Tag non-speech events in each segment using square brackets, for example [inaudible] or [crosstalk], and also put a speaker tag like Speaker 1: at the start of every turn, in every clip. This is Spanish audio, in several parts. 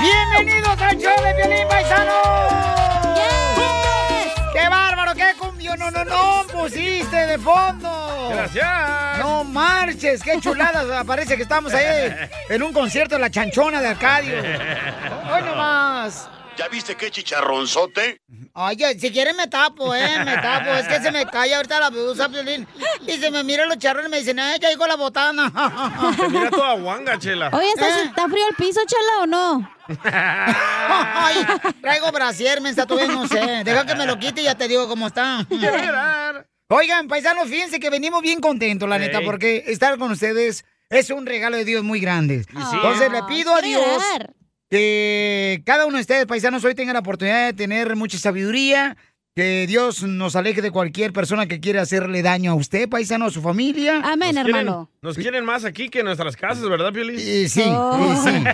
Speaker 1: ¡Bienvenidos al show de Violín Paisano! ¡Qué bárbaro! ¡Qué cumbión! ¡No, no, no! ¡Pusiste de fondo!
Speaker 2: Gracias.
Speaker 1: ¡No marches! ¡Qué
Speaker 2: [laughs]
Speaker 1: chuladas! O sea, Parece que estamos ahí en un concierto de la chanchona de Arcadio. ¡Hoy nomás!
Speaker 3: ¿Ya viste qué chicharronzote?
Speaker 1: Oye, si quieres me tapo, ¿eh? Me tapo. Es que se me cae ahorita la blusa, Piolín. Y se me miran los charros y me dicen, ¡ay, caigo la botana! Eh.
Speaker 2: Te
Speaker 1: [laughs]
Speaker 2: mira toda guanga, chela.
Speaker 4: Oye, ¿está, está frío el piso, chela, o no?
Speaker 2: [laughs]
Speaker 1: Ay, traigo brasier, me está no sé. Deja que me lo quite y ya te digo cómo está. Oigan, paisanos, fíjense que venimos bien contentos, la neta,
Speaker 5: Ey.
Speaker 1: porque estar con ustedes es un regalo de Dios muy grande.
Speaker 5: sí.
Speaker 1: Entonces le pido a
Speaker 5: Quiero
Speaker 1: Dios
Speaker 5: llorar.
Speaker 1: que cada uno de ustedes, paisanos, hoy tenga la oportunidad de tener mucha sabiduría, que Dios nos aleje de cualquier persona que quiera hacerle daño a usted, paisano, a su familia. Amén,
Speaker 2: Quieren- nos quieren más aquí que en nuestras casas, ¿verdad, Piolín?
Speaker 1: sí,
Speaker 4: Oh.
Speaker 1: y sí.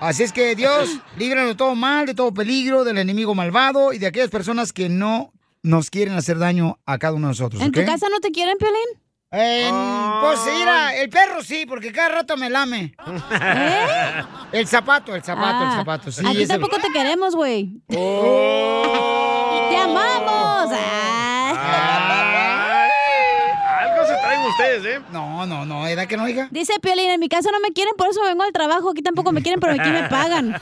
Speaker 1: Así es que Dios,
Speaker 4: [clears throat]
Speaker 1: líbranos de todo mal, de todo peligro, del enemigo malvado y de aquellas personas que no nos quieren hacer daño a cada uno de nosotros.
Speaker 4: ¿En tu
Speaker 1: ¿ok?
Speaker 4: casa no te quieren, Piolín?
Speaker 1: Pues mira, el perro sí, porque cada rato me lame.
Speaker 4: ¿Eh?
Speaker 1: El zapato, el zapato, el
Speaker 4: Ah,
Speaker 1: zapato. Sí,
Speaker 4: Aquí
Speaker 1: ese-
Speaker 4: tampoco te queremos, güey.
Speaker 1: Oh.
Speaker 4: [laughs] ¡Te amamos! Ay.
Speaker 2: Algo se traen ustedes, ¿eh?
Speaker 1: No, no, no, era que no oiga.
Speaker 4: Dice Piolín, en mi casa no me quieren, por eso me vengo al trabajo. Aquí tampoco me quieren, pero aquí me pagan.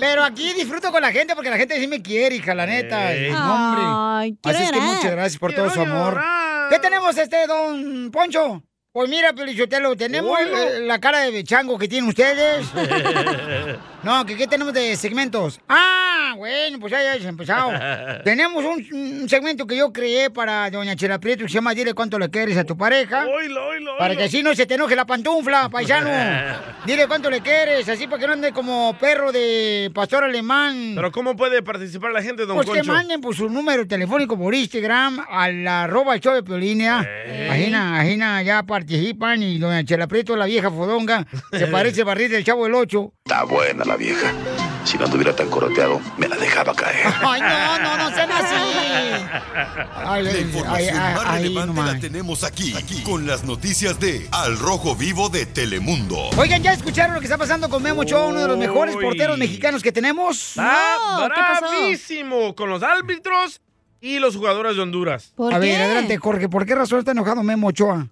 Speaker 1: Pero aquí disfruto con la gente porque la gente sí me quiere, hija, la neta.
Speaker 4: Ey.
Speaker 1: Y, no, hombre.
Speaker 4: Ay, quiero
Speaker 1: Así es que
Speaker 4: llorar.
Speaker 1: muchas gracias por todo su
Speaker 4: Quiero
Speaker 1: amor. ¿Qué tenemos este, don Poncho? Pues mira, Pelichotelo, tenemos eh, la cara de chango que tienen ustedes.
Speaker 4: [laughs]
Speaker 1: no, que qué tenemos de segmentos. Ah, bueno, pues ya ya se empezado. tenemos un, un segmento que yo creé para doña Chela Prieto que se llama Dile cuánto le quieres a tu pareja. Para que así no se te enoje la pantufla, paisano. [laughs] Dile cuánto le quieres, así para que no ande como perro de pastor alemán.
Speaker 2: Pero ¿cómo puede participar la gente, don
Speaker 1: Pues que
Speaker 2: Concho?
Speaker 1: manden por su número telefónico por Instagram al arroba el show de Piolín, ¿ya? Ajena, ajena, ya participan y doña Chela Prieto, la vieja fodonga,
Speaker 2: [laughs]
Speaker 1: se parece barril del Chavo del Ocho.
Speaker 3: Está buena la vieja. Si no anduviera tan coroteado, me la dejaba caer.
Speaker 1: Ay, no, no, no sean así. Ay,
Speaker 6: la
Speaker 1: ay,
Speaker 6: información
Speaker 1: ay,
Speaker 6: más
Speaker 1: ay,
Speaker 6: relevante la tenemos aquí, con las noticias de Al Rojo Vivo de Telemundo.
Speaker 1: Oigan, ¿ya escucharon lo que está pasando con Memo Ochoa, uno de los mejores
Speaker 6: Uy.
Speaker 1: porteros mexicanos que tenemos?
Speaker 2: Está Ah, bravísimo con los árbitros y los jugadores de Honduras.
Speaker 1: A ver, adelante, Jorge, ¿por qué razón está enojado Memo Ochoa?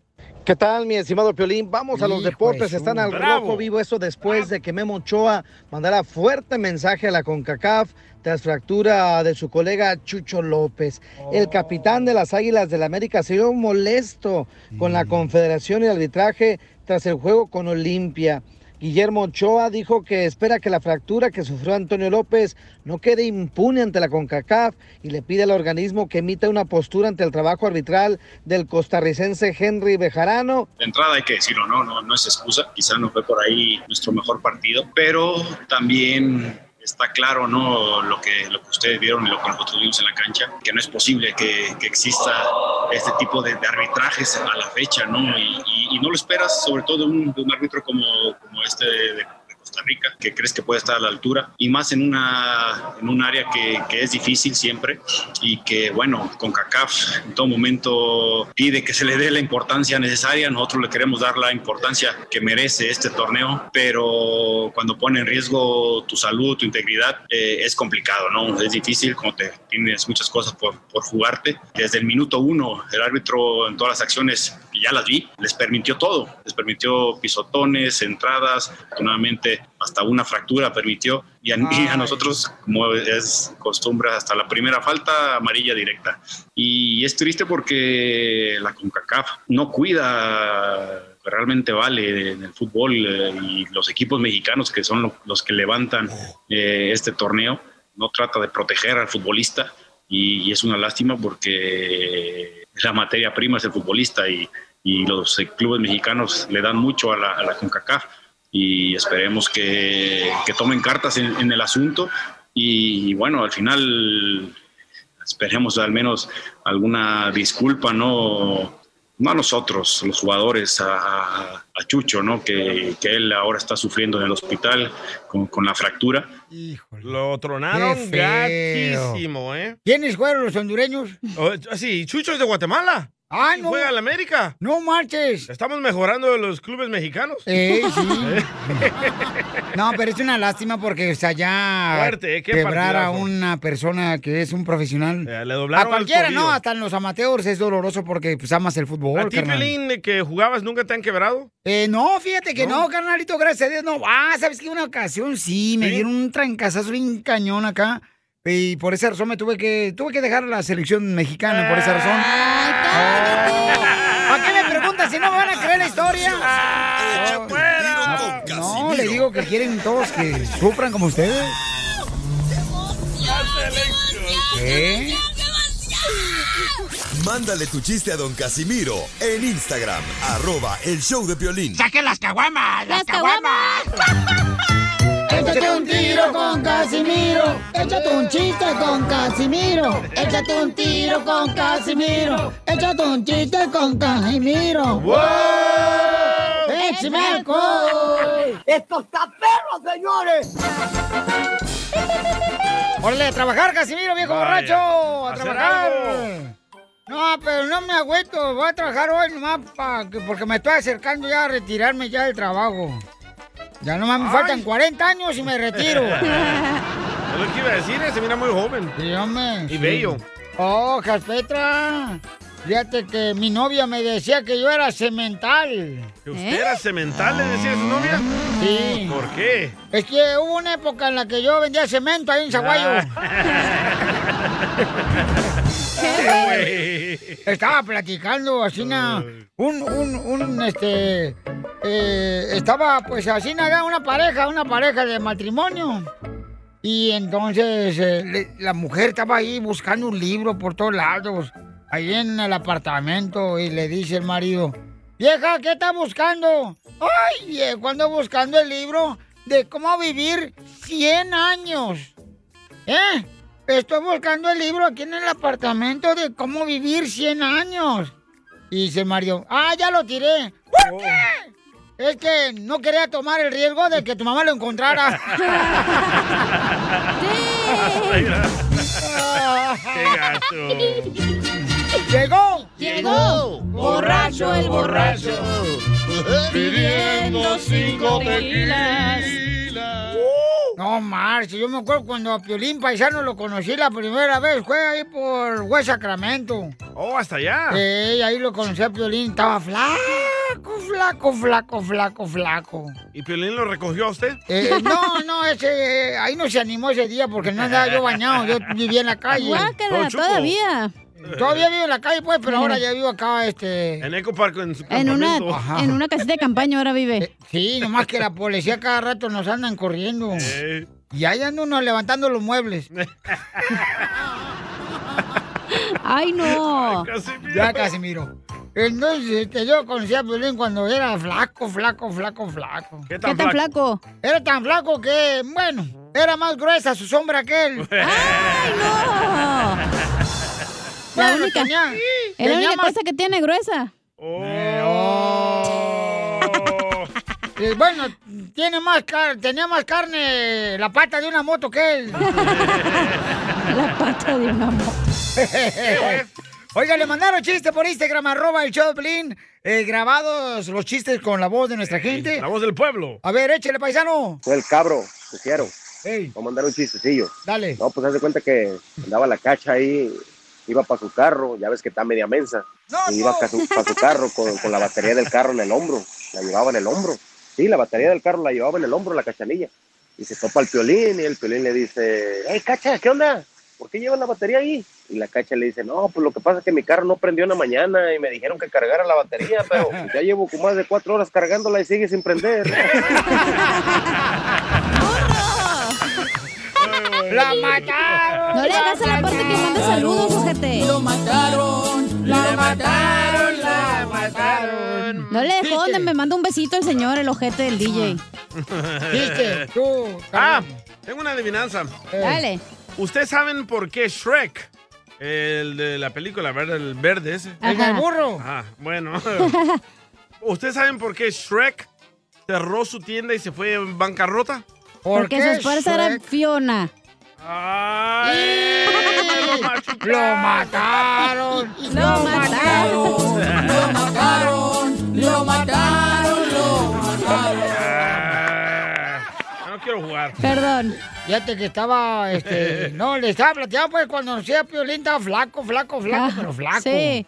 Speaker 7: ¿Qué tal, mi estimado Piolín? Vamos a los
Speaker 1: Hijo
Speaker 7: deportes.
Speaker 1: de su-
Speaker 7: Están al
Speaker 1: Bravo.
Speaker 7: rojo vivo. Eso después de que Memo Ochoa mandara fuerte mensaje a la CONCACAF tras fractura de su colega Chucho López. El capitán de las Águilas del América se vio molesto con la Confederación y el arbitraje tras el juego con Olimpia. Guillermo Ochoa dijo que espera que la fractura que sufrió Antonio López no quede impune ante la CONCACAF y le pide al organismo que emita una postura ante el trabajo arbitral del costarricense Henry Bejarano
Speaker 8: De entrada hay que decirlo, ¿no? No, no es excusa, quizá no fue por ahí nuestro mejor partido, pero también está claro, ¿no? Lo que, lo que ustedes vieron y lo que nosotros vimos en la cancha, que no es posible que, que exista este tipo de, de arbitrajes a la fecha, ¿no? Y, y- y no lo esperas, sobre todo de un, de un árbitro como, como este de Costa Rica, que crees que puede estar a la altura, y más en, una, en un área que, que es difícil siempre y que, bueno, con CACAF en todo momento pide que se le dé la importancia necesaria, nosotros le queremos dar la importancia que merece este torneo, pero cuando pone en riesgo tu salud, tu integridad, eh, es complicado, ¿no? Es difícil cuando te, tienes muchas cosas por, por jugarte. Desde el minuto uno, el árbitro en todas las acciones que ya las vi, les permitió todo, les permitió pisotones, entradas, afortunadamente hasta una fractura permitió y a, y a nosotros, como es costumbre, hasta la primera falta amarilla directa. Y es triste porque la CONCACAF no cuida realmente vale en el fútbol eh, y los equipos mexicanos que son lo- los que levantan eh, este torneo no trata de proteger al futbolista y, y es una lástima porque la materia prima es el futbolista y, y los eh, clubes mexicanos le dan mucho a la, a la CONCACAF y esperemos que, que tomen cartas en, en el asunto y bueno, al final esperemos al menos alguna disculpa, ¿no? No a nosotros, los jugadores, a, a- a Chucho, ¿no? Que, que él ahora está sufriendo en el hospital con, con la fractura.
Speaker 2: Lo tronaron
Speaker 8: Qué feo.
Speaker 2: gatísimo, ¿eh?
Speaker 1: ¿Quiénes jugaron los hondureños?
Speaker 2: sí, Chucho es de Guatemala.
Speaker 1: Ah,
Speaker 2: no. Juega al América.
Speaker 1: No marches.
Speaker 2: Estamos mejorando de los clubes mexicanos.
Speaker 1: Eh,
Speaker 2: [laughs]
Speaker 1: sí. No, pero es una lástima porque, o sea, ya
Speaker 2: Fuerte, ¿eh? Qué
Speaker 1: quebrar a
Speaker 2: partidazo.
Speaker 1: una persona que es un profesional.
Speaker 2: Eh, le
Speaker 1: a
Speaker 2: doblaron el
Speaker 1: cualquiera,
Speaker 2: tobillo.
Speaker 1: ¿no? Hasta en los amateurs es doloroso porque pues amas el fútbol,
Speaker 2: ¿A ti,
Speaker 1: carnal.
Speaker 2: Pelín, de que jugabas, nunca te han quebrado?
Speaker 1: Eh, no, fíjate que no. carnalito, gracias a Dios, no. Ah, ¿sabes qué? Una ocasión sí, me dieron un trancazazo bien cañón acá. Y por esa razón me tuve que, tuve que dejar la selección mexicana, por esa razón.
Speaker 2: Ah,
Speaker 1: ¿A qué me preguntas si no me van a creer la historia? No, le digo que quieren todos que sufran como ustedes. ¿Eh?
Speaker 6: Mándale tu chiste a don Casimiro en Instagram, arroba el show de violín.
Speaker 1: ¡Saque las caguamas!
Speaker 9: ¡Las
Speaker 1: caguamas! Échate un tiro con Casimiro. Échate un chiste con Casimiro. Échate un tiro con Casimiro. Échate un chiste con Casimiro.
Speaker 9: ¡Wow!
Speaker 1: ¡Échame alcohol! ¡Esto está perro, señores! ¡Órale, a trabajar, Casimiro, viejo
Speaker 9: Vaya.
Speaker 1: borracho! ¡A
Speaker 9: Hacer
Speaker 1: trabajar!
Speaker 9: algo.
Speaker 1: No, pero no me agüeto. Voy a trabajar hoy nomás pa- que- porque me estoy acercando ya a retirarme ya del trabajo. Ya nomás me
Speaker 2: Ay.
Speaker 1: faltan 40 años y me
Speaker 2: [laughs]
Speaker 1: retiro.
Speaker 2: es lo que iba a decir, eh, se mira muy joven. Y bello.
Speaker 1: Oh, Jaspetra. Fíjate que mi novia me decía que yo era cemental.
Speaker 2: ¿Que usted
Speaker 4: ¿Eh?
Speaker 2: era cemental, le decía a su novia?
Speaker 1: Sí.
Speaker 2: ¿Por qué?
Speaker 1: Es que hubo una época en la que yo vendía cemento ahí en Zaguayo. [laughs] Estaba platicando, así na- un, un, un, este, eh, estaba pues así nada, una pareja, una pareja de matrimonio. Y entonces eh, le- la mujer estaba ahí buscando un libro por todos lados, ahí en el apartamento, y le dice el marido, vieja, ¿qué está buscando? Ay, viejo, ando buscando el libro de cómo vivir 100 años. ¿Eh? Estoy buscando el libro aquí en el apartamento de cómo vivir 100 años. Y dice Mario, ah, ya lo tiré. ¿Por qué? Es que no quería tomar el riesgo de que tu mamá lo encontrara.
Speaker 2: [laughs]
Speaker 1: Llegó,
Speaker 9: llegó, borracho el borracho, pidiendo cinco tequilas.
Speaker 1: No, marche, yo me acuerdo cuando a Piolín Paisano lo conocí la primera vez, fue ahí por West Sacramento.
Speaker 2: Oh, hasta allá.
Speaker 1: Sí, ahí lo conocí a Piolín, estaba flaco, flaco, flaco, flaco, flaco.
Speaker 2: ¿Y Piolín lo recogió a usted?
Speaker 1: Eh, no, no, ese, eh, ahí no se animó ese día porque no andaba yo bañado, yo vivía en la calle.
Speaker 2: Guácala, Don Chuco. todavía.
Speaker 1: Todavía vivo en la calle, pues, pero
Speaker 2: Ujú.
Speaker 1: ahora ya vivo acá, este...
Speaker 2: En Eco Park, en su
Speaker 4: En una,
Speaker 2: campamento.
Speaker 4: en
Speaker 1: [laughs]
Speaker 4: una casita de campaña ahora vive.
Speaker 1: Eh, Sí, nomás que la policía cada rato nos andan corriendo.
Speaker 4: Eh.
Speaker 1: Y ahí anda uno levantando los
Speaker 4: [laughs]
Speaker 1: muebles.
Speaker 4: Ay, no.
Speaker 1: Ya casi miro. Entonces, este, yo conocí a Piolín cuando era flaco, flaco, flaco, flaco. ¿Qué
Speaker 4: tan ¿Qué tan flaco?
Speaker 1: Era tan flaco que, bueno, era más gruesa su sombra
Speaker 4: [laughs]
Speaker 1: que él. ¡Ay,
Speaker 4: Ah.
Speaker 1: no!
Speaker 4: La única. Es la única cosa que tiene gruesa.
Speaker 1: Eh, bueno, tiene más car- tenía más carne la pata de una moto que él. [laughs] la pata de una moto. [laughs] Oiga, le mandaron chistes por Instagram, arroba el Choplin, eh, grabados los chistes con la voz de nuestra gente. La
Speaker 2: voz del pueblo.
Speaker 1: A ver, échale, paisano.
Speaker 10: Soy el cabro, te quiero.
Speaker 1: Voy
Speaker 10: a mandar un chistecillo.
Speaker 1: Dale.
Speaker 10: No, pues haz de cuenta que andaba la cacha ahí iba para su carro, ya ves que está media mensa, y iba para su, pa' su carro con, con la batería del carro en el hombro, la llevaba en el hombro. Sí, la batería del carro la llevaba en el hombro, la cachanilla. Y se topa el piolín y el piolín le dice, hey, cacha, ¿qué onda? ¿Por qué llevas la batería ahí? Y la cacha le dice, no, pues lo que pasa es que mi carro no prendió en la mañana y me dijeron que cargara la batería, pero ya llevo como más de cuatro horas cargándola y sigue sin prender.
Speaker 1: [laughs] ¡La mataron!
Speaker 4: No le hagas a la parte que manda saludos, ojete. Lo mataron, la
Speaker 9: mataron, la mataron.
Speaker 4: No le dejó donde me manda un besito el señor, el ojete del DJ.
Speaker 2: Viste,
Speaker 1: tú. Eh.
Speaker 2: Ah, tengo una adivinanza.
Speaker 4: Dale.
Speaker 2: ¿Ustedes saben por qué Shrek, el de la película, ¿verdad? el verde ese?
Speaker 1: El del burro.
Speaker 2: Ah,
Speaker 1: [laughs]
Speaker 2: bueno. ¿Ustedes saben por qué Shrek cerró su tienda y se fue en bancarrota?
Speaker 4: Porque su esposa era Fiona.
Speaker 1: ¡Lo mataron!
Speaker 4: ¡Lo mataron!
Speaker 9: ¡Lo mataron! ¡Lo mataron! ¡Lo
Speaker 2: Ah, No quiero jugar.
Speaker 4: Perdón.
Speaker 1: Fíjate que
Speaker 4: [laughs]
Speaker 1: estaba, este, no, le estaba platicando pues cuando conocí a Piolín estaba flaco, flaco, flaco,
Speaker 4: Ah,
Speaker 1: pero flaco.
Speaker 4: sí.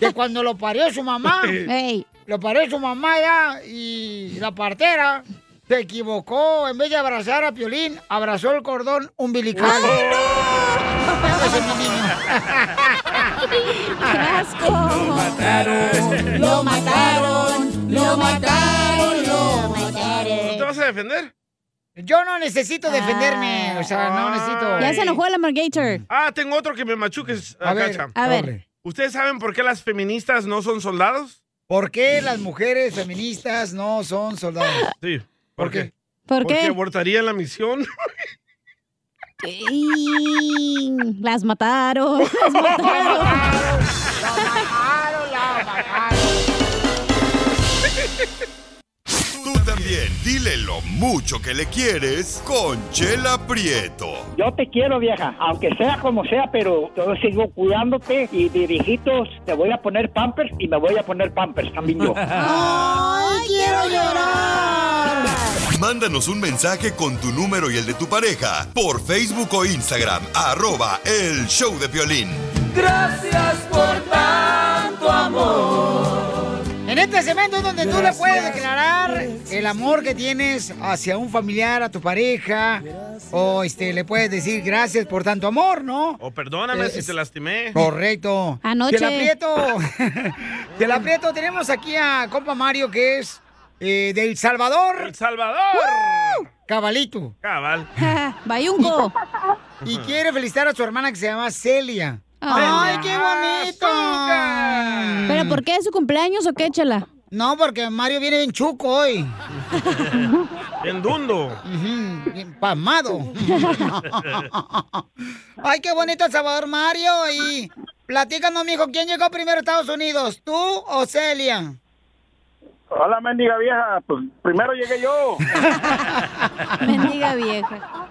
Speaker 1: Que cuando lo parió
Speaker 4: [laughs]
Speaker 1: su mamá,
Speaker 4: Ey.
Speaker 1: lo parió su mamá ya y la partera se equivocó, en vez de abrazar a Piolín, abrazó el cordón umbilical.
Speaker 4: [laughs]
Speaker 9: mataron! ¡Lo mataron! ¡Lo mataron! ¡Lo
Speaker 2: ¿No te vas a defender?
Speaker 1: Yo no necesito defenderme, o sea, no necesito.
Speaker 4: Ya se enojó el Amargator.
Speaker 2: Ah, tengo otro que me machuques,
Speaker 1: A ver,
Speaker 2: Cacha.
Speaker 4: a ver.
Speaker 2: ¿Ustedes saben por qué las feministas no son soldados?
Speaker 1: ¿Por qué las mujeres feministas no son soldados?
Speaker 2: Sí. ¿Por, qué?
Speaker 4: ¿Por
Speaker 2: Porque
Speaker 4: qué?
Speaker 2: abortarían la misión. [laughs]
Speaker 4: Y- Las mataron.
Speaker 1: [laughs]
Speaker 4: Las mataron.
Speaker 6: Tú también, dile lo mucho que le quieres con Chela Prieto.
Speaker 11: Yo te quiero, vieja, aunque sea como sea, pero yo sigo cuidándote y de viejitos te voy a poner pampers y me voy a poner pampers también
Speaker 1: [laughs]
Speaker 11: yo.
Speaker 9: ¡Ay, quiero llorar!
Speaker 6: Mándanos un mensaje con tu número y el de tu pareja por Facebook o Instagram, arroba el show de violín.
Speaker 9: Gracias por tanto amor.
Speaker 1: En este segmento es donde tú le
Speaker 9: Gracias.
Speaker 1: puedes declarar el amor que tienes hacia un familiar, a tu pareja, o este le puedes decir gracias por tanto amor, ¿no?
Speaker 2: O Oh, perdóname
Speaker 1: Eh,
Speaker 2: si
Speaker 1: es-
Speaker 2: te lastimé.
Speaker 1: Correcto.
Speaker 2: Anoche.
Speaker 1: Te la aprieto. [laughs] Te la aprieto. Tenemos aquí a compa Mario que es eh, de El Salvador. El
Speaker 2: Salvador.
Speaker 1: Cabalito.
Speaker 2: Cabal.
Speaker 4: [laughs] Bayunco.
Speaker 1: [laughs] Y quiere felicitar a su hermana que se llama Celia.
Speaker 4: Ay.
Speaker 1: ¡Ay, qué bonito!
Speaker 4: ¿Pero por qué es su cumpleaños o qué, chela?
Speaker 1: No, porque Mario viene bien chuco hoy.
Speaker 2: En dundo.
Speaker 1: Ujú, bien Pasmado. Ay, qué bonito El Salvador, Mario. Y platícanos, mijo, ¿quién llegó primero a Estados Unidos? ¿Tú o Celia?
Speaker 12: Hola, mendiga vieja. Pues primero llegué yo.
Speaker 4: [laughs] Mendiga vieja.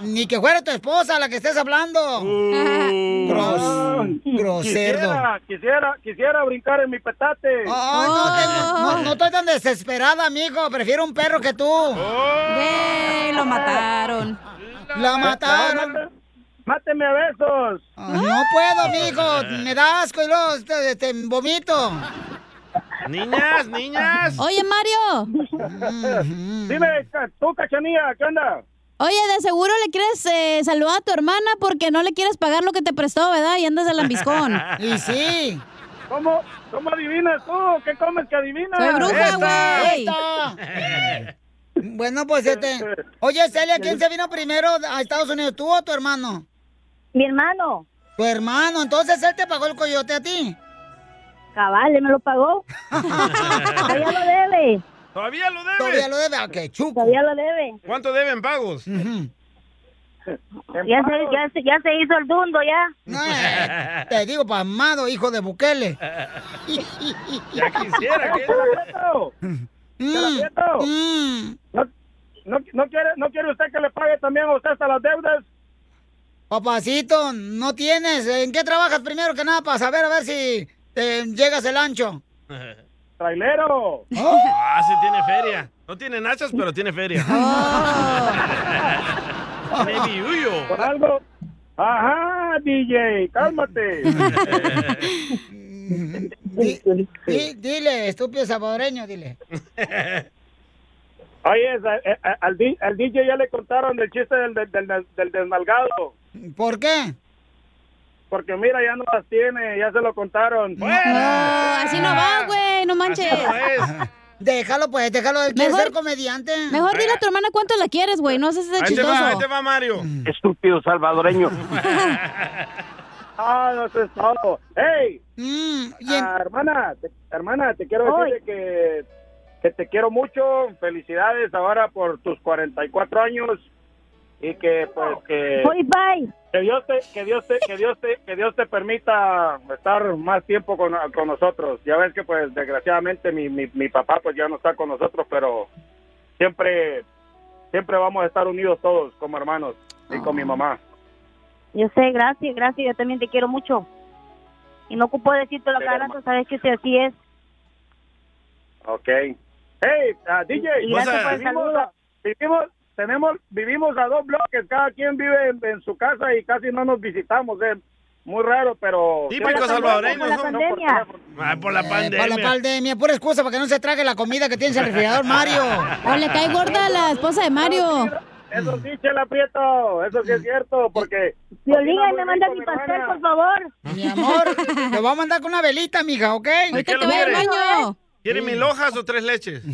Speaker 1: Ni que fuera tu esposa la que estés hablando. [laughs] Gros- groserdo.
Speaker 12: Uh. Quisiera, quisiera, quisiera brincar en mi petate.
Speaker 1: Ay, no, te- no- no estoy tan desesperada, amigo. Prefiero un perro que tú.
Speaker 12: Oh.
Speaker 4: Güey, lo mataron.
Speaker 1: La mataron. Máteme a besos. No puedo, mijo. Me da asco y luego te, te vomito.
Speaker 2: Niñas, niñas.
Speaker 4: Oye, Mario.
Speaker 12: Dime, ca- tú, cachanilla, ¿qué onda?
Speaker 4: Oye, de seguro le quieres eh, saludar a tu hermana porque no le quieres pagar lo que te prestó, ¿verdad? Y andas de lambiscón.
Speaker 1: [laughs] Y sí.
Speaker 12: ¿Cómo, cómo adivinas tú? ¿Qué comes que adivinas?
Speaker 4: Soy bruja, güey.
Speaker 1: Bueno, pues este. Oye, Celia, ¿quién se vino primero a Estados Unidos? ¿Tú o tu hermano? Mi hermano. Tu hermano, entonces él te pagó el coyote a ti. Cabal, me lo [laughs] pagó.
Speaker 2: Todavía
Speaker 1: lo debe.
Speaker 2: Todavía lo debe.
Speaker 1: Todavía lo debe, ok, chuco.
Speaker 13: Todavía lo debe.
Speaker 2: ¿Cuánto deben pagos? [laughs]
Speaker 13: Ya se, ya, se, ya se hizo el dundo, ya.
Speaker 1: Te digo, pasmado, hijo de Bukele.
Speaker 2: Ya quisiera que.
Speaker 12: ¿No, no, no quiere, ¿No quiere usted que le pague también a usted hasta las deudas?
Speaker 1: Papacito, no tienes. ¿En qué trabajas primero que nada para saber a ver si te llegas
Speaker 2: [laughs]
Speaker 1: el ancho?
Speaker 12: Trailero.
Speaker 2: Ah, sí tiene feria. No tiene Oh. nachas, [laughs] pero tiene feria. Maybe huyo.
Speaker 12: Por algo, Ajá, DJ, cálmate.
Speaker 1: Di- dile, estúpido salvadoreño, dile.
Speaker 12: Oye, a- a- al, di- al DJ ya le contaron el chiste del, del, del- del desnalgado.
Speaker 1: ¿Por qué?
Speaker 12: Porque mira, ya no las tiene, ya se lo contaron. ¡Fuera!
Speaker 4: Así no va, Ah, güey, no manches.
Speaker 12: Así no
Speaker 1: [laughs] Déjalo, pues, déjalo. Él quiere
Speaker 4: Mejor-
Speaker 1: ser comediante.
Speaker 4: Mejor dile a tu hermana cuánto la quieres, güey. No seas
Speaker 2: Ahí te va, ahí
Speaker 4: chistoso.
Speaker 2: te va Mario.
Speaker 10: Mm. Estúpido salvadoreño.
Speaker 12: Ah, no, eso es todo. ¡Ey!
Speaker 4: Mm,
Speaker 12: Ah, hermana, te- hermana, te quiero
Speaker 11: Ay.
Speaker 12: decir que, que te quiero mucho. Felicidades ahora por tus 44 años. Y que, pues, que...
Speaker 13: Voy, bye.
Speaker 12: Que Dios te, que Dios te, que Dios te, que Dios te permita estar más tiempo con, con nosotros. Ya ves que pues desgraciadamente mi, mi, mi papá pues ya no está con nosotros, pero siempre, siempre vamos a estar unidos todos como hermanos y con mi mamá.
Speaker 13: Yo sé, gracias, gracias. Yo también te quiero mucho. Y no ocupo decirte la cara, tú sabes que si así es.
Speaker 12: Ok. Hey, ah, DJ,
Speaker 13: Y gracias por el
Speaker 12: vivimos,
Speaker 13: saludo.
Speaker 12: a- vivimos- tenemos, vivimos a dos bloques, cada quien vive en, en su casa y casi no nos visitamos, es muy raro, pero...
Speaker 2: Típico salvadoreño, ¿no?
Speaker 12: No, por-
Speaker 2: Ah, por la
Speaker 1: Por la
Speaker 2: pandemia.
Speaker 1: pandemia, pura excusa para que no se trague la comida que tienes en el refrigerador, Mario.
Speaker 4: O le cae gorda a la esposa de Mario.
Speaker 12: Eso sí, Chela Prieto, eso sí es cierto, porque...
Speaker 1: Violín,
Speaker 12: cocina muy
Speaker 1: me manda
Speaker 12: rico,
Speaker 1: mi pastel,
Speaker 12: hermana.
Speaker 1: por favor. Mi amor, te voy a mandar con una velita, mija, ¿ok?
Speaker 2: ¿De qué lo quiere?
Speaker 1: ¿eh?
Speaker 2: ¿Quiere mil hojas
Speaker 1: [laughs]
Speaker 2: o tres leches?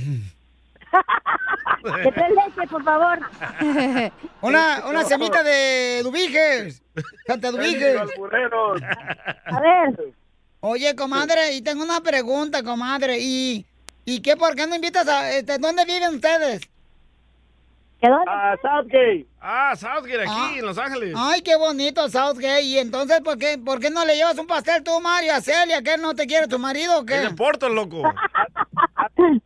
Speaker 13: Que tres
Speaker 1: este,
Speaker 13: leches, por favor.
Speaker 1: Una, una semita de Dubiges. Santa Dubiges.
Speaker 13: A ver.
Speaker 1: Oye, comadre, y tengo una pregunta, comadre. ¿Y, y qué? ¿Por qué no invitas a... este, ¿Dónde viven ustedes?
Speaker 12: Ah, Southgate.
Speaker 2: Ah, Southgate, aquí, en Los Ángeles.
Speaker 1: Ay, qué bonito, Southgate. Y entonces, ¿por qué, ¿por qué no le llevas un pastel tú, Mario, a Celia? ¿Que él no te quiere tu marido o qué?
Speaker 2: Es de Porto, loco.
Speaker 12: [laughs]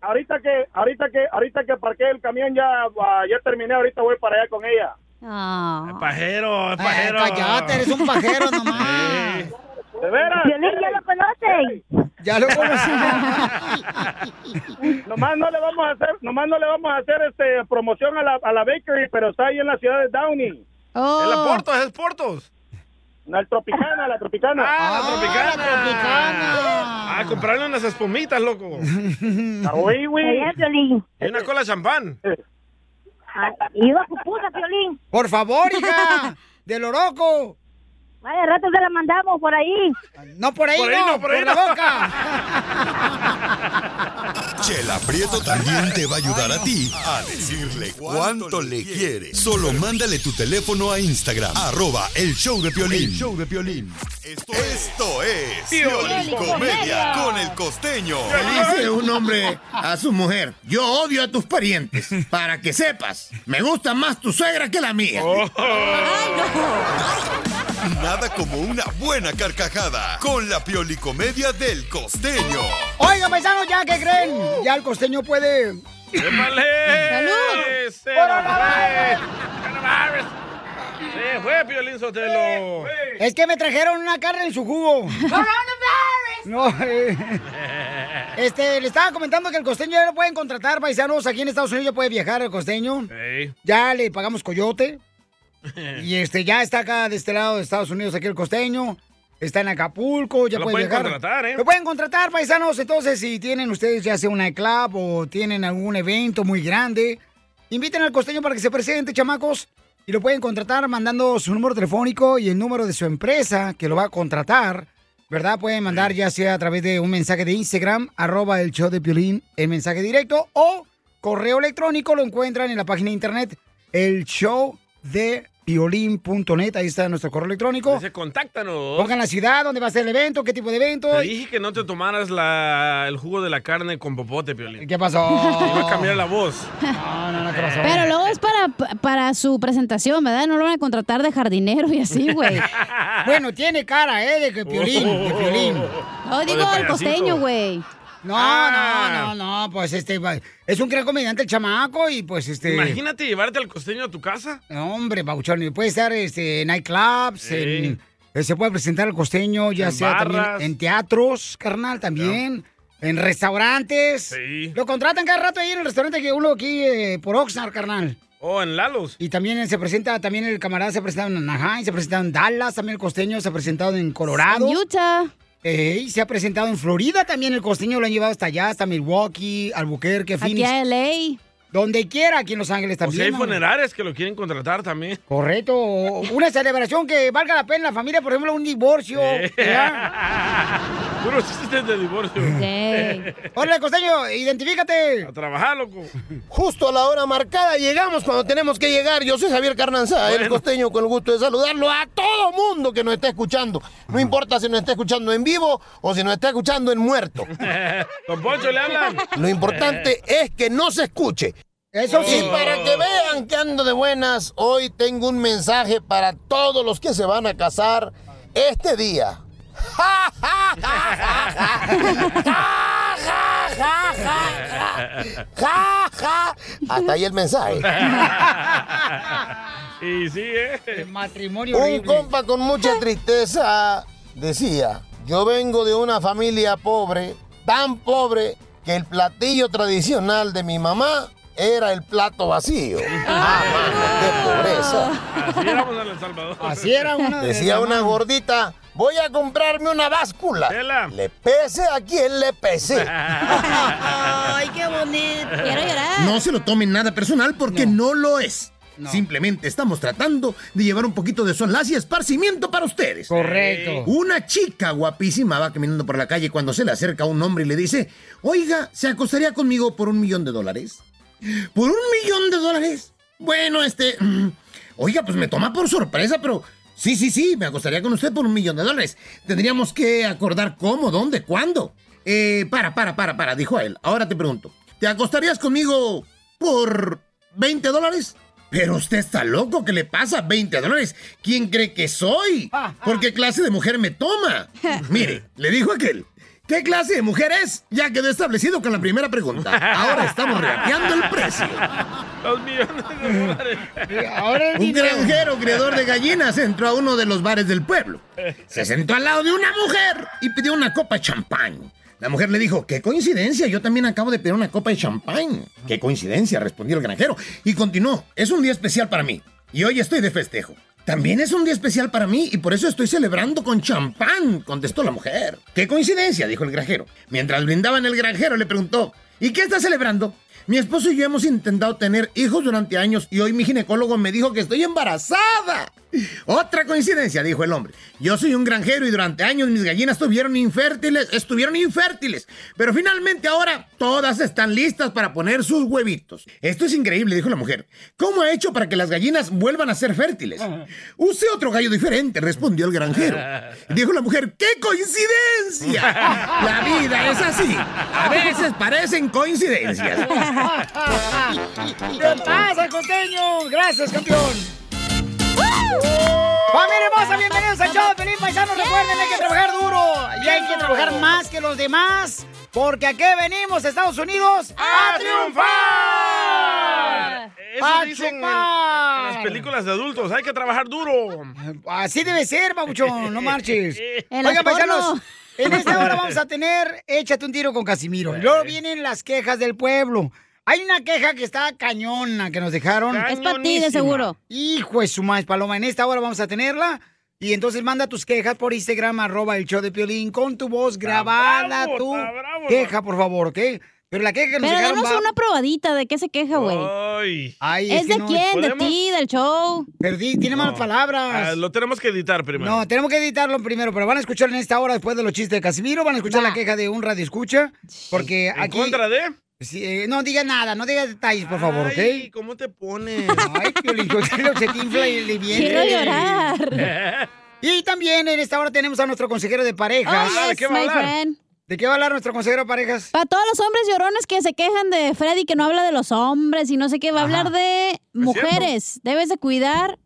Speaker 12: Ahorita que, ahorita que, ahorita que parqué el camión ya, ah, ya terminé, ahorita voy para allá con ella.
Speaker 2: Pajero, es pajero.
Speaker 1: Cállate, Eh, eres un pajero
Speaker 2: [laughs]
Speaker 1: nomás.
Speaker 12: ¿De veras?
Speaker 13: Violín, ya lo conocen.
Speaker 12: [laughs]
Speaker 1: Ya lo conocí.
Speaker 12: nomás no le vamos a hacer, nomás no le vamos a hacer este promoción a la, a la bakery, pero está ahí en la ciudad de Downey.
Speaker 2: Es
Speaker 13: Oh.
Speaker 2: la Portos, es Portos.
Speaker 12: No, el Tropicana, la Tropicana.
Speaker 2: Ah, la Tropicana. Ah, comprarle unas espumitas, [laughs] loco.
Speaker 12: Ah, uy, uy.
Speaker 13: Allá, Violín.
Speaker 2: Y una cola de champán.
Speaker 13: Ah, Y una pupusa, Violín.
Speaker 1: Por favor, [laughs] hija. Del Oroco.
Speaker 13: Vaya, rato te la mandamos por ahí.
Speaker 1: No, por ahí Por ahí no, no, por ahí por la no. boca.
Speaker 6: Chela Prieto también te va a ayudar a ti a decirle cuánto le quiere. Solo mándale tu teléfono a Instagram, arroba el show de Piolín.
Speaker 5: El
Speaker 6: show de Piolín. Esto, esto es
Speaker 5: Piolín
Speaker 6: Piolín Comedia con el costeño.
Speaker 5: Le dice un hombre a su mujer, yo odio a tus parientes, para que sepas, me gusta más tu suegra que la mía.
Speaker 6: Nada como una buena carcajada con la piolicomedia del costeño.
Speaker 1: Oiga, paisanos, ¿ya qué creen? Ya el costeño puede...
Speaker 2: ¡Épale! ¡Se nos
Speaker 1: Por la
Speaker 2: fue! ¡Coronavirus! ¡Se fue, Piolín Sotelo!
Speaker 1: Es que me trajeron una carne en su jugo. No, eh, este, le estaba comentando que el costeño ya lo pueden contratar, paisanos. Aquí en Estados Unidos ya puede viajar el costeño.
Speaker 2: Ey.
Speaker 1: Ya le pagamos coyote. Y este, ya está acá de este lado de Estados Unidos, aquí el costeño. Está en Acapulco, ya
Speaker 2: Lo
Speaker 1: puede
Speaker 2: pueden
Speaker 1: viajar.
Speaker 2: contratar, ¿eh?
Speaker 1: Lo pueden contratar, paisanos. Entonces, si tienen ustedes ya sea una club o tienen algún evento muy grande, inviten al costeño para que se presente, chamacos. Y lo pueden contratar mandando su número telefónico y el número de su empresa que lo va a contratar. ¿Verdad? Pueden mandar ya sea a través de un mensaje de Instagram, arroba el show de Piolín, el mensaje directo o correo electrónico lo encuentran en la página de internet, el show de piolín.net. Ahí está nuestro correo electrónico.
Speaker 2: Dice, contáctanos.
Speaker 1: Pongan la ciudad, dónde va a ser el evento, qué tipo de evento.
Speaker 2: Te dije que no te tomaras la- el jugo de la carne con popote, Piolín.
Speaker 1: ¿Qué pasó?
Speaker 2: Te Iba a cambiar la voz.
Speaker 1: No, no, no, ¿qué pasó?
Speaker 4: Pero luego es para, para su presentación, ¿verdad? No lo van a contratar de jardinero y así, güey.
Speaker 1: Bueno, tiene cara, ¿eh? De que Piolín, de
Speaker 9: Oh.
Speaker 1: Piolín.
Speaker 4: No, digo el costeño, güey.
Speaker 1: No, no, no, no, pues este, va- es un gran comediante el chamaco y pues este...
Speaker 2: Imagínate llevarte al costeño a tu casa.
Speaker 1: No, hombre, Bauchón, y puede estar este, en nightclubs, en- eh, se puede presentar el costeño, ya
Speaker 2: En
Speaker 1: sea
Speaker 2: barras.
Speaker 1: también en teatros, carnal, también, en restaurantes.
Speaker 2: Sí.
Speaker 1: Lo contratan cada rato ahí en el restaurante que uno aquí eh, por Oxnard, carnal.
Speaker 2: Oh, en Lalos.
Speaker 1: Y también se presenta, también el camarada se ha presentado en Anaheim, se ha presentado en Dallas, también el costeño se ha presentado en Colorado.
Speaker 4: En Utah.
Speaker 1: Ey, se ha presentado en Florida también, el costeño lo han llevado hasta allá, hasta Milwaukee, Albuquerque, Phoenix.
Speaker 4: a LA.
Speaker 1: Donde quiera, aquí en Los Ángeles
Speaker 2: O sea, hay
Speaker 1: también. hombre.
Speaker 2: funerarias que lo quieren contratar también.
Speaker 1: Correcto. Una celebración que valga la pena la familia, por ejemplo, un divorcio. [laughs]
Speaker 2: [laughs] Puros chistes de divorcio. [laughs]
Speaker 1: Hola, costeño, identifícate. A
Speaker 2: trabajar,
Speaker 1: [laughs]
Speaker 2: loco.
Speaker 14: Justo a la hora marcada llegamos cuando tenemos que llegar. Yo soy Javier Carranza, el costeño, con el gusto de saludarlo a todo mundo que nos está escuchando. No importa si nos está escuchando en vivo o si nos está escuchando en muerto.
Speaker 2: Don Poncho, ¿le hablan?
Speaker 14: Lo importante es que no se escuche.
Speaker 1: Eso
Speaker 14: Y para que vean que ando de buenas, hoy tengo un mensaje para todos los que se van a casar este día. ¡Ja, ja, ja, ja, ja! ¡Ja, ja, ja, ja, ja! ¡Ja, ja! Hasta ahí el mensaje.
Speaker 2: y sí, ¿eh?
Speaker 1: matrimonio
Speaker 14: Un compa con mucha tristeza decía, yo vengo de una familia pobre, tan pobre que el platillo tradicional de mi mamá era el plato vacío. ¡Ah, mano, ¡Qué pobreza!
Speaker 2: Así éramos en El Salvador.
Speaker 1: Así era una de-
Speaker 14: Decía una gordita, voy a comprarme una báscula. Le pese a quien le
Speaker 5: [laughs]
Speaker 14: pese.
Speaker 4: Ay, qué bonito. Quiero llorar.
Speaker 5: No se lo tomen nada personal porque no, lo es. Simplemente estamos tratando de llevar un poquito de solaz y esparcimiento para ustedes.
Speaker 1: Correcto.
Speaker 5: Una chica guapísima va caminando por la calle cuando se le acerca un hombre y le dice, oiga, ¿se acostaría conmigo por un millón de dólares? ¿Por un millón de dólares? Bueno, este... [clears throat] mm, Oiga, pues me toma por sorpresa, pero... Sí, sí, sí, me acostaría con usted por un millón de dólares. Tendríamos que acordar cómo, dónde, cuándo. Eh, para, para, para, para, dijo él. Ahora te pregunto, ¿te acostarías conmigo por 20 dólares? Pero usted está loco, ¿qué le pasa? 20 dólares. ¿Quién cree que soy? ¿Por qué clase de mujer me toma? Mire, le dijo aquel. ¿Qué clase de mujer es? Ya quedó establecido con la primera pregunta.
Speaker 9: [laughs]
Speaker 5: Ahora estamos regateando el precio.
Speaker 2: Dos millones de dólares.
Speaker 5: Un granjero criador de gallinas entró a uno de los bares del pueblo. Se sentó al lado de una mujer y pidió una copa de champán. La mujer le dijo, qué coincidencia, yo también acabo de pedir una copa de champán. Qué coincidencia, respondió el granjero. Y continuó, es un día especial para mí. Y hoy estoy de festejo. También es un día especial para mí y por eso estoy celebrando con champán, contestó la mujer. Qué coincidencia, dijo el granjero. Mientras brindaban el granjero le preguntó, ¿y qué estás celebrando? Mi esposo y yo hemos intentado tener hijos durante años y hoy mi ginecólogo me dijo que estoy embarazada. Otra coincidencia, dijo el hombre. Yo soy un granjero y durante años mis gallinas estuvieron infértiles, estuvieron infértiles, pero finalmente ahora todas están listas para poner sus huevitos. Esto es increíble, dijo la mujer. ¿Cómo ha hecho para que las gallinas vuelvan a ser fértiles? Use otro gallo diferente, respondió el granjero. Dijo la mujer, ¡qué coincidencia! La vida es así. A veces parecen [laughs] coincidencias. Ah,
Speaker 1: Ah, ¿Qué pasa, costeño? Gracias, campeón. ¡Familia hermosa! Bienvenidos al show, feliz paisano. Recuerden, hay que trabajar duro y hay que trabajar más que los demás, porque aquí venimos, Estados Unidos, a triunfar.
Speaker 2: Eso
Speaker 1: ¡A
Speaker 2: dicen en, en
Speaker 1: chupar!
Speaker 2: las películas de adultos. Hay que trabajar duro.
Speaker 1: Así debe ser, babuchón,
Speaker 4: [laughs]
Speaker 1: no marches.
Speaker 2: En
Speaker 1: Oigan, pues,
Speaker 2: las porno.
Speaker 1: paisanos, en esta hora
Speaker 4: [laughs]
Speaker 1: vamos a tener Échate un tiro con Casimiro. Y luego
Speaker 4: Eh.
Speaker 1: vienen las quejas del pueblo. Hay una queja que está cañona que nos dejaron.
Speaker 4: Es para ti, de seguro.
Speaker 1: Hijo de su madre, Paloma. En esta hora vamos a tenerla. Y entonces manda tus quejas por Instagram, arroba el show de Piolín, con tu voz grabada,
Speaker 4: bravo,
Speaker 1: tu
Speaker 4: está bravo.
Speaker 1: queja, por favor, ¿ok? Pero la queja que nos
Speaker 4: Pero
Speaker 1: dejaron
Speaker 4: danos
Speaker 1: va-
Speaker 4: una probadita de qué se queja, güey.
Speaker 2: Oh.
Speaker 1: Ay,
Speaker 4: ¿Es,
Speaker 1: que
Speaker 4: de
Speaker 1: no-
Speaker 4: quién? ¿De
Speaker 1: ¿Podemos?
Speaker 4: ti? ¿Del show?
Speaker 1: Perdí, tiene malas palabras.
Speaker 2: Ah, lo tenemos que editar primero.
Speaker 1: No, tenemos que editarlo primero, pero van a escuchar en esta hora después de los chistes de Casimiro, van a escuchar la queja de un radio escucha, porque
Speaker 2: ¿En
Speaker 1: aquí...
Speaker 2: contra de?
Speaker 1: Sí, eh, no diga nada, no diga detalles, por favor, ¿ok?
Speaker 2: Ay, ¿cómo te pones?
Speaker 1: Ay, Piolín, yo se te infla y le viene.
Speaker 2: Quiero llorar.
Speaker 1: [laughs] Y también en esta hora tenemos a nuestro consejero de parejas.
Speaker 4: Oh,
Speaker 1: ¿De qué va a
Speaker 4: yes, my
Speaker 1: hablar?
Speaker 4: friend.
Speaker 1: ¿De qué va a hablar nuestro consejero de parejas?
Speaker 4: Para todos los hombres llorones que se quejan de Freddy, que no habla de los hombres y no sé qué, va a hablar de mujeres. Debes de cuidar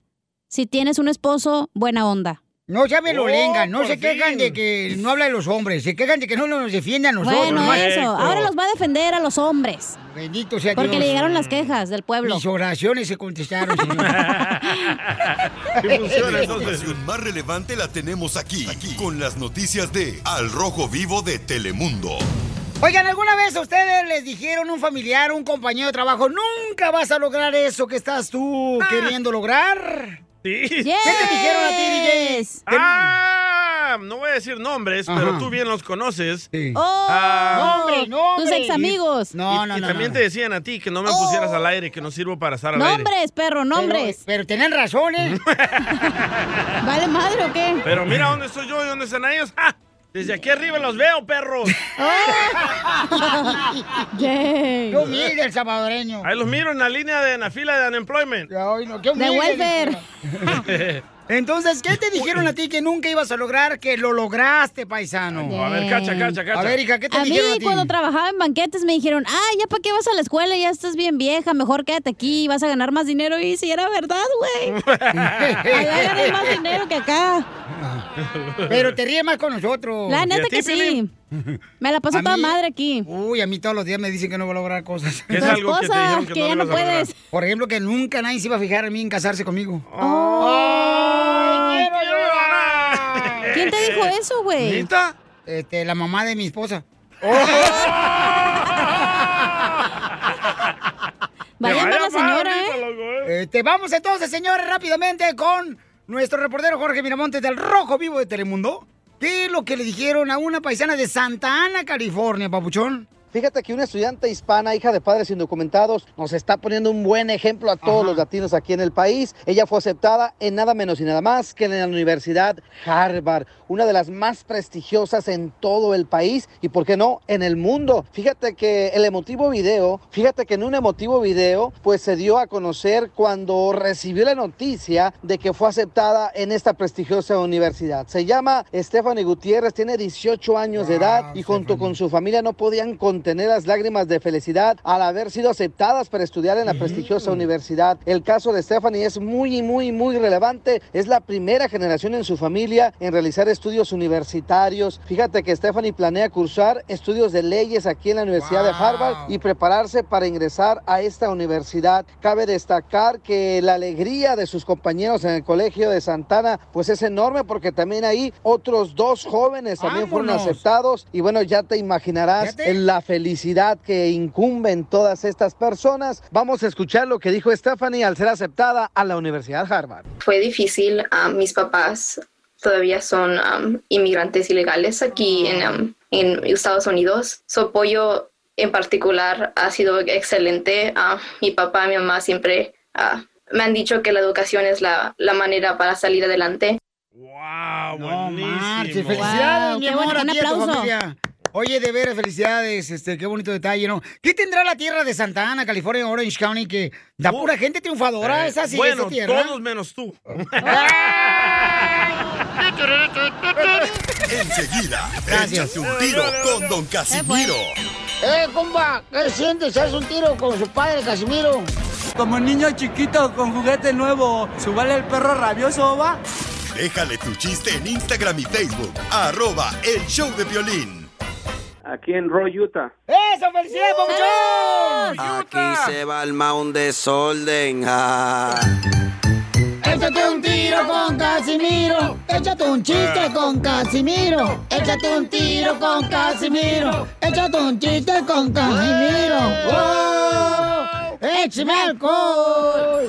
Speaker 4: si tienes un esposo buena onda.
Speaker 1: No llame
Speaker 4: Oh,
Speaker 1: Lolenga, no
Speaker 4: por
Speaker 1: se quejan de que no habla de los hombres, se quejan de que no nos defienden a nosotros.
Speaker 4: Bueno,
Speaker 1: nomás.
Speaker 4: eso. Ahora los va a defender a los hombres.
Speaker 1: Bendito sea
Speaker 4: Porque
Speaker 1: Dios.
Speaker 4: le llegaron las quejas del pueblo.
Speaker 1: Mis oraciones se contestaron,
Speaker 2: [laughs]
Speaker 1: señor.
Speaker 6: [laughs] La información más relevante la tenemos aquí, aquí, con las noticias de Al Rojo Vivo de Telemundo.
Speaker 1: Oigan, ¿alguna vez a ustedes les dijeron un familiar, un compañero de trabajo, nunca vas a lograr eso que estás tú queriendo lograr?
Speaker 2: Ah. Sí.
Speaker 1: ¿Qué te dijeron a ti, DJ?
Speaker 2: Ah, no voy a decir nombres, pero tú bien los conoces.
Speaker 4: Oh,
Speaker 2: Ah,
Speaker 4: Tus ex amigos.
Speaker 2: Y- y, también te decían a ti que no me pusieras al aire, que no sirvo para estar al aire.
Speaker 4: Nombres, perro, nombres.
Speaker 1: Pero, ¿eh? tienen razones.
Speaker 4: [laughs] ¿Vale
Speaker 1: [laughs]
Speaker 4: madre o qué?
Speaker 2: Pero mira dónde estoy yo y dónde están ellos. ¡Ah! Desde aquí arriba los veo, perros.
Speaker 1: Qué humilde el salvadoreño.
Speaker 2: Ahí los miro en la línea de en la fila de unemployment.
Speaker 1: Ay, no, qué humilde, [laughs] Entonces, ¿qué te dijeron a ti que nunca ibas a lograr, que lo lograste, paisano?
Speaker 2: A ver, cacha, cacha, cacha.
Speaker 1: A ver, hija, ¿qué te
Speaker 4: Eh, a
Speaker 1: dijeron
Speaker 4: mí,
Speaker 1: a ti?
Speaker 4: cuando trabajaba en banquetes, me dijeron, ah, ya para qué vas a la escuela, ya estás bien vieja, mejor quédate aquí, vas a ganar más dinero. Y si era verdad, güey.
Speaker 1: [laughs]
Speaker 4: Allá gané más dinero que acá.
Speaker 1: Pero te ríes más con nosotros.
Speaker 4: La neta que sí. Me la paso
Speaker 1: A
Speaker 4: toda
Speaker 1: mí-
Speaker 4: madre aquí.
Speaker 1: Uy, a mí todos los días me dicen que no voy a lograr cosas.
Speaker 4: ¿Qué es Las algo que te cosas dijeron que que no ya no ibas a lograr? puedes.
Speaker 1: Por ejemplo, que nunca nadie se iba a fijar en mí en casarse conmigo.
Speaker 4: Oh. Ay,
Speaker 1: quiero llorar.
Speaker 4: ¿Quién te dijo eso, güey?
Speaker 2: ¿Nita?
Speaker 1: Este, la mamá de mi esposa.
Speaker 4: [laughs]
Speaker 9: Vaya
Speaker 1: Te
Speaker 9: mala
Speaker 1: vaya
Speaker 9: señora,
Speaker 1: mal,
Speaker 9: ¿eh?
Speaker 1: ahorita, loco, ¿eh? Este, vamos entonces, señores, rápidamente con nuestro reportero Jorge Miramontes del Rojo Vivo de Telemundo. ¿Qué es lo que le dijeron a una paisana de Santa Ana, California, papuchón?
Speaker 7: Fíjate que una estudiante hispana, hija de padres indocumentados, nos está poniendo un buen ejemplo a todos los latinos aquí en el país. Ella fue aceptada en nada menos y nada más que en la Universidad Harvard, una de las más prestigiosas en todo el país y, ¿por qué no?, en el mundo. Fíjate que el emotivo video, fíjate que en un emotivo video, pues se dio a conocer cuando recibió la noticia de que fue aceptada en esta prestigiosa universidad. Se llama Stephanie Gutiérrez, tiene 18 años de edad y junto con su familia no podían contener las lágrimas de felicidad al haber sido aceptadas para estudiar en la prestigiosa universidad. El caso de Stephanie es muy, muy, muy relevante. Es la primera generación en su familia en realizar estudios universitarios. Fíjate que Stephanie planea cursar estudios de leyes aquí en la Universidad de Harvard y prepararse para ingresar a esta universidad. Cabe destacar que la alegría de sus compañeros en el colegio de Santana pues es enorme porque también ahí otros dos jóvenes también fueron
Speaker 15: ¡Vámonos!
Speaker 7: aceptados resultados. y bueno, ya te imaginarás
Speaker 15: Fíjate.
Speaker 7: la felicidad que incumbe en todas estas personas. Vamos a escuchar lo que dijo Stephanie al ser aceptada a la Universidad Harvard.
Speaker 16: Fue difícil. ah, mis papás todavía son am, inmigrantes ilegales aquí en, am, en Estados Unidos. Su apoyo en particular ha sido excelente. Ah, mi papá y mi mamá siempre ah, me han dicho que la educación es la, la manera para salir adelante.
Speaker 2: Ah,
Speaker 1: Marche, felicidades,
Speaker 16: Wow,
Speaker 1: mi
Speaker 16: qué
Speaker 1: amor, a
Speaker 16: bueno, un
Speaker 1: ti y a tu
Speaker 16: aplauso.
Speaker 1: familia. Oye, de veras, felicidades, este, qué bonito detalle, ¿no? ¿Qué tendrá la tierra de Santa Ana, California, Orange County, que da pura gente triunfadora?
Speaker 2: Eh,
Speaker 1: es así,
Speaker 2: bueno,
Speaker 1: esa tierra.
Speaker 2: todos menos
Speaker 4: [laughs]
Speaker 2: tú.
Speaker 6: Enseguida,
Speaker 1: Gracias.
Speaker 6: échate un tiro con Don Casimiro.
Speaker 1: ¡Eh, compa! ¿Qué sientes? ¿Haz un tiro con su padre, Casimiro?
Speaker 17: Como niño chiquito con juguete nuevo, subale el perro rabioso, va.
Speaker 6: Déjale tu chiste en Instagram y Facebook. Arroba El Show de Violín.
Speaker 18: Aquí en Roy, Utah.
Speaker 1: ¡Eso, felicidades, papuchón!
Speaker 6: Ah.
Speaker 19: Aquí se va a armar un desorden. ah.
Speaker 1: Échate un tiro con Casimiro. Échate un
Speaker 2: Eh.
Speaker 1: chiste con Casimiro. Échate un tiro con Casimiro. Échate un chiste con Casimiro. ¡Oh! ¡Échame alcohol!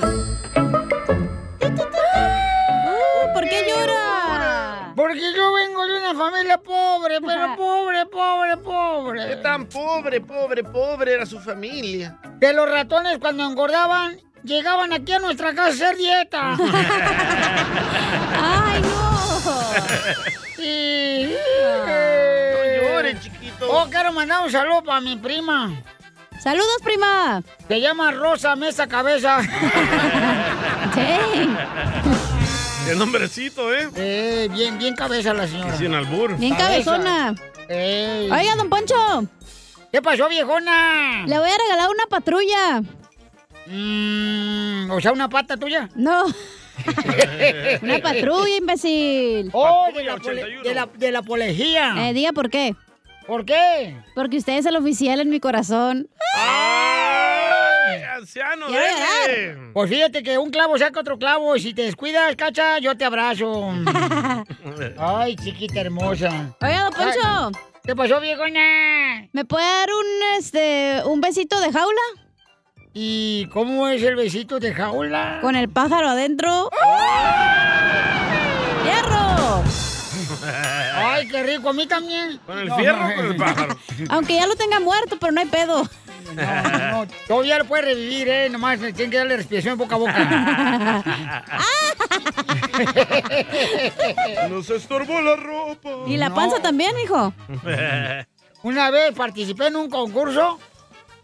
Speaker 4: ¿Por qué llora?
Speaker 1: Porque yo vengo de una familia pobre, pero pobre, pobre, pobre.
Speaker 2: Qué tan pobre, pobre, pobre era su familia.
Speaker 1: Que los ratones cuando engordaban llegaban aquí a nuestra casa a
Speaker 2: [laughs]
Speaker 1: hacer dieta. ¡Ay, no! Y... No
Speaker 2: llores, chiquito.
Speaker 1: Oh, quiero mandar un saludo para mi prima.
Speaker 4: ¡Saludos, prima!
Speaker 1: Se llama Rosa Mesa Cabeza.
Speaker 2: El nombrecito, ¿eh?
Speaker 1: Eh, bien, bien cabeza la señora.
Speaker 2: Sin albur.
Speaker 4: Bien cabezona.
Speaker 1: Ey.
Speaker 4: Oiga, don Poncho.
Speaker 1: ¿Qué pasó, viejona?
Speaker 4: Le voy a regalar una patrulla.
Speaker 1: Mm, o sea, una pata tuya. [laughs]
Speaker 4: No. una patrulla, imbécil.
Speaker 1: Oh, de la, pole- de la- de la polejía.
Speaker 4: Eh, diga por qué.
Speaker 1: ¿Por qué?
Speaker 4: Porque usted es el oficial en mi corazón.
Speaker 2: ¡Ay, eh, anciano,
Speaker 4: Quiero
Speaker 2: déjale!
Speaker 1: Pues fíjate que un clavo saca otro clavo y si te descuidas,
Speaker 4: [laughs]
Speaker 1: cacha, yo te abrazo. Ay, chiquita hermosa.
Speaker 4: Oiga, don Poncho.
Speaker 1: Ay, ¿Qué pasó, viejona?
Speaker 4: ¿Me puede dar un, este, un besito de jaula?
Speaker 1: ¿Y cómo es el besito de jaula?
Speaker 4: Con el pájaro adentro. ¡Fierro!
Speaker 1: Ay, qué rico, a mí también.
Speaker 2: ¿Con el fierro o con el pájaro?
Speaker 4: Aunque ya lo tenga muerto, pero no hay pedo.
Speaker 1: No, no, todavía lo puede revivir, ¿eh? Nomás le tienen que darle respiración boca
Speaker 4: [laughs]
Speaker 1: a boca.
Speaker 2: Nos estorbó la ropa.
Speaker 4: ¿Y la panza también, hijo?
Speaker 1: Una vez participé en un concurso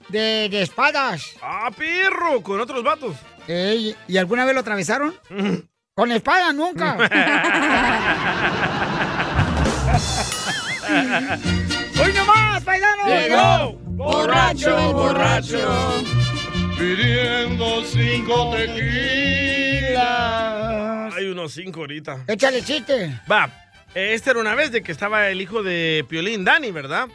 Speaker 1: de, de espadas.
Speaker 2: ¡Ah, perro! Con otros vatos.
Speaker 1: Ey, ¿Y alguna vez
Speaker 2: [laughs]
Speaker 1: lo atravesaron? Con espada nunca. [laughs] ¡Hoy nomás, paisanos!
Speaker 9: Llegó borracho, borracho, pidiendo cinco tequilas.
Speaker 2: Hay unos cinco ahorita.
Speaker 1: Échale chiste.
Speaker 2: Va, eh, esta era una vez de que estaba el hijo de Piolín, Dani, ¿verdad?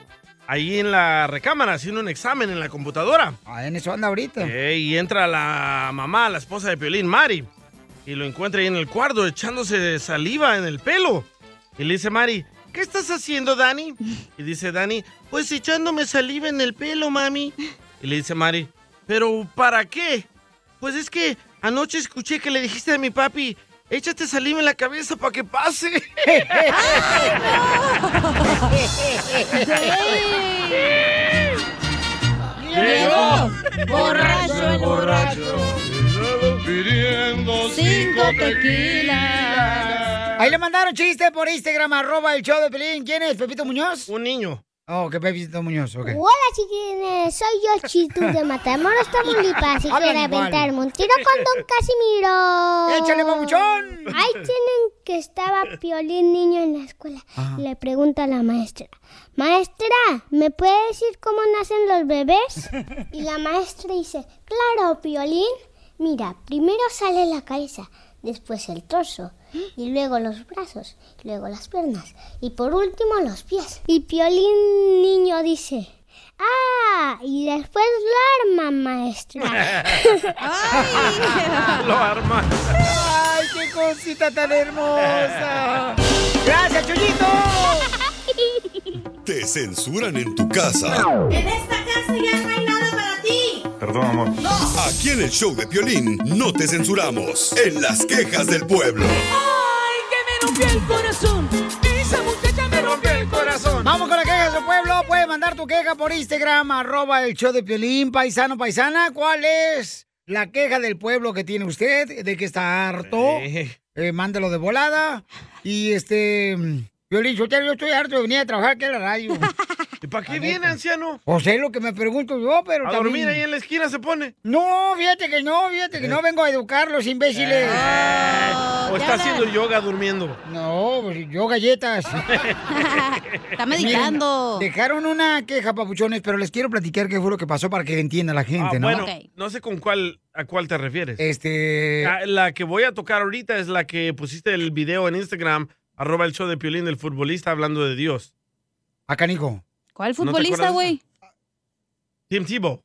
Speaker 2: Ahí en la recámara haciendo un examen en la computadora.
Speaker 1: Ah, en eso anda ahorita.
Speaker 2: Eh, y entra la mamá, la esposa de Piolín, Mari, y lo encuentra ahí en el cuarto echándose saliva en el pelo. Y le dice Mari, ¿qué estás haciendo, Dani? Y dice Dani, pues echándome saliva en el pelo, mami. Y le dice Mari, ¿pero para qué? Pues es que anoche escuché que le dijiste a mi papi, échate saliva en la cabeza para que pase.
Speaker 9: Llegó borracho, borracho, pidiendo cinco tequilas.
Speaker 1: Ahí le mandaron chiste por Instagram, arroba el show de Pelín. ¿Quién es? ¿Pepito Muñoz?
Speaker 2: Un niño.
Speaker 1: Oh, que Pepito Muñoz, ok.
Speaker 15: Hola chiquines, soy yo Chitu de Matamoros,
Speaker 1: [laughs]
Speaker 15: Tamaulipas y
Speaker 1: Hablan
Speaker 15: quiero
Speaker 1: igual.
Speaker 15: aventarme un tiro
Speaker 1: [laughs]
Speaker 15: con Don Casimiro.
Speaker 1: ¡Échale, babuchón!
Speaker 15: Ahí tienen que estaba Piolín niño en la escuela. Le pregunta a la maestra, maestra, ¿me puede decir cómo nacen los bebés? Y la maestra dice, claro, Piolín. Mira, primero sale la cabeza, después el torso, y luego los brazos, y luego las piernas, y por último los pies. Y Piolín niño dice, ah, y después lo arma, maestra.
Speaker 2: Lo arma.
Speaker 1: [laughs] ¡Ay, qué cosita tan hermosa! ¡Gracias, Chuyito!
Speaker 6: Te censuran en tu casa.
Speaker 9: esta casa ya no hay nada para ti.
Speaker 6: Perdón, amor. Aquí en el show de Piolín no te censuramos. En las quejas del pueblo.
Speaker 9: Ay, que me rompió el corazón. Esa muchacha me
Speaker 1: [laughs]
Speaker 9: rompió el corazón.
Speaker 1: Vamos con la queja de su pueblo. Puedes mandar tu queja por Instagram, arroba el show de Piolín, paisano, paisana. ¿Cuál es la queja del pueblo que tiene usted? ¿De que está harto? Eh, mándalo de volada. Y este... Piolín, yo yo estoy harto de venir a trabajar aquí a la radio.
Speaker 2: [laughs] ¿Y para qué viene, anciano?
Speaker 1: O sea, es lo que me pregunto yo, pero
Speaker 2: A
Speaker 1: también...
Speaker 2: dormir ahí en la esquina se pone. Eh.
Speaker 1: No, fíjate que no, fíjate que no vengo a educarlos, imbéciles.
Speaker 2: o está haciendo yoga durmiendo.
Speaker 1: No, pues, yo galletas.
Speaker 2: [laughs]
Speaker 1: está
Speaker 2: meditando.
Speaker 1: dejaron una queja, papuchones, pero les quiero platicar qué fue lo que pasó para que entienda la gente,
Speaker 2: Ah,
Speaker 1: ¿no?
Speaker 2: bueno, no sé con cuál a cuál te refieres.
Speaker 1: Este.
Speaker 2: La, la que voy a tocar ahorita es la que pusiste el video en Instagram, arroba el show de Piolín, el futbolista hablando de Dios.
Speaker 1: Acá, Nico.
Speaker 4: ¿Cuál
Speaker 2: ¿No te
Speaker 4: futbolista,
Speaker 2: acuerdas?
Speaker 4: güey?
Speaker 2: Tim Tebow.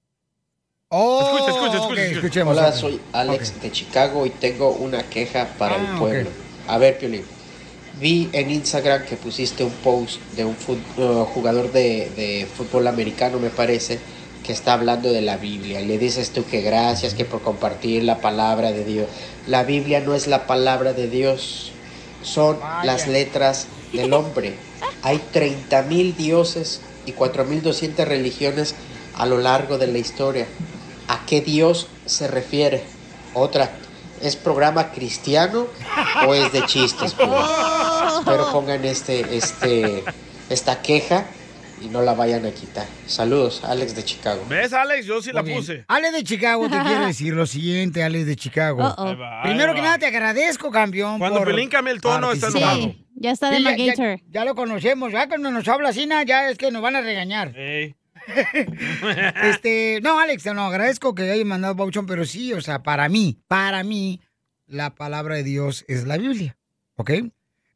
Speaker 1: Oh,
Speaker 2: Escucha, escucha, escucha, escucha.
Speaker 1: escuchemos.
Speaker 20: Hola, soy Alex de Chicago y tengo una queja para
Speaker 1: Ah,
Speaker 20: el
Speaker 1: ok.
Speaker 20: pueblo. A ver, Piolín, vi en Instagram que pusiste un post de un fut- uh, jugador de, de fútbol americano, me parece, que está hablando de la Biblia y le dices tú que gracias, que por compartir la palabra de Dios. La Biblia no es la palabra de Dios, son las letras del hombre. Hay 30.000 dioses y 4.200 religiones a lo largo de la historia. ¿A qué Dios se refiere? Otra, ¿es programa cristiano o es de chistes? pues? Espero pongan este, este, esta queja y no la vayan a quitar. Saludos, Alex de Chicago.
Speaker 2: ¿Ves, Alex? Yo sí la puse.
Speaker 1: Ale de [laughs] Chicago, te quiero decir lo siguiente, Ale de Chicago.
Speaker 2: Uh-oh. Ahí va, ahí
Speaker 1: Primero que
Speaker 2: va.
Speaker 1: nada, te agradezco, campeón.
Speaker 2: Cuando
Speaker 1: por
Speaker 2: Piolín cambia el tono, está
Speaker 1: participar.
Speaker 2: enojado. Sí,
Speaker 4: ya está de
Speaker 1: Sí,
Speaker 4: MacGyver.
Speaker 1: Ya, lo conocemos. Ya cuando nos habla así, na, ya es que nos van a regañar. Este, no, Alex, no, agradezco que hayas mandado Pauchón, pero sí, o sea, para mí, para mí, la palabra de Dios es la Biblia, ¿ok?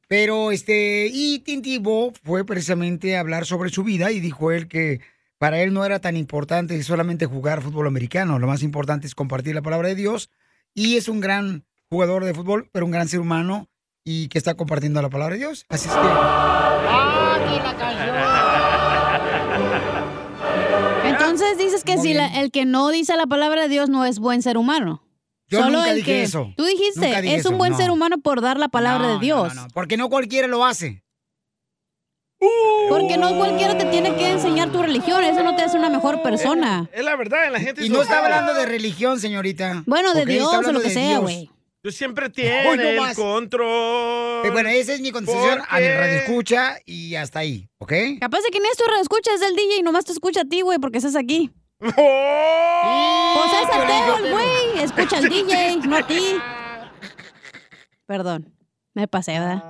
Speaker 1: Pero, este, y Tintivo fue precisamente a hablar sobre su vida y dijo él que para él no era tan importante solamente jugar fútbol americano, lo más importante es compartir la palabra de Dios y es un gran jugador de fútbol, pero un gran ser humano y que está compartiendo la palabra de Dios. Así es que.
Speaker 4: Entonces dices que si la- el que no dice la palabra de Dios no es buen ser humano.
Speaker 1: Yo
Speaker 4: Solo
Speaker 1: nunca
Speaker 4: el
Speaker 1: dije
Speaker 4: que
Speaker 1: eso.
Speaker 4: tú dijiste
Speaker 1: Nunca dije
Speaker 4: es un
Speaker 1: eso,
Speaker 4: buen
Speaker 1: no.
Speaker 4: ser humano por dar la palabra
Speaker 1: No,
Speaker 4: de
Speaker 1: no,
Speaker 4: Dios.
Speaker 1: no, no, porque no cualquiera lo hace.
Speaker 4: Porque no cualquiera te tiene que enseñar tu religión, eso no te hace una mejor
Speaker 1: Eh,
Speaker 4: persona.
Speaker 2: Es la verdad, la gente...
Speaker 1: Y
Speaker 2: es
Speaker 1: no está
Speaker 2: sincera.
Speaker 1: hablando de religión, señorita.
Speaker 4: Bueno, de
Speaker 1: ¿ok? Está
Speaker 4: Dios o
Speaker 1: hablando
Speaker 4: lo que
Speaker 1: de
Speaker 4: sea,
Speaker 1: Dios.
Speaker 4: güey.
Speaker 2: Tú siempre tienes
Speaker 1: Hoy no
Speaker 2: el
Speaker 1: más.
Speaker 2: control.
Speaker 1: Eh, bueno, esa es mi contestación a mi
Speaker 2: Porque-
Speaker 1: radio escucha y hasta ahí, ¿ok?
Speaker 4: Capaz de que ni esto escucha es del DJ y nomás te escucha a ti, güey, porque estás aquí. Pues
Speaker 2: Pues
Speaker 4: es
Speaker 9: Piolín,
Speaker 4: ateo el
Speaker 9: Piolín.
Speaker 4: güey, escucha al DJ, no a ti. Perdón, me pasé, ¿verdad?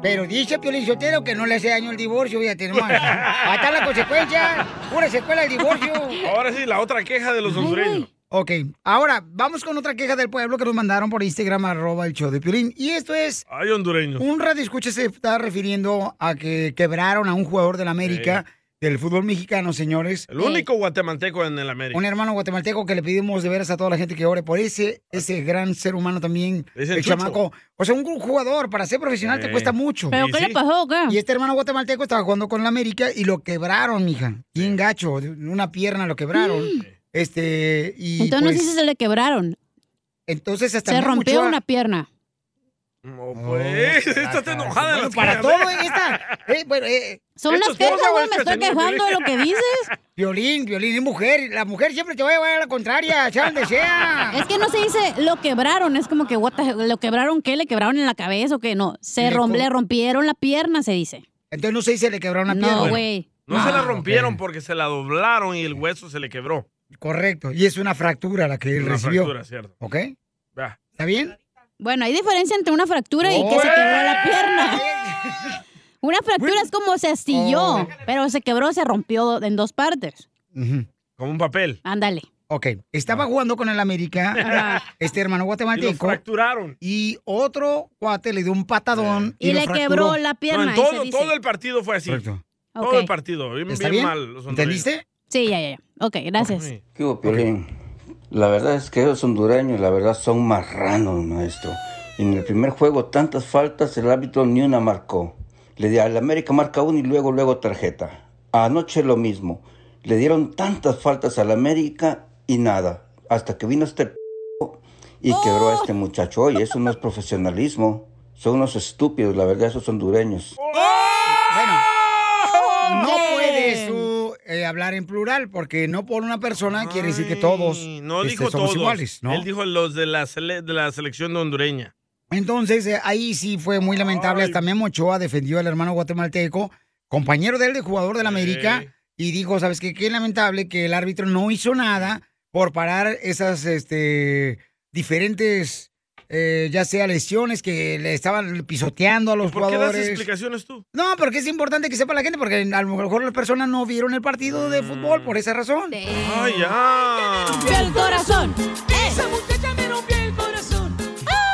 Speaker 1: Pero dice Piolín Sotelo que no le hace daño el divorcio, fíjate nomás. Ahí está la consecuencia, pura secuela del divorcio.
Speaker 2: Ahora sí, la otra queja de los hondureños.
Speaker 1: Ok, ahora vamos con otra queja del pueblo que nos mandaron por Instagram, arroba el show de Piolín. Y esto es...
Speaker 2: Hay hondureños.
Speaker 1: Un radio escucha se está refiriendo a que quebraron a un jugador de la América, del fútbol mexicano, señores.
Speaker 2: El único guatemalteco en el América.
Speaker 1: Un hermano guatemalteco que le pedimos de veras a toda la gente que ore por ese, ese gran ser humano también,
Speaker 2: Es el
Speaker 1: el,
Speaker 2: Ah. Chucho.
Speaker 1: chamaco. O sea, un gran jugador, para ser profesional te
Speaker 2: Eh.
Speaker 1: cuesta mucho.
Speaker 2: ¿Pero Y qué le sí.
Speaker 4: pasó
Speaker 1: Y este hermano guatemalteco estaba jugando con la América y lo quebraron, mija. Bien gacho, de una pierna lo quebraron. Este, y
Speaker 4: Mm. Entonces no
Speaker 1: pues,
Speaker 4: sé si se le quebraron.
Speaker 1: entonces hasta
Speaker 4: Se
Speaker 1: me
Speaker 4: rompió
Speaker 1: mucho-
Speaker 4: una pierna.
Speaker 2: Pues, estás enojada.
Speaker 1: Bueno,
Speaker 2: las
Speaker 1: [laughs] para
Speaker 2: quejas.
Speaker 1: todo esta. eh, bueno, eh,
Speaker 4: Son
Speaker 1: esto
Speaker 4: las
Speaker 1: es
Speaker 4: quejas,
Speaker 1: cosa,
Speaker 4: güey,
Speaker 1: es
Speaker 4: me estoy
Speaker 1: tenemos
Speaker 4: quejando de lo que dices.
Speaker 1: [laughs] Violín, violín, es mujer. La mujer siempre te va a llevar a la contraria, sea donde sea.
Speaker 4: Es que no se dice lo quebraron, es como que what the- lo quebraron qué, le quebraron en la cabeza o qué, no, se
Speaker 1: Le
Speaker 4: rom-
Speaker 1: co-
Speaker 4: le rompieron la pierna, se dice.
Speaker 1: Entonces no se dice le quebraron una
Speaker 4: No,
Speaker 1: pierna.
Speaker 4: güey.
Speaker 2: No se la rompieron porque se la doblaron y el hueso se le quebró.
Speaker 1: Correcto. Y es una fractura la que él
Speaker 2: Una
Speaker 1: recibió.
Speaker 2: fractura, cierto.
Speaker 1: ¿Ok?
Speaker 2: Va.
Speaker 1: ¿Está bien?
Speaker 4: Bueno, hay diferencia entre una fractura y que se
Speaker 1: ¡Oye!
Speaker 4: quebró la pierna.
Speaker 2: [laughs]
Speaker 4: Una fractura es como se astilló,
Speaker 2: Oh.
Speaker 4: pero se quebró, se rompió en dos partes.
Speaker 2: Como un papel.
Speaker 4: Ándale.
Speaker 1: Ok. Estaba jugando con el América,
Speaker 2: Ajá.
Speaker 1: este hermano guatemalteco.
Speaker 2: Y lo fracturaron.
Speaker 1: Y otro cuate le dio un patadón.
Speaker 4: Y
Speaker 1: lo
Speaker 4: le
Speaker 1: fracturó.
Speaker 4: quebró la pierna,
Speaker 2: No, en
Speaker 4: ahí se
Speaker 2: todo,
Speaker 4: dice.
Speaker 2: todo el partido fue así. Todo
Speaker 4: Ok.
Speaker 2: el partido. Bien,
Speaker 21: ¿Está
Speaker 2: bien
Speaker 21: bien?
Speaker 2: mal. los hondureños.
Speaker 21: ¿Entendiste?
Speaker 4: Sí, ya, ya, ya. Ok, gracias.
Speaker 21: ¿Qué hubo, Piolín? La verdad es que esos hondureños, la verdad, son marranos, maestro. En el primer juego, tantas faltas, el árbitro ni una marcó. Le di al América marca uno y luego, luego tarjeta. Anoche lo mismo. Le dieron tantas faltas al América y nada. Hasta que vino este p y quebró a este muchacho. Oye, eso no es profesionalismo. Son unos estúpidos, la verdad, esos hondureños.
Speaker 2: ¡Oh!
Speaker 1: No puedes tú eh, hablar en plural porque no por una persona quiere decir que todos
Speaker 2: No
Speaker 1: este,
Speaker 2: dijo
Speaker 1: somos
Speaker 2: todos.
Speaker 1: iguales, ¿no?
Speaker 2: Él dijo los de la, sele- de la selección de hondureña.
Speaker 1: Entonces, eh, ahí sí fue muy lamentable. Hasta Memo Ochoa defendió al hermano guatemalteco, compañero de él, de jugador del América, y dijo, ¿sabes qué? Qué lamentable que el árbitro no hizo nada por parar esas este, diferentes, eh, ya sea lesiones que le estaban pisoteando a los
Speaker 2: ¿Por qué das
Speaker 1: jugadores.
Speaker 2: explicaciones tú?
Speaker 1: no, porque es importante que sepa la gente, porque a lo mejor las personas no vieron el partido de fútbol por esa razón.
Speaker 2: Mm. Ay, ya.
Speaker 4: el corazón.
Speaker 9: Esa muchacha me rompió el corazón.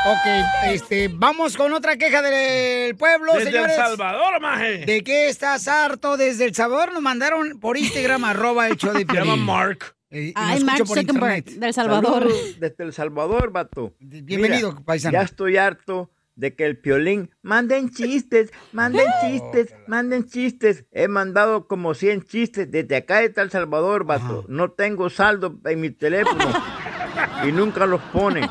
Speaker 1: Ok, este, vamos con otra queja del pueblo,
Speaker 2: Desde El
Speaker 1: señores.
Speaker 2: Salvador, maje.
Speaker 1: ¿De qué estás harto? Desde El Salvador nos mandaron
Speaker 22: [laughs]
Speaker 1: por Instagram, arroba el show de
Speaker 2: Se llama
Speaker 1: Piolín.
Speaker 2: Mark.
Speaker 1: Eh, y lo escucho por internet.
Speaker 22: Saludos desde El Salvador, vato.
Speaker 1: bienvenido, paisano.
Speaker 22: Ya estoy harto de que el piolín manden chistes, manden chistes, manden chistes. He mandado como 100 chistes desde acá de El Salvador, vato. No tengo saldo en mi teléfono y nunca los pone.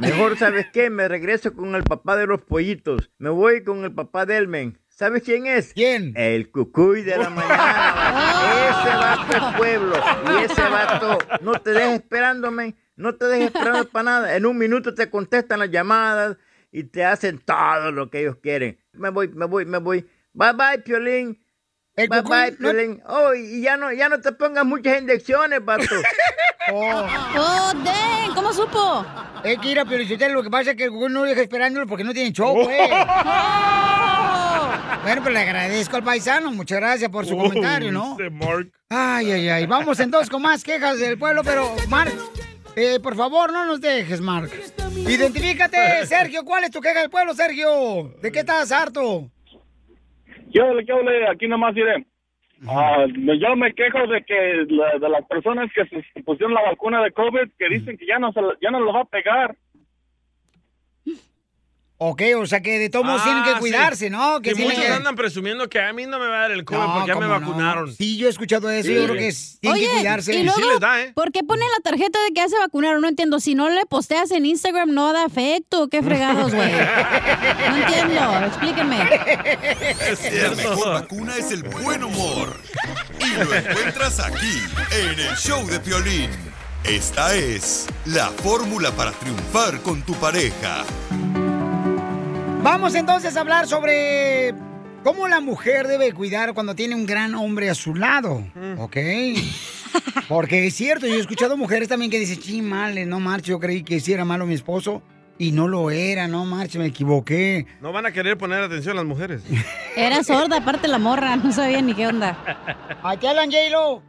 Speaker 22: Mejor, ¿sabes qué? Me regreso con el papá de los pollitos. Me voy con el papá de Elmen. ¿Sabes quién es?
Speaker 1: ¿Quién?
Speaker 22: El cucuy de la mañana. Ese vato es pueblo. Y ese vato, no te dejes esperándome. No te dejes esperando para nada. En un minuto te contestan las llamadas y te hacen todo lo que ellos quieren. Me voy, me voy, me voy. Bye bye, Piolín. bye
Speaker 9: Cucuy
Speaker 22: bye,
Speaker 9: no-
Speaker 22: Piolín. Oh, y ya no, ya no te pongas muchas inyecciones, vato.
Speaker 4: Oh, dang, ¿cómo supo?
Speaker 1: Es que ir a Piolichotel, lo que pasa es que el Google no deja esperándolo porque no tiene show, güey.
Speaker 2: [laughs]
Speaker 1: Bueno, pues le agradezco al paisano, muchas gracias por su
Speaker 2: Oh,
Speaker 1: comentario, ¿no?
Speaker 2: este Mark.
Speaker 1: Ay, ay, ay. Vamos entonces con más quejas del pueblo, pero Mark, eh, por favor, no nos dejes, Mark. Identifícate, Sergio, ¿cuál es tu queja del pueblo, Sergio? ¿De qué estás harto?
Speaker 23: Yo, yo le- aquí nomás diré. Ah, me- yo me quejo de que la- de las personas que se se pusieron la vacuna de COVID que dicen que ya no se la- ya no los va a pegar.
Speaker 1: Ok, o sea que de todos modos
Speaker 2: Ah,
Speaker 1: tienen que
Speaker 2: sí.
Speaker 1: cuidarse, ¿no? Que
Speaker 2: Que
Speaker 1: tienen
Speaker 2: muchos
Speaker 1: que-
Speaker 2: andan presumiendo que a mí no me va a dar el COVID
Speaker 1: No,
Speaker 2: porque ya me
Speaker 1: cómo no.
Speaker 2: vacunaron.
Speaker 1: Sí, yo he escuchado eso, yo creo que es- tienen que cuidarse.
Speaker 4: Y
Speaker 2: Y
Speaker 4: luego,
Speaker 2: sí les da, ¿eh?
Speaker 4: ¿por qué ponen la tarjeta de que ya se vacunaron? No entiendo. Si no le posteas en Instagram, no da efecto. Qué fregados, güey. No entiendo.
Speaker 2: [laughs]
Speaker 4: Explíquenme.
Speaker 6: La mejor vacuna es el buen humor. Y lo encuentras aquí, en el show de Piolín. Esta es la fórmula para triunfar con tu pareja.
Speaker 1: Vamos entonces a hablar sobre cómo la mujer debe cuidar cuando tiene un gran hombre a su lado, ¿ok? Porque es cierto, yo he escuchado mujeres también que dicen, sí, male, no marche, yo creí que sí era malo mi esposo y no lo era, no marche, me equivoqué.
Speaker 2: No van a querer poner atención las
Speaker 1: [laughs]
Speaker 2: mujeres.
Speaker 4: Era sorda, aparte la morra. No sabía ni qué onda.
Speaker 1: Aquí hablan, J-Lo.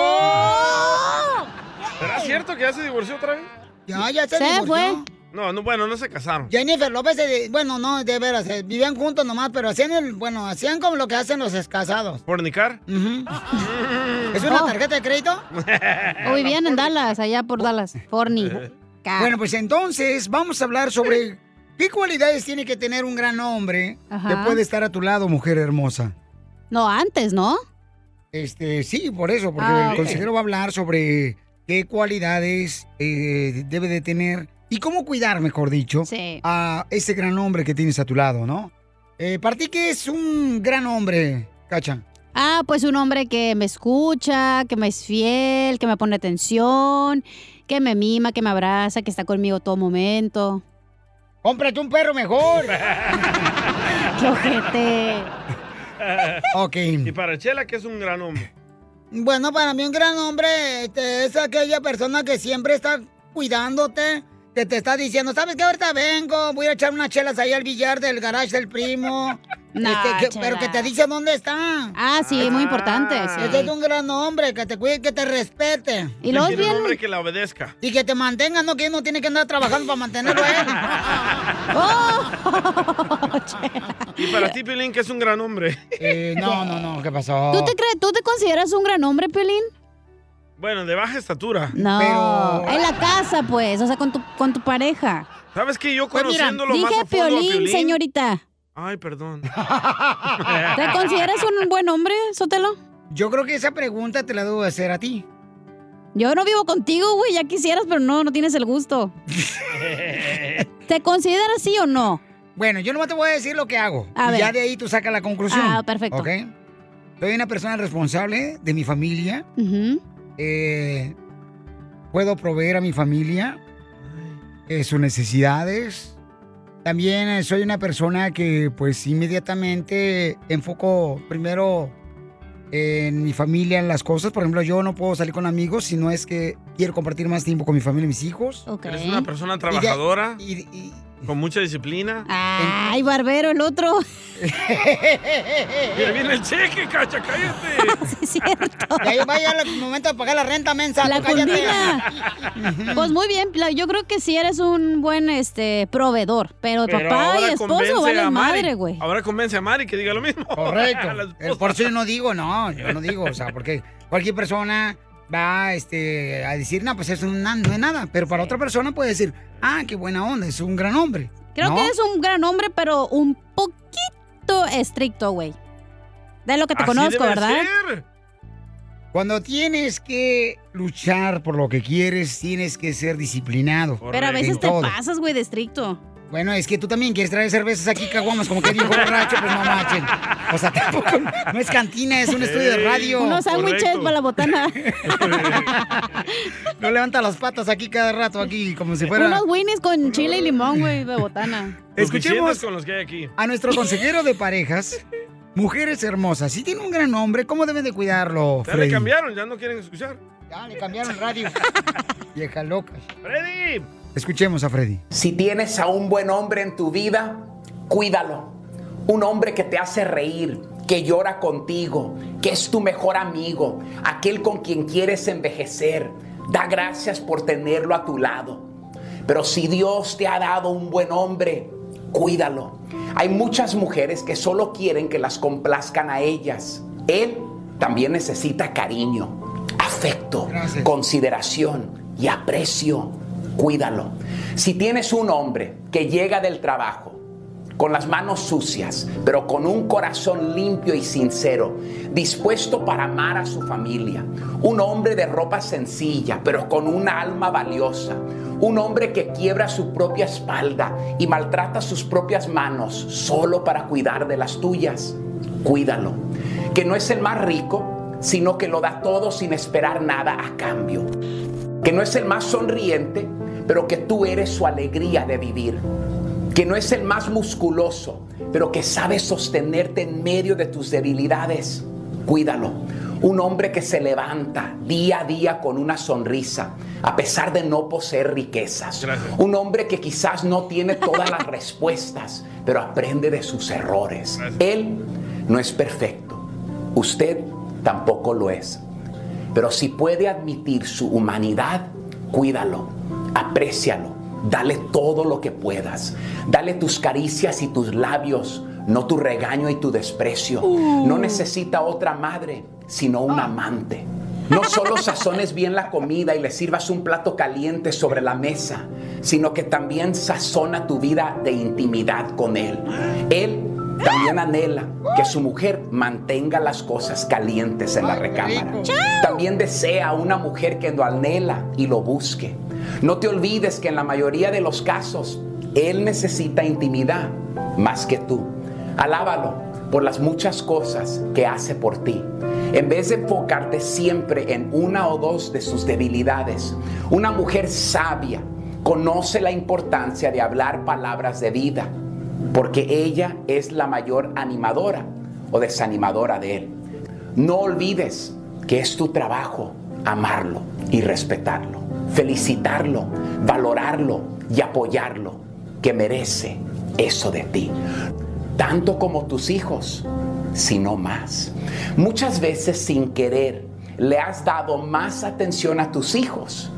Speaker 4: ¡Oh!
Speaker 2: [laughs] ¿Será cierto que ya se divorció otra vez?
Speaker 1: Ya, ya se Se divorció. fue.
Speaker 2: No, no, bueno, no se casaron.
Speaker 1: Jennifer López, eh, bueno, no, de veras, eh, vivían juntos nomás, pero hacían el, bueno, hacían como lo que hacen los casados.
Speaker 2: ¿Pornicar?
Speaker 1: ¿Es
Speaker 4: Oh.
Speaker 1: una tarjeta de crédito?
Speaker 4: O
Speaker 1: [laughs]
Speaker 4: vivían en Dallas, allá por Dallas.
Speaker 2: [laughs]
Speaker 4: Forni.
Speaker 1: Bueno, pues entonces vamos a hablar
Speaker 4: [laughs]
Speaker 1: sobre qué cualidades tiene que tener un gran hombre
Speaker 4: Ajá.
Speaker 1: que puede estar a tu lado, mujer hermosa.
Speaker 4: No, antes, ¿no?
Speaker 1: Este, sí, por eso, porque
Speaker 4: Ah,
Speaker 1: el
Speaker 4: ok.
Speaker 1: consejero va a hablar sobre qué cualidades eh, debe de tener y cómo cuidar, mejor dicho, a ese gran hombre que tienes a tu lado, ¿no? Eh, ¿Para ti qué es un gran hombre, Cacha?
Speaker 4: Ah, pues un hombre que me escucha, que me es fiel, que me pone atención, que me mima, que me abraza, que está conmigo todo momento.
Speaker 1: ¡Cómprate un
Speaker 4: [laughs]
Speaker 1: perro mejor!
Speaker 2: [laughs]
Speaker 4: ¡Qué ojete!
Speaker 1: ok.
Speaker 2: Y para Chela, que es un gran hombre.
Speaker 1: Bueno, para mí un gran hombre este, es aquella persona que siempre está cuidándote, que te está diciendo, ¿sabes qué? Ahorita vengo, voy a echar unas chelas ahí al billar del garage del
Speaker 4: [laughs]
Speaker 1: primo. Este,
Speaker 4: No,
Speaker 1: que-
Speaker 4: chela.
Speaker 1: pero que te dice dónde está.
Speaker 4: Ah, sí, muy importante, sí.
Speaker 1: Este es un gran hombre, que te cuide, que te respete.
Speaker 2: Yo quiero un hombre que la
Speaker 1: [laughs]
Speaker 2: obedezca.
Speaker 1: Y que te mantenga, no que no tiene que andar trabajando para mantenerlo a él.
Speaker 4: [laughs] Oh.
Speaker 2: Y para ti, Pelín, que es un gran hombre.
Speaker 1: Eh, no, no, no, ¿qué pasó?
Speaker 4: ¿Tú te, crees, ¿Tú te consideras un gran hombre, Pelín?
Speaker 2: Bueno, de baja estatura.
Speaker 4: No.
Speaker 1: Oh.
Speaker 4: En la casa, pues, o sea, con tu, con tu pareja.
Speaker 2: ¿Sabes qué? Yo
Speaker 4: Pues mira,
Speaker 2: conociéndolo más
Speaker 4: dije
Speaker 2: a fondo a
Speaker 4: Piolín,
Speaker 2: Piolín-
Speaker 4: señorita.
Speaker 2: Ay, perdón. [laughs]
Speaker 4: [laughs] ¿Te consideras un buen hombre, Sotelo?
Speaker 1: Yo creo que esa pregunta te la debo hacer
Speaker 2: [laughs]
Speaker 1: a ti.
Speaker 4: Yo no vivo contigo, güey, ya quisieras, pero no, no tienes el gusto. ¿Te consideras sí o no?
Speaker 1: Bueno, yo nomás te voy a decir lo que hago.
Speaker 4: A
Speaker 1: y
Speaker 4: ver.
Speaker 1: ya de ahí tú sacas la conclusión.
Speaker 4: Ah, perfecto.
Speaker 1: ¿Ok? Soy una persona responsable de mi familia. Eh, puedo proveer a mi familia eh, sus necesidades. También eh, soy una persona que pues inmediatamente enfoco primero en mi familia, en las cosas. Por ejemplo, yo no puedo salir con amigos si no es que quiero compartir más tiempo con mi familia y mis hijos.
Speaker 2: Eres una persona trabajadora. Con mucha disciplina.
Speaker 4: Ay, barbero, el
Speaker 1: [laughs]
Speaker 4: otro.
Speaker 2: Mira, viene el cheque, cacha, cállate.
Speaker 1: Y ahí va a llegar el momento de pagar la renta mensa.
Speaker 4: La
Speaker 1: tú cállate.
Speaker 4: cundina. Pues muy bien, la- yo creo que sí eres un buen este proveedor, pero, papá y esposo valen madre, güey.
Speaker 2: Ahora convence a Mari que diga lo mismo. [laughs] A la
Speaker 1: Correcto. Eh,
Speaker 2: esposa.
Speaker 1: Por eso yo no digo, no, yo no digo, o sea, porque cualquier persona va este, a decir, no, pues eso no, no es nada, pero para otra persona puede decir, ah, qué buena onda, es un gran hombre.
Speaker 4: Creo
Speaker 1: ¿No?
Speaker 4: que eres un gran hombre, pero un poquito estricto, güey. De lo que te
Speaker 1: Así
Speaker 4: conozco,
Speaker 1: debe
Speaker 4: ¿verdad?
Speaker 2: ser.
Speaker 1: Cuando tienes que luchar por lo que quieres, tienes que ser disciplinado.
Speaker 4: Pero a veces
Speaker 1: En
Speaker 4: te
Speaker 1: todo.
Speaker 4: pasas, güey, de estricto.
Speaker 1: Bueno, es que tú también quieres traer cervezas Pues aquí, caguamas, como que dijo borracho, pues no machen. O sea, tampoco, no es cantina, es un estudio de radio.
Speaker 4: Unos sándwiches para la botana.
Speaker 1: No levanta las patas aquí cada rato, aquí, como si fuera...
Speaker 4: Unos winnies con chile y limón, güey, de botana.
Speaker 1: Escuchemos
Speaker 2: Suficientes con los que hay aquí.
Speaker 1: a nuestro consejero de parejas. Mujeres hermosas, si tiene un gran hombre, ¿cómo deben de cuidarlo,
Speaker 2: Ya le
Speaker 1: Freddy?
Speaker 2: cambiaron, ya no quieren escuchar.
Speaker 1: Ya le cambiaron radio. Vieja loca.
Speaker 2: [laughs] ¡Freddy!
Speaker 1: Escuchemos a Freddy.
Speaker 3: Si tienes a un buen hombre en tu vida, cuídalo. Un hombre que te hace reír, que llora contigo, que es tu mejor amigo, aquel con quien quieres envejecer. Da gracias por tenerlo a tu lado. Pero si Dios te ha dado un buen hombre, cuídalo. Hay muchas mujeres que solo quieren que las complazcan a ellas. Él también necesita cariño, afecto, consideración y aprecio. cuídalo. Si tienes un hombre que llega del trabajo con las manos sucias, pero con un corazón limpio y sincero, dispuesto para amar a su familia, un hombre de ropa sencilla, pero con una alma valiosa, un hombre que quiebra su propia espalda y maltrata sus propias manos solo para cuidar de las tuyas, cuídalo, que no es el más rico, sino que lo da todo sin esperar nada a cambio. Que no es el más sonriente, pero que tú eres su alegría de vivir. Que no es el más musculoso, pero que sabe sostenerte en medio de tus debilidades. Cuídalo. Un hombre que se levanta día a día con una sonrisa, a pesar de no poseer riquezas. Un hombre que quizás no tiene todas las [laughs] respuestas, pero aprende de sus errores. Él no es perfecto. Usted tampoco lo es. Pero si puede admitir su humanidad, cuídalo, aprécialo, dale todo lo que puedas. Dale tus caricias y tus labios, no tu regaño y tu desprecio.
Speaker 24: Uh.
Speaker 3: No necesita otra madre, sino un amante. No solo sazones bien la comida y le sirvas un plato caliente sobre la mesa, sino que también sazona tu vida de intimidad con él. Él también anhela que su mujer mantenga las cosas calientes en la recámara. También desea una mujer que lo anhela y lo busque. No te olvides que en la mayoría de los casos, él necesita intimidad más que tú. Alábalo por las muchas cosas que hace por ti. En vez de enfocarte siempre en una o dos de sus debilidades, una mujer sabia conoce la importancia de hablar palabras de vida porque ella es la mayor animadora o desanimadora de él. No olvides que es tu trabajo amarlo y respetarlo, felicitarlo, valorarlo y apoyarlo, que merece eso de ti, tanto como tus hijos, sino más. Muchas veces sin querer le has dado más atención a tus hijos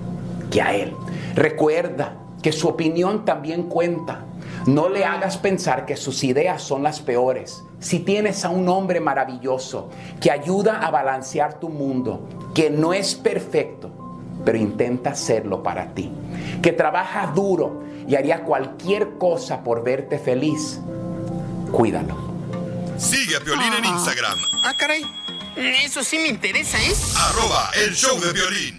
Speaker 3: que a él. Recuerda que su opinión también cuenta. No le hagas pensar que sus ideas son las peores. Si tienes a un hombre maravilloso que ayuda a balancear tu mundo, que no es perfecto, pero intenta hacerlo para ti, que trabaja duro y haría cualquier cosa por verte feliz, cuídalo.
Speaker 6: Sigue a Piolín en Instagram.
Speaker 24: Ah, caray. Eso sí me interesa, ¿eh?
Speaker 6: Arroba el show de violín.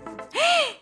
Speaker 25: [gasps]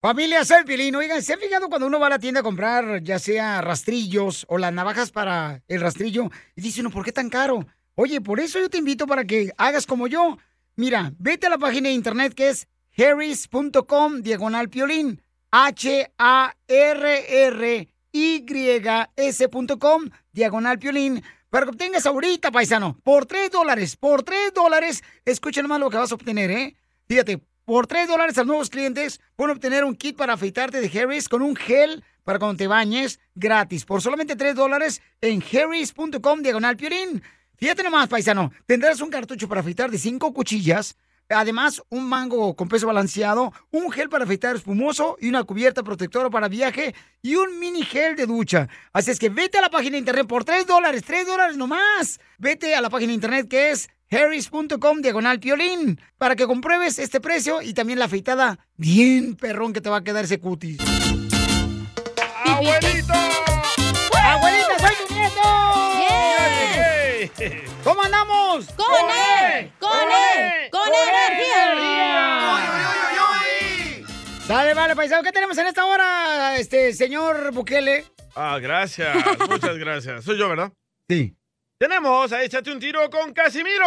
Speaker 1: Familia, soy Pilín. Oigan, ¿se han fijado cuando uno va a la tienda a comprar ya sea rastrillos o las navajas para el rastrillo? Y dice uno, ¿por qué tan caro? Oye, por eso yo te invito para que hagas como yo. Mira, vete a la página de internet que es harris.com diagonal piolín. H-A-R-R-Y-S.com diagonal piolín. Para que obtengas ahorita, paisano, por 3 dólares, por 3 dólares, escuchen más lo que vas a obtener, ¿eh? Fíjate, por 3 dólares a nuevos clientes pueden obtener un kit para afeitarte de Harris con un gel para cuando te bañes gratis. Por solamente 3 dólares en harris.com diagonal piolín. Fíjate nomás, paisano. Tendrás un cartucho para afeitar de 5 cuchillas. Además, un mango con peso balanceado, un gel para afeitar espumoso y una cubierta protectora para viaje y un mini gel de ducha. Así es que vete a la página de internet por 3 dólares, 3 dólares nomás. Vete a la página de internet que es harris.com diagonal piolín para que compruebes este precio y también la afeitada bien perrón que te va a quedar ese cutis.
Speaker 9: ¡Abuelito!
Speaker 1: ¡Abuelita, soy tu nieto! ¿Cómo andamos?
Speaker 9: ¡Con él! ¡Con él! ¡Con energía!
Speaker 1: Dale, vale, paisano. ¿Qué tenemos en esta hora, este señor Bukele?
Speaker 2: Ah, gracias. Muchas gracias. Soy yo, ¿verdad?
Speaker 1: Sí.
Speaker 2: Tenemos a Échate un tiro con Casimiro.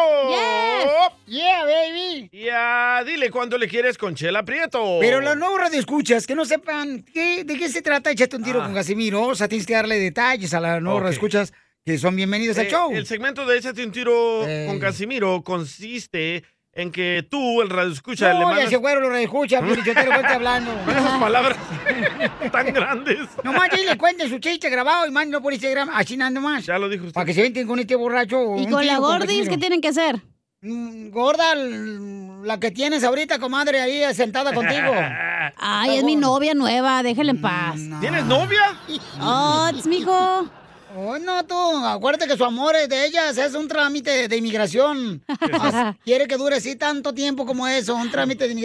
Speaker 1: Yeah, baby.
Speaker 2: Y a Dile cuánto le quieres con Chela Prieto.
Speaker 1: Pero los nuevos radioescuchas que no sepan qué, de qué se trata, échate un tiro
Speaker 2: Ah.
Speaker 1: con Casimiro. O sea, tienes que darle detalles a las nuevas
Speaker 2: Ok.
Speaker 1: radioescuchas que son bienvenidos al
Speaker 2: Eh,
Speaker 1: show. Eh.
Speaker 2: El segmento de Échate un tiro con Casimiro consiste en que tú, el radio escucha, le
Speaker 1: no, ya
Speaker 2: mandas
Speaker 1: ese güero lo reescucha, pero yo te lo cuento hablando.
Speaker 2: [laughs] con esas palabras tan
Speaker 1: [laughs]
Speaker 2: grandes.
Speaker 1: Nomás ahí le cuenten su chiste grabado y mándenlo por Instagram, así nada más. Ya
Speaker 2: lo dijo usted.
Speaker 1: Para que se venten con este borracho. o
Speaker 4: ¿Y
Speaker 1: un
Speaker 4: con
Speaker 1: tiro
Speaker 4: la gordis
Speaker 1: Casimiro.
Speaker 4: qué tienen que hacer?
Speaker 1: Mm, Gorda, l- la que tienes ahorita, comadre, ahí eh, sentada contigo.
Speaker 4: [laughs]
Speaker 1: Ah.
Speaker 4: Ay, es mi novia nueva, déjela en paz.
Speaker 2: ¿Tienes novia?
Speaker 4: Ots, mijo.
Speaker 1: Oh, no, tú, acuérdate que su amor es de ellas, es un trámite
Speaker 2: [laughs]
Speaker 1: de inmigración. As- Quiere que dure así tanto tiempo como eso, un trámite de
Speaker 4: [laughs]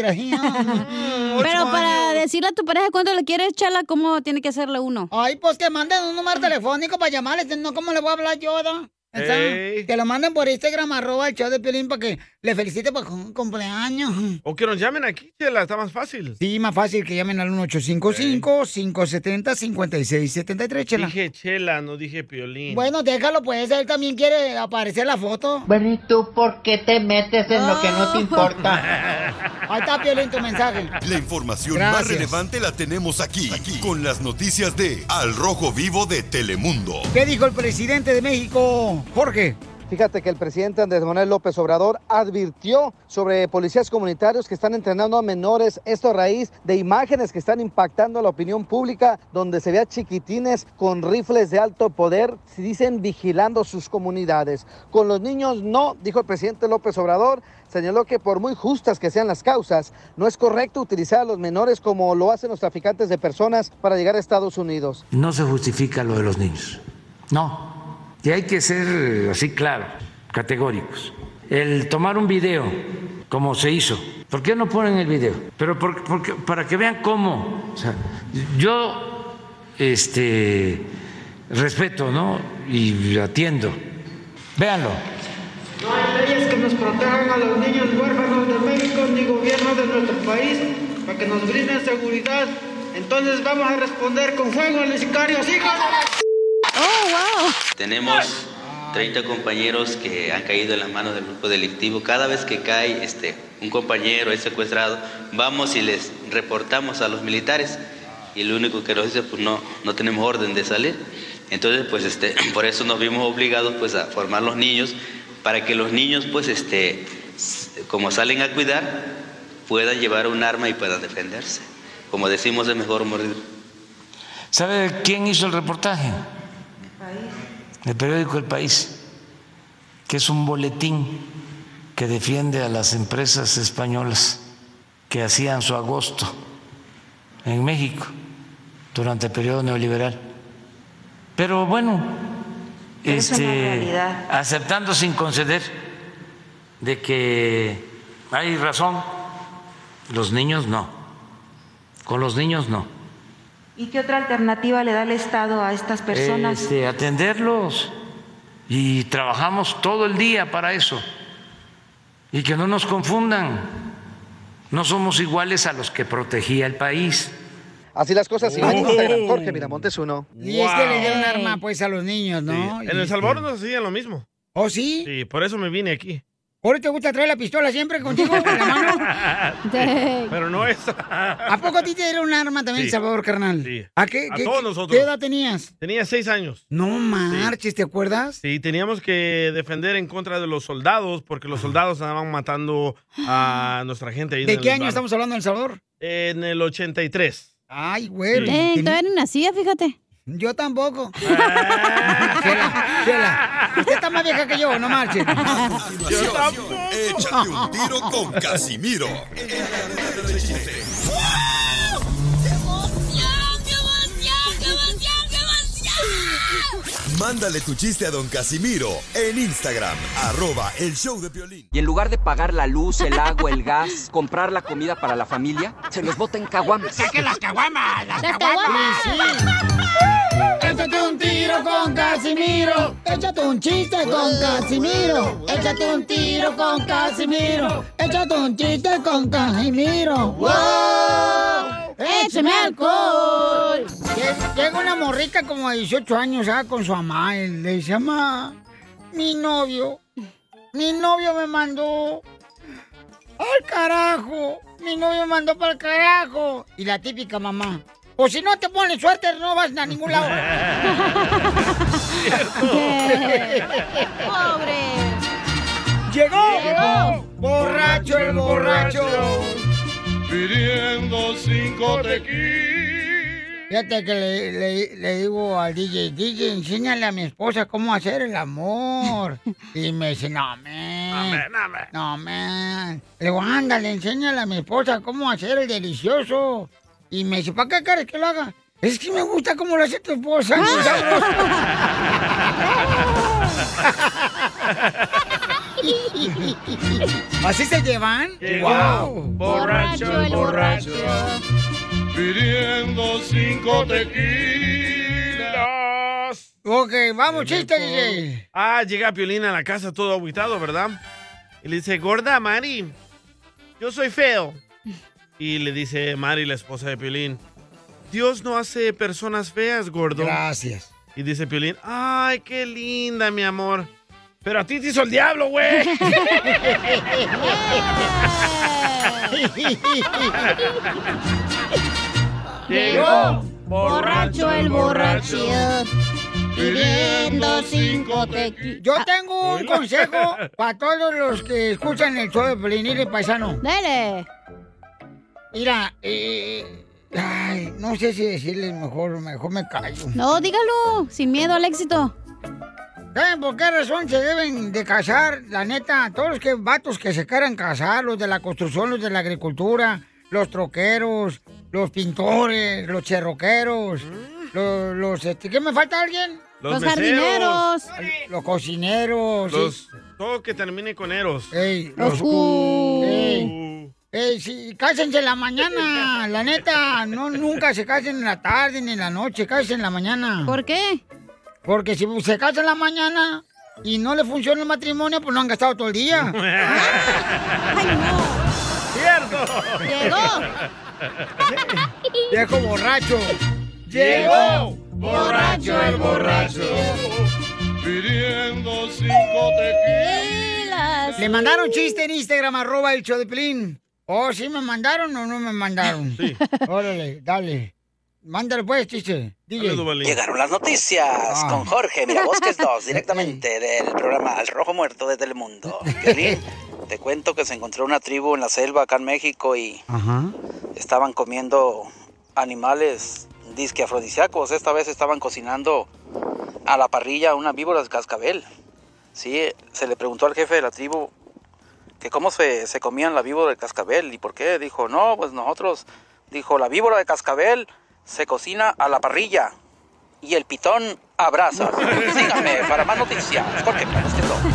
Speaker 1: inmigración.
Speaker 4: Pero para decirle a tu pareja cuánto le quieres, chala, ¿cómo tiene que hacerle uno?
Speaker 1: Ay, pues que manden un número telefónico para llamarles, este, no, ¿cómo le voy a hablar yo, da? O sea,
Speaker 2: Ey.
Speaker 1: Que lo manden por Instagram, arroba el show de Piolín, para que le felicite por su cumpleaños.
Speaker 2: O que nos llamen aquí, Chela, está más fácil.
Speaker 1: Sí, más fácil que llamen al 1855-570-5673, chela.
Speaker 2: Dije Chela, no dije Piolín.
Speaker 1: Bueno, déjalo, pues, él también quiere aparecer la foto. Ah.
Speaker 5: Bueno, ¿y tú por qué te metes en lo que no te
Speaker 1: importa? Ahí está, Piolín, tu mensaje.
Speaker 6: La información más
Speaker 1: Gracias.
Speaker 6: relevante la tenemos aquí, aquí, con las noticias de Al Rojo Vivo de Telemundo.
Speaker 1: ¿Qué dijo el presidente de México, Jorge?
Speaker 7: Fíjate que el presidente Andrés Manuel López Obrador advirtió sobre policías comunitarios que están entrenando a menores, esto a raíz de imágenes que están impactando a la opinión pública, donde se ve a chiquitines con rifles de alto poder, se dicen vigilando sus comunidades. Con los niños no, dijo el presidente López Obrador, señaló que por muy justas que sean las causas, no es correcto utilizar a los menores como lo hacen los traficantes de personas para llegar a Estados Unidos.
Speaker 14: No se justifica lo de los niños. No. Y hay que ser eh, así claro, categóricos. El tomar un video, como se hizo. ¿Por qué no ponen el video? Pero por- porque- para que vean cómo. O sea, yo este, respeto ¿no? y atiendo. Véanlo.
Speaker 26: No hay leyes que nos protejan a los niños huérfanos de México ni gobierno de nuestro país para que nos brinden seguridad. Entonces vamos a responder con fuego a los sicarios, hijos de la... ¡Oh, wow!
Speaker 27: Tenemos 30 compañeros que han caído en las manos del grupo delictivo. Cada vez que cae este, un compañero es secuestrado, vamos y les reportamos a los militares y lo único que nos dice pues no, no tenemos orden de salir. Entonces pues este, [clears throat] por eso nos vimos obligados pues a formar los niños para que los niños pues este, s- como salen a cuidar, puedan llevar un arma y puedan defenderse. Como decimos, es mejor morir
Speaker 14: ¿Sabe quién hizo el reportaje? El periódico El País, que es un boletín que defiende a las empresas españolas que hacían su agosto en México durante el periodo neoliberal. Pero bueno,
Speaker 15: Pero es una
Speaker 14: este,
Speaker 15: realidad.
Speaker 14: aceptando sin conceder de que hay razón, los niños no, con los niños no.
Speaker 15: ¿Y qué otra alternativa le da el Estado a estas personas?
Speaker 14: Este, atenderlos y trabajamos todo el día para eso y que no nos confundan no somos iguales a los que protegía el país
Speaker 7: Así las cosas sin
Speaker 14: Oh.
Speaker 7: Instagram, Jorge Miramontes uno.
Speaker 1: [laughs] Y es que le dieron arma pues a los niños, ¿no? este
Speaker 2: En El Salvador nos hacían lo mismo.
Speaker 1: ¿Oh, sí?
Speaker 2: Sí, por eso me vine aquí. [laughs]
Speaker 1: ¿Ahora te gusta traer la pistola siempre contigo en la mano?
Speaker 2: Sí,
Speaker 1: Dang.
Speaker 2: Pero no es. [laughs]
Speaker 1: ¿A poco a ti te dieron un arma también, en
Speaker 2: Sí.
Speaker 1: Salvador, carnal?
Speaker 2: Sí.
Speaker 1: ¿A qué,
Speaker 2: A
Speaker 1: qué-
Speaker 2: todos
Speaker 1: qué-
Speaker 2: nosotros.
Speaker 1: qué edad tenías?
Speaker 2: Tenía seis años.
Speaker 1: No marches, ¿te acuerdas?
Speaker 2: Sí, teníamos que defender en contra de los soldados porque los soldados andaban matando
Speaker 1: [gasps]
Speaker 2: a nuestra gente. Ahí
Speaker 1: ¿De
Speaker 2: en
Speaker 1: qué
Speaker 2: el
Speaker 1: año
Speaker 2: barrio.
Speaker 1: estamos hablando en El Salvador?
Speaker 2: En el 83.
Speaker 1: Ay, güey. pues,
Speaker 2: Eh, todavía
Speaker 1: ni nacía, fíjate. Yo tampoco. Chela, Chela, usted está más vieja que yo, no marche.
Speaker 6: Échate un tiro con Casimiro. Mándale tu chiste a don Casimiro en Instagram, arroba el show de violín.
Speaker 16: Y en lugar de pagar la luz, el agua, el gas, comprar la comida para la familia, se los bota en caguamas.
Speaker 9: ¡Saque las caguamas! ¡Las caguamas!
Speaker 1: Échate un tiro con Casimiro. Échate un chiste con Casimiro. Échate un tiro con Casimiro. Échate un chiste con Casimiro. ¡Wow!
Speaker 9: ¡Échame alcohol!
Speaker 1: Lle- Llega una morrica como de 18 años ah, con su mamá. y le dice, mamá, mi novio, mi novio me mandó al carajo. Mi novio me mandó para el carajo. Y la típica mamá. O si no te pones suerte, no vas a ningún lado.
Speaker 5: [laughs]
Speaker 9: [laughs] ¡Pobre!
Speaker 1: Llegó, borracho el borracho.
Speaker 9: Pidiendo cinco
Speaker 1: [laughs] Fíjate que le, le- le digo al DJ, DJ, enséñale a mi esposa cómo hacer el [laughs] amor. Y me dice, no, man.
Speaker 9: No, man.
Speaker 1: No, man. Le digo, ándale, enséñale a mi esposa cómo hacer el delicioso. Y me dice, ¿para qué quieres que lo haga? Es que me gusta cómo lo hace tu esposa. muy sabroso". [laughs] ¿Así se llevan?
Speaker 9: Guau.
Speaker 1: Wow.
Speaker 9: Borracho el borracho. Pidiendo cinco tequilas.
Speaker 1: Ok, vamos, chiste, DJ.
Speaker 2: Ah, llega Piolín a la casa todo aguitado, ¿verdad? Y le dice, gorda, Mari, yo soy feo. Y le dice Mari, la esposa de Piolín, Dios no hace personas feas, gordo.
Speaker 1: Gracias.
Speaker 2: Y dice Piolín, ay, qué linda, mi amor. Pero a ti te hizo el diablo,
Speaker 1: [laughs]
Speaker 2: güey. [laughs]
Speaker 9: Llegó borracho el borracho. Pidiendo cinco tequilas.
Speaker 1: Yo tengo un consejo para todos los que escuchan el show de Pelín y Paisano. Dale. Mira, eh, ay, no sé si decirles mejor, mejor me callo.
Speaker 4: [laughs] No, dígalo, sin miedo al éxito.
Speaker 1: ¿Saben por qué razón se deben de casar? La neta, todos los que vatos que se quieran casar, los de la construcción, los de la agricultura, los troqueros, los pintores, los cherroqueros, los, los este, ¿qué me falta alguien?
Speaker 2: Mm. Los Los meseros. jardineros.
Speaker 1: Los cocineros. Pues sí.
Speaker 2: Los, todo que termine con eros.
Speaker 1: Ey, los cu. Ey, ey, sí, cásense en la mañana, la neta. No, nunca se casen en la tarde ni en la noche, cásense en la mañana. ¿Por qué? Porque si se casan en la mañana y no le funciona el matrimonio, pues no han gastado todo el [laughs] día.
Speaker 2: ¡Cierto!
Speaker 9: [laughs]
Speaker 1: Llegó. Viejo borracho.
Speaker 9: Llegó borracho el borracho. Pidiendo cinco tequilas.
Speaker 1: Le mandaron chiste en Instagram, arroba el show de Pelín. Oh, ¿sí me mandaron o no me mandaron? Sí. Órale, dale. Mándale pues, chiste. DJ.
Speaker 17: Llegaron las noticias
Speaker 1: Ah.
Speaker 17: con Jorge Mirabosques 2, directamente del programa Al Rojo Muerto de Telemundo. Piolín,
Speaker 24: Te cuento que se encontró una tribu en la selva acá en México y
Speaker 1: Ajá.
Speaker 24: estaban comiendo animales disque afrodisíacos. Esta vez estaban cocinando a la parrilla una víbora de cascabel. Sí, se le preguntó al jefe de la tribu que cómo se, se comían la víbora de cascabel y por qué. Dijo, no, pues nosotros, dijo, la víbora de cascabel se cocina a la parrilla y el pitón abraza. Síganme para más noticias. pues, Jorge Planos Tejón.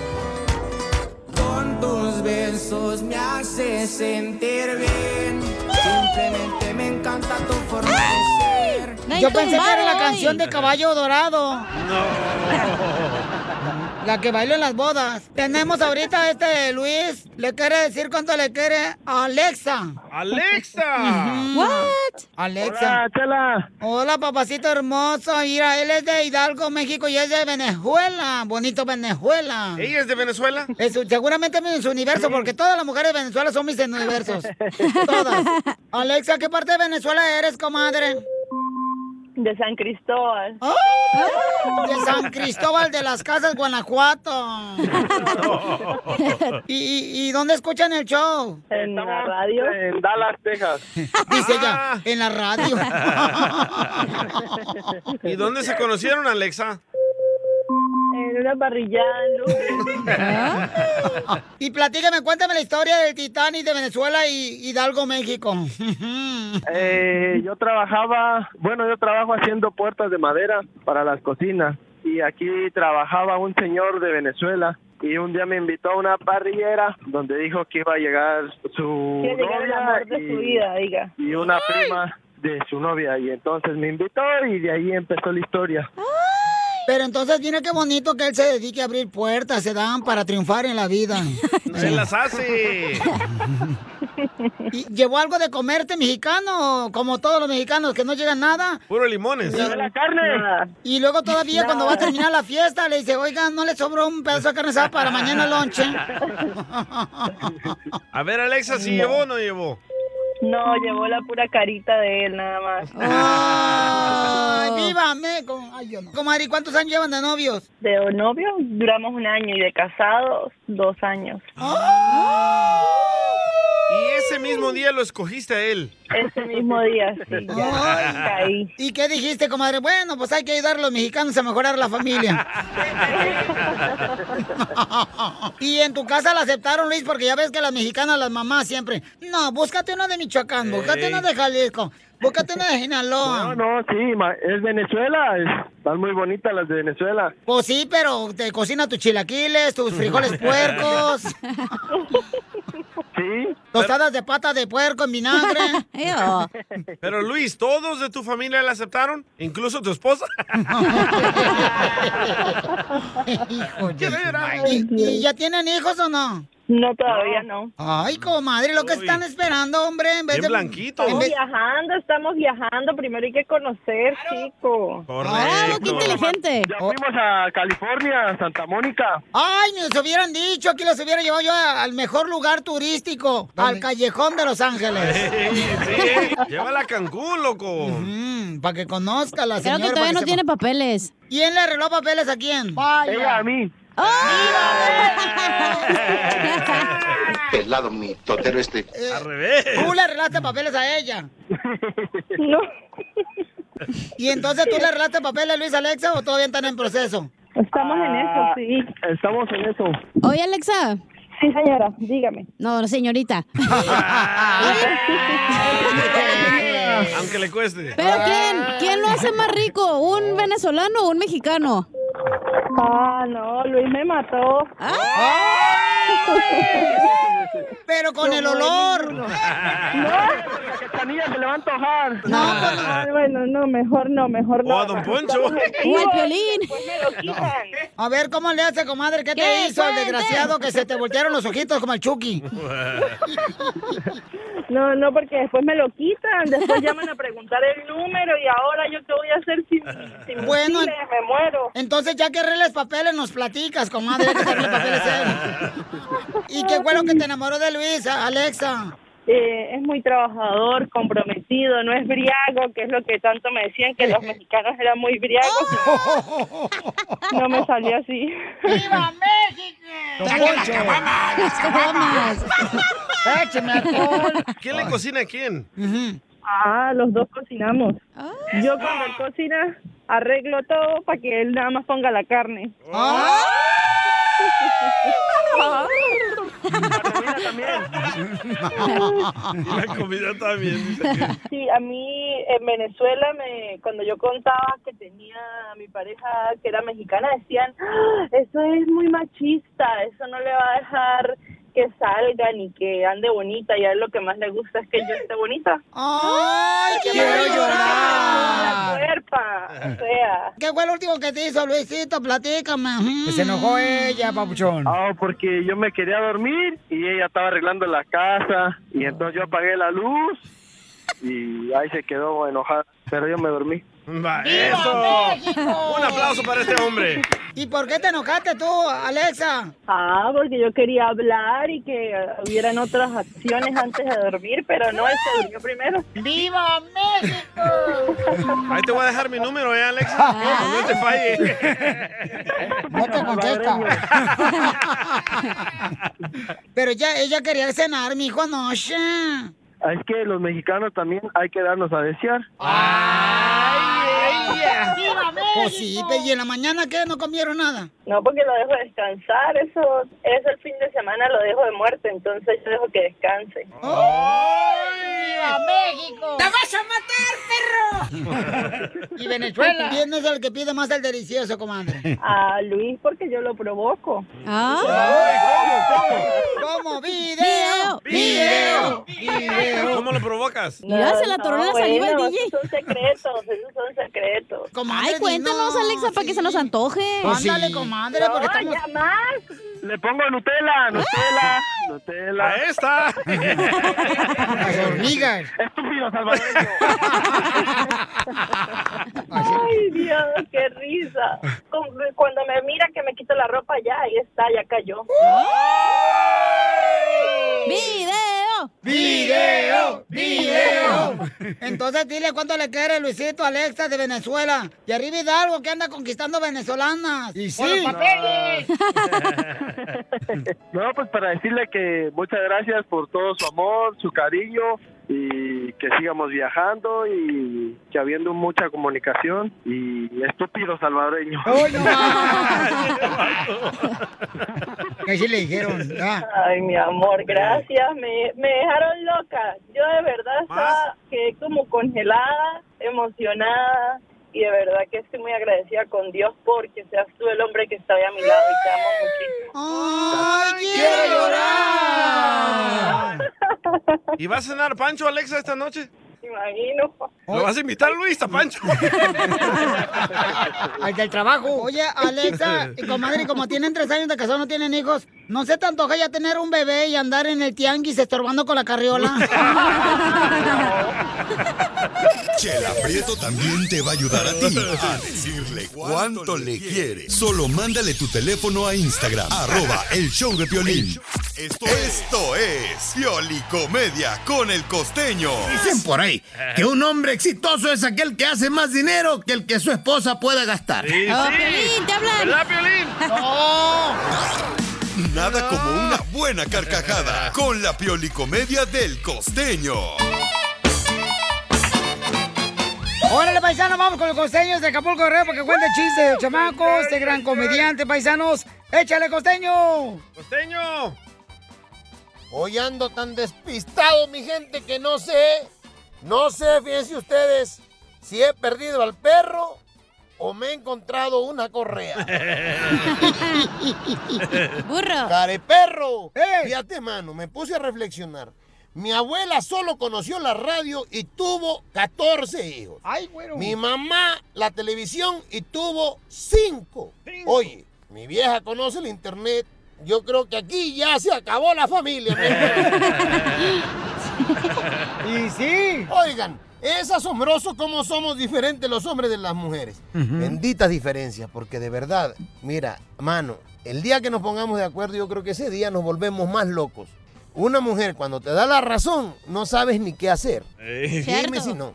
Speaker 9: Con tus besos me haces sentir bien. Simplemente me encanta tu forma de ser.
Speaker 1: Yo pensé que era la canción de Caballo Dorado. La que bailó en las bodas. Tenemos ahorita este Luis. Le quiere decir cuánto le quiere a Alexa.
Speaker 2: ¡Alexa!
Speaker 1: What? Alexa. Hola, papacito hermoso. Mira, él es de Hidalgo, México y es de Venezuela. Bonito Venezuela.
Speaker 2: ¿Ella es de Venezuela?
Speaker 1: Es, seguramente es su universo, porque todas las mujeres de Venezuela son mis
Speaker 2: [laughs]
Speaker 1: universos. Todas. Alexa, ¿qué parte de Venezuela eres, comadre?
Speaker 17: De San Cristóbal.
Speaker 1: De San Cristóbal de las Casas, Guanajuato. ¿Y, y, y dónde escuchan el show?
Speaker 17: En la radio.
Speaker 28: En Dallas, Texas.
Speaker 1: Dice
Speaker 2: Ah.
Speaker 1: ella, en la radio.
Speaker 2: [laughs]
Speaker 1: [laughs]
Speaker 2: ¿Y dónde se conocieron, Alexa?
Speaker 17: En una parrillada. en
Speaker 1: [laughs] y platícame, cuéntame la historia del Titanic de Venezuela y Hidalgo, México.
Speaker 28: Eh, yo trabajaba, bueno, yo trabajo haciendo puertas de madera para las cocinas y aquí trabajaba un señor de Venezuela y un día me invitó a una parrillera donde dijo que iba a llegar su
Speaker 17: Que llegara el amor
Speaker 28: novia
Speaker 17: de su vida, diga.
Speaker 28: y una prima de su novia y entonces me invitó y de ahí empezó la historia.
Speaker 1: Pero entonces, mira qué bonito que él se dedique a abrir puertas, se dan para triunfar en la vida. Eh.
Speaker 2: ¡Se las hace!
Speaker 1: ¿Y ¿Llevó algo de comerte mexicano? Como todos los mexicanos que no llegan nada.
Speaker 2: Puro limones.
Speaker 1: Y- Y luego todavía
Speaker 2: Nada.
Speaker 1: cuando va a terminar la fiesta le dice, oigan, ¿no le sobró un pedazo de carne asada para mañana
Speaker 17: [laughs]
Speaker 1: lonche?
Speaker 2: A ver, Alexa, si
Speaker 17: No.
Speaker 2: llevó o no llevó.
Speaker 17: No, llevó la pura carita de él nada más.
Speaker 1: [laughs] ¡Ay, viva México! Ah, Ay, yo no. Comadre, ¿y ¿cuántos años llevan de novios?
Speaker 17: De novios duramos un año y de casados dos años.
Speaker 1: Oh, ¡Ah!
Speaker 2: Y ese mismo día lo escogiste a él.
Speaker 17: Ese mismo
Speaker 1: [laughs]
Speaker 17: día, sí.
Speaker 1: Ay,
Speaker 17: Ya, ahí.
Speaker 1: ¿Y qué dijiste, comadre? Bueno, pues hay que ayudar a los mexicanos a mejorar
Speaker 17: [laughs]
Speaker 1: la familia. y en tu casa la aceptaron, Luis, porque ya ves que las mexicanas, las mamás siempre. No, búscate uno de Michoacán, búscate
Speaker 28: Ey.
Speaker 1: uno de Jalisco, búscate uno de
Speaker 28: No,
Speaker 17: [laughs]
Speaker 1: Sinaloa.
Speaker 28: no, sí, ma- es Venezuela, es- están muy bonitas las de Venezuela.
Speaker 1: Pues sí, pero te cocina tus chilaquiles, tus frijoles
Speaker 17: [laughs]
Speaker 1: puercos.
Speaker 28: Sí.
Speaker 1: Tostadas de pata de puerco en vinagre.
Speaker 2: Pero Luis, ¿todos de tu familia la aceptaron? ¿Incluso tu esposa?
Speaker 1: Hijo de
Speaker 2: Quiero
Speaker 1: su
Speaker 2: llorar.
Speaker 1: madre. ¿Y, y ya tienen hijos o no?
Speaker 17: No, todavía no.
Speaker 1: Ay, comadre, lo que están esperando, hombre, en vez de... en
Speaker 17: Estamos
Speaker 1: vez-
Speaker 17: viajando, estamos viajando. Primero hay que conocer, chico.
Speaker 28: Correcto.
Speaker 1: inteligente!
Speaker 28: Ya fuimos a California, Santa Mónica.
Speaker 1: ¡Ay, nos hubieran dicho! Aquí los hubiera llevado yo a- al mejor lugar turístico, al Callejón de
Speaker 28: [laughs]
Speaker 1: Los Ángeles.
Speaker 2: Sí, llévala a Cancún, loco.
Speaker 1: Para que conozca la
Speaker 4: Creo
Speaker 1: señora.
Speaker 4: que todavía no tiene papeles.
Speaker 1: ¿Quién le arregló papeles a quién?
Speaker 28: Ella a mí. [laughs]
Speaker 5: [laughs] Pelado mi totero este.
Speaker 2: Al revés.
Speaker 1: Tú le arreglaste papeles a ella. No. [laughs] ¿Y entonces tú le arreglaste papeles a Luis Alexa o todavía están en proceso?
Speaker 17: Estamos
Speaker 28: Ah,
Speaker 17: en eso, sí.
Speaker 28: Estamos en eso.
Speaker 4: Oye, Alexa.
Speaker 17: Sí, señora, dígame.
Speaker 4: No,
Speaker 1: [laughs]
Speaker 4: señorita.
Speaker 2: Aunque le cueste.
Speaker 4: ¿Pero
Speaker 17: Ah.
Speaker 4: quién? ¿Quién lo hace más rico? ¿Un venezolano o un mexicano?
Speaker 17: Ah, no, Luis me mató.
Speaker 1: Pero con el olor.
Speaker 28: La cachanilla se le va a antojar.
Speaker 1: No, pues
Speaker 28: no.
Speaker 17: Bueno, no, mejor no, mejor no.
Speaker 28: O a don Poncho.
Speaker 17: O al Piolín.
Speaker 1: A ver, ¿cómo le hace, comadre? ¿Qué te
Speaker 17: ¡Que
Speaker 1: hizo el
Speaker 17: cuente!
Speaker 1: desgraciado que se te voltearon los ojitos como el Chucky?
Speaker 17: No, no, porque después me lo quitan, [laughs] después llaman a preguntar el número y ahora yo qué voy a hacer sin, sin
Speaker 1: Bueno,
Speaker 17: chile, me muero.
Speaker 1: Entonces, ya que arregles papeles, nos platicas, comadre. ya que te arregles papeles, él. ¿Y qué fue lo que te enamoró de Luis, Alexa?
Speaker 17: Eh, es muy trabajador, comprometido, no es briago, que es lo que tanto me decían que los mexicanos eran muy briagos. No me salió así.
Speaker 1: Oh. ¡Viva México!
Speaker 17: ¡Saque las caguamas, las caguamas!
Speaker 1: ¡Écheme alcohol!
Speaker 2: ¿Quién le cocina a quién?
Speaker 17: Ah, los dos cocinamos. Yo cuando él cocina arreglo todo para que él nada más ponga la carne.
Speaker 2: La comida también.
Speaker 17: Sí, a mí en Venezuela, me, cuando yo contaba que tenía a mi pareja que era mexicana, decían, "Ah, eso es muy machista, eso no le va a dejar que salga ni que ande bonita, y a él lo que más le gusta es que yo esté bonita.
Speaker 1: ¡Ay, quiero llorar!
Speaker 17: Cuerpa, sea.
Speaker 1: ¿Qué fue lo último que te hizo Luisito? Platícame.
Speaker 28: Que
Speaker 1: se enojó ella, papuchón.
Speaker 28: Ah, porque yo me quería dormir y ella estaba arreglando la casa y entonces yo apagué la luz y ahí se quedó enojada, pero yo me dormí.
Speaker 2: Va,
Speaker 1: ¡Viva México!
Speaker 2: eso. Un aplauso para este hombre.
Speaker 1: ¿Y por qué te enojaste tú, Alexa?
Speaker 17: Ah, porque yo quería hablar y que hubieran otras acciones antes de dormir, pero no, él se durmió primero.
Speaker 1: ¡Viva México!
Speaker 2: Ahí te voy a dejar mi número, ¿eh, Alexa? No te falle.
Speaker 1: No te contesta. [laughs] Pero ya ella quería cenar, mi hijo, anoche.
Speaker 28: Ah, Es que los mexicanos también hay que darnos a desear.
Speaker 1: ¡Viva México! Pues sí, pe- ¿y en la mañana qué? ¿No comieron nada?
Speaker 17: No, porque lo dejo descansar, eso es el fin de semana, lo dejo de muerte, entonces yo dejo que descanse.
Speaker 1: Oh, ¡Viva México! ¡Te vas a matar, perro! ¿Y [laughs] Venezuela? Ah, ¿Quién es el que pide más el delicioso, comadre?
Speaker 17: A Luis porque yo lo provoco.
Speaker 9: Ah.
Speaker 1: ¿Ah? ¿Cómo? ¡Video!
Speaker 2: Video,
Speaker 1: video.
Speaker 2: ¿Cómo lo provocas?
Speaker 4: Mira, se la atoró la saliva al DJ.
Speaker 17: Esos son secretos, esos son secretos.
Speaker 4: Ay, cuéntanos, Alexa, para que se nos antoje.
Speaker 1: Oh,
Speaker 28: Pues sí. Ándale, comadre, porque
Speaker 17: No,
Speaker 28: estamos-
Speaker 17: ya
Speaker 1: [laughs]
Speaker 17: más.
Speaker 28: Le pongo Nutella, Nutella,
Speaker 1: Ah.
Speaker 28: Nutella.
Speaker 2: Ahí está.
Speaker 1: Las hormigas.
Speaker 28: Estúpido salvadoreño.
Speaker 17: Ay, Dios, qué risa. Con- Cuando me mira que me quito la ropa, ya, ahí está, ya cayó.
Speaker 4: ¡Video!
Speaker 1: ¡Video! ¡Video! Entonces dile cuánto le quiere Luisito Alexa de Venezuela. Y arriba Hidalgo que anda conquistando venezolanas. ¡Y
Speaker 28: sí.
Speaker 1: los papeles!
Speaker 28: No, pues para decirle que muchas gracias por todo su amor, su cariño y que sigamos viajando y que habiendo mucha comunicación y estúpido salvadoreño.
Speaker 1: Ah, Que sí le dijeron. [laughs] Ah, ya.
Speaker 17: Ay, mi amor, gracias. Me, me dejaron loca. Yo de verdad estaba, quedé como congelada, emocionada. Y de verdad que estoy muy agradecida con Dios porque seas tú el hombre que está ahí a mi lado y te amo muchísimo.
Speaker 1: ¡Ay, quiero llorar!
Speaker 2: ¿Y va a cenar Pancho, Alexa, esta noche?
Speaker 17: Me imagino.
Speaker 2: ¿Lo vas a invitar, Luis, a Pancho?
Speaker 1: Al del trabajo. Oye, Alexa, y comadre, como tienen tres años de casado, no tienen hijos, ¿no se te antoja ya tener un bebé y andar en el tianguis estorbando con la [laughs] carriola?
Speaker 6: Chela Prieto también te va a ayudar a ti a decirle cuánto le quiere. Solo mándale tu teléfono a [laughs] Instagram, arroba el show de Piolín. Esto, esto es Piolicomedia con el costeño.
Speaker 5: Dicen por ahí que un hombre exitoso es aquel que hace más dinero que el que su esposa pueda gastar. Ah.
Speaker 1: [laughs]
Speaker 6: Nada como una buena carcajada con la Piolicomedia del costeño.
Speaker 1: Órale, paisanos, vamos con los costeños de Acapulco Guerrero porque cuenta chistes de chamacos, de gran comediante, paisanos. ¡Échale, costeño!
Speaker 2: ¡Costeño!
Speaker 5: Hoy ando tan despistado, mi gente, que no sé, no sé, fíjense ustedes, si he perdido al perro o me he encontrado una correa.
Speaker 4: Burro.
Speaker 5: Careperro. Fíjate, mano, me puse a reflexionar. Mi abuela solo conoció la radio y tuvo 14 hijos.
Speaker 1: Ay, güero.
Speaker 5: Mi mamá la televisión y tuvo 5. Oye, mi vieja conoce el internet. Yo creo que aquí ya se acabó la familia.
Speaker 1: [laughs] y sí.
Speaker 5: Oigan, es asombroso cómo somos diferentes los hombres de las mujeres. Benditas diferencias, porque de verdad, mira, mano, el día que nos pongamos de acuerdo, yo creo que ese día nos volvemos más locos. Una mujer cuando te da la razón, no sabes ni qué hacer. Dime si no.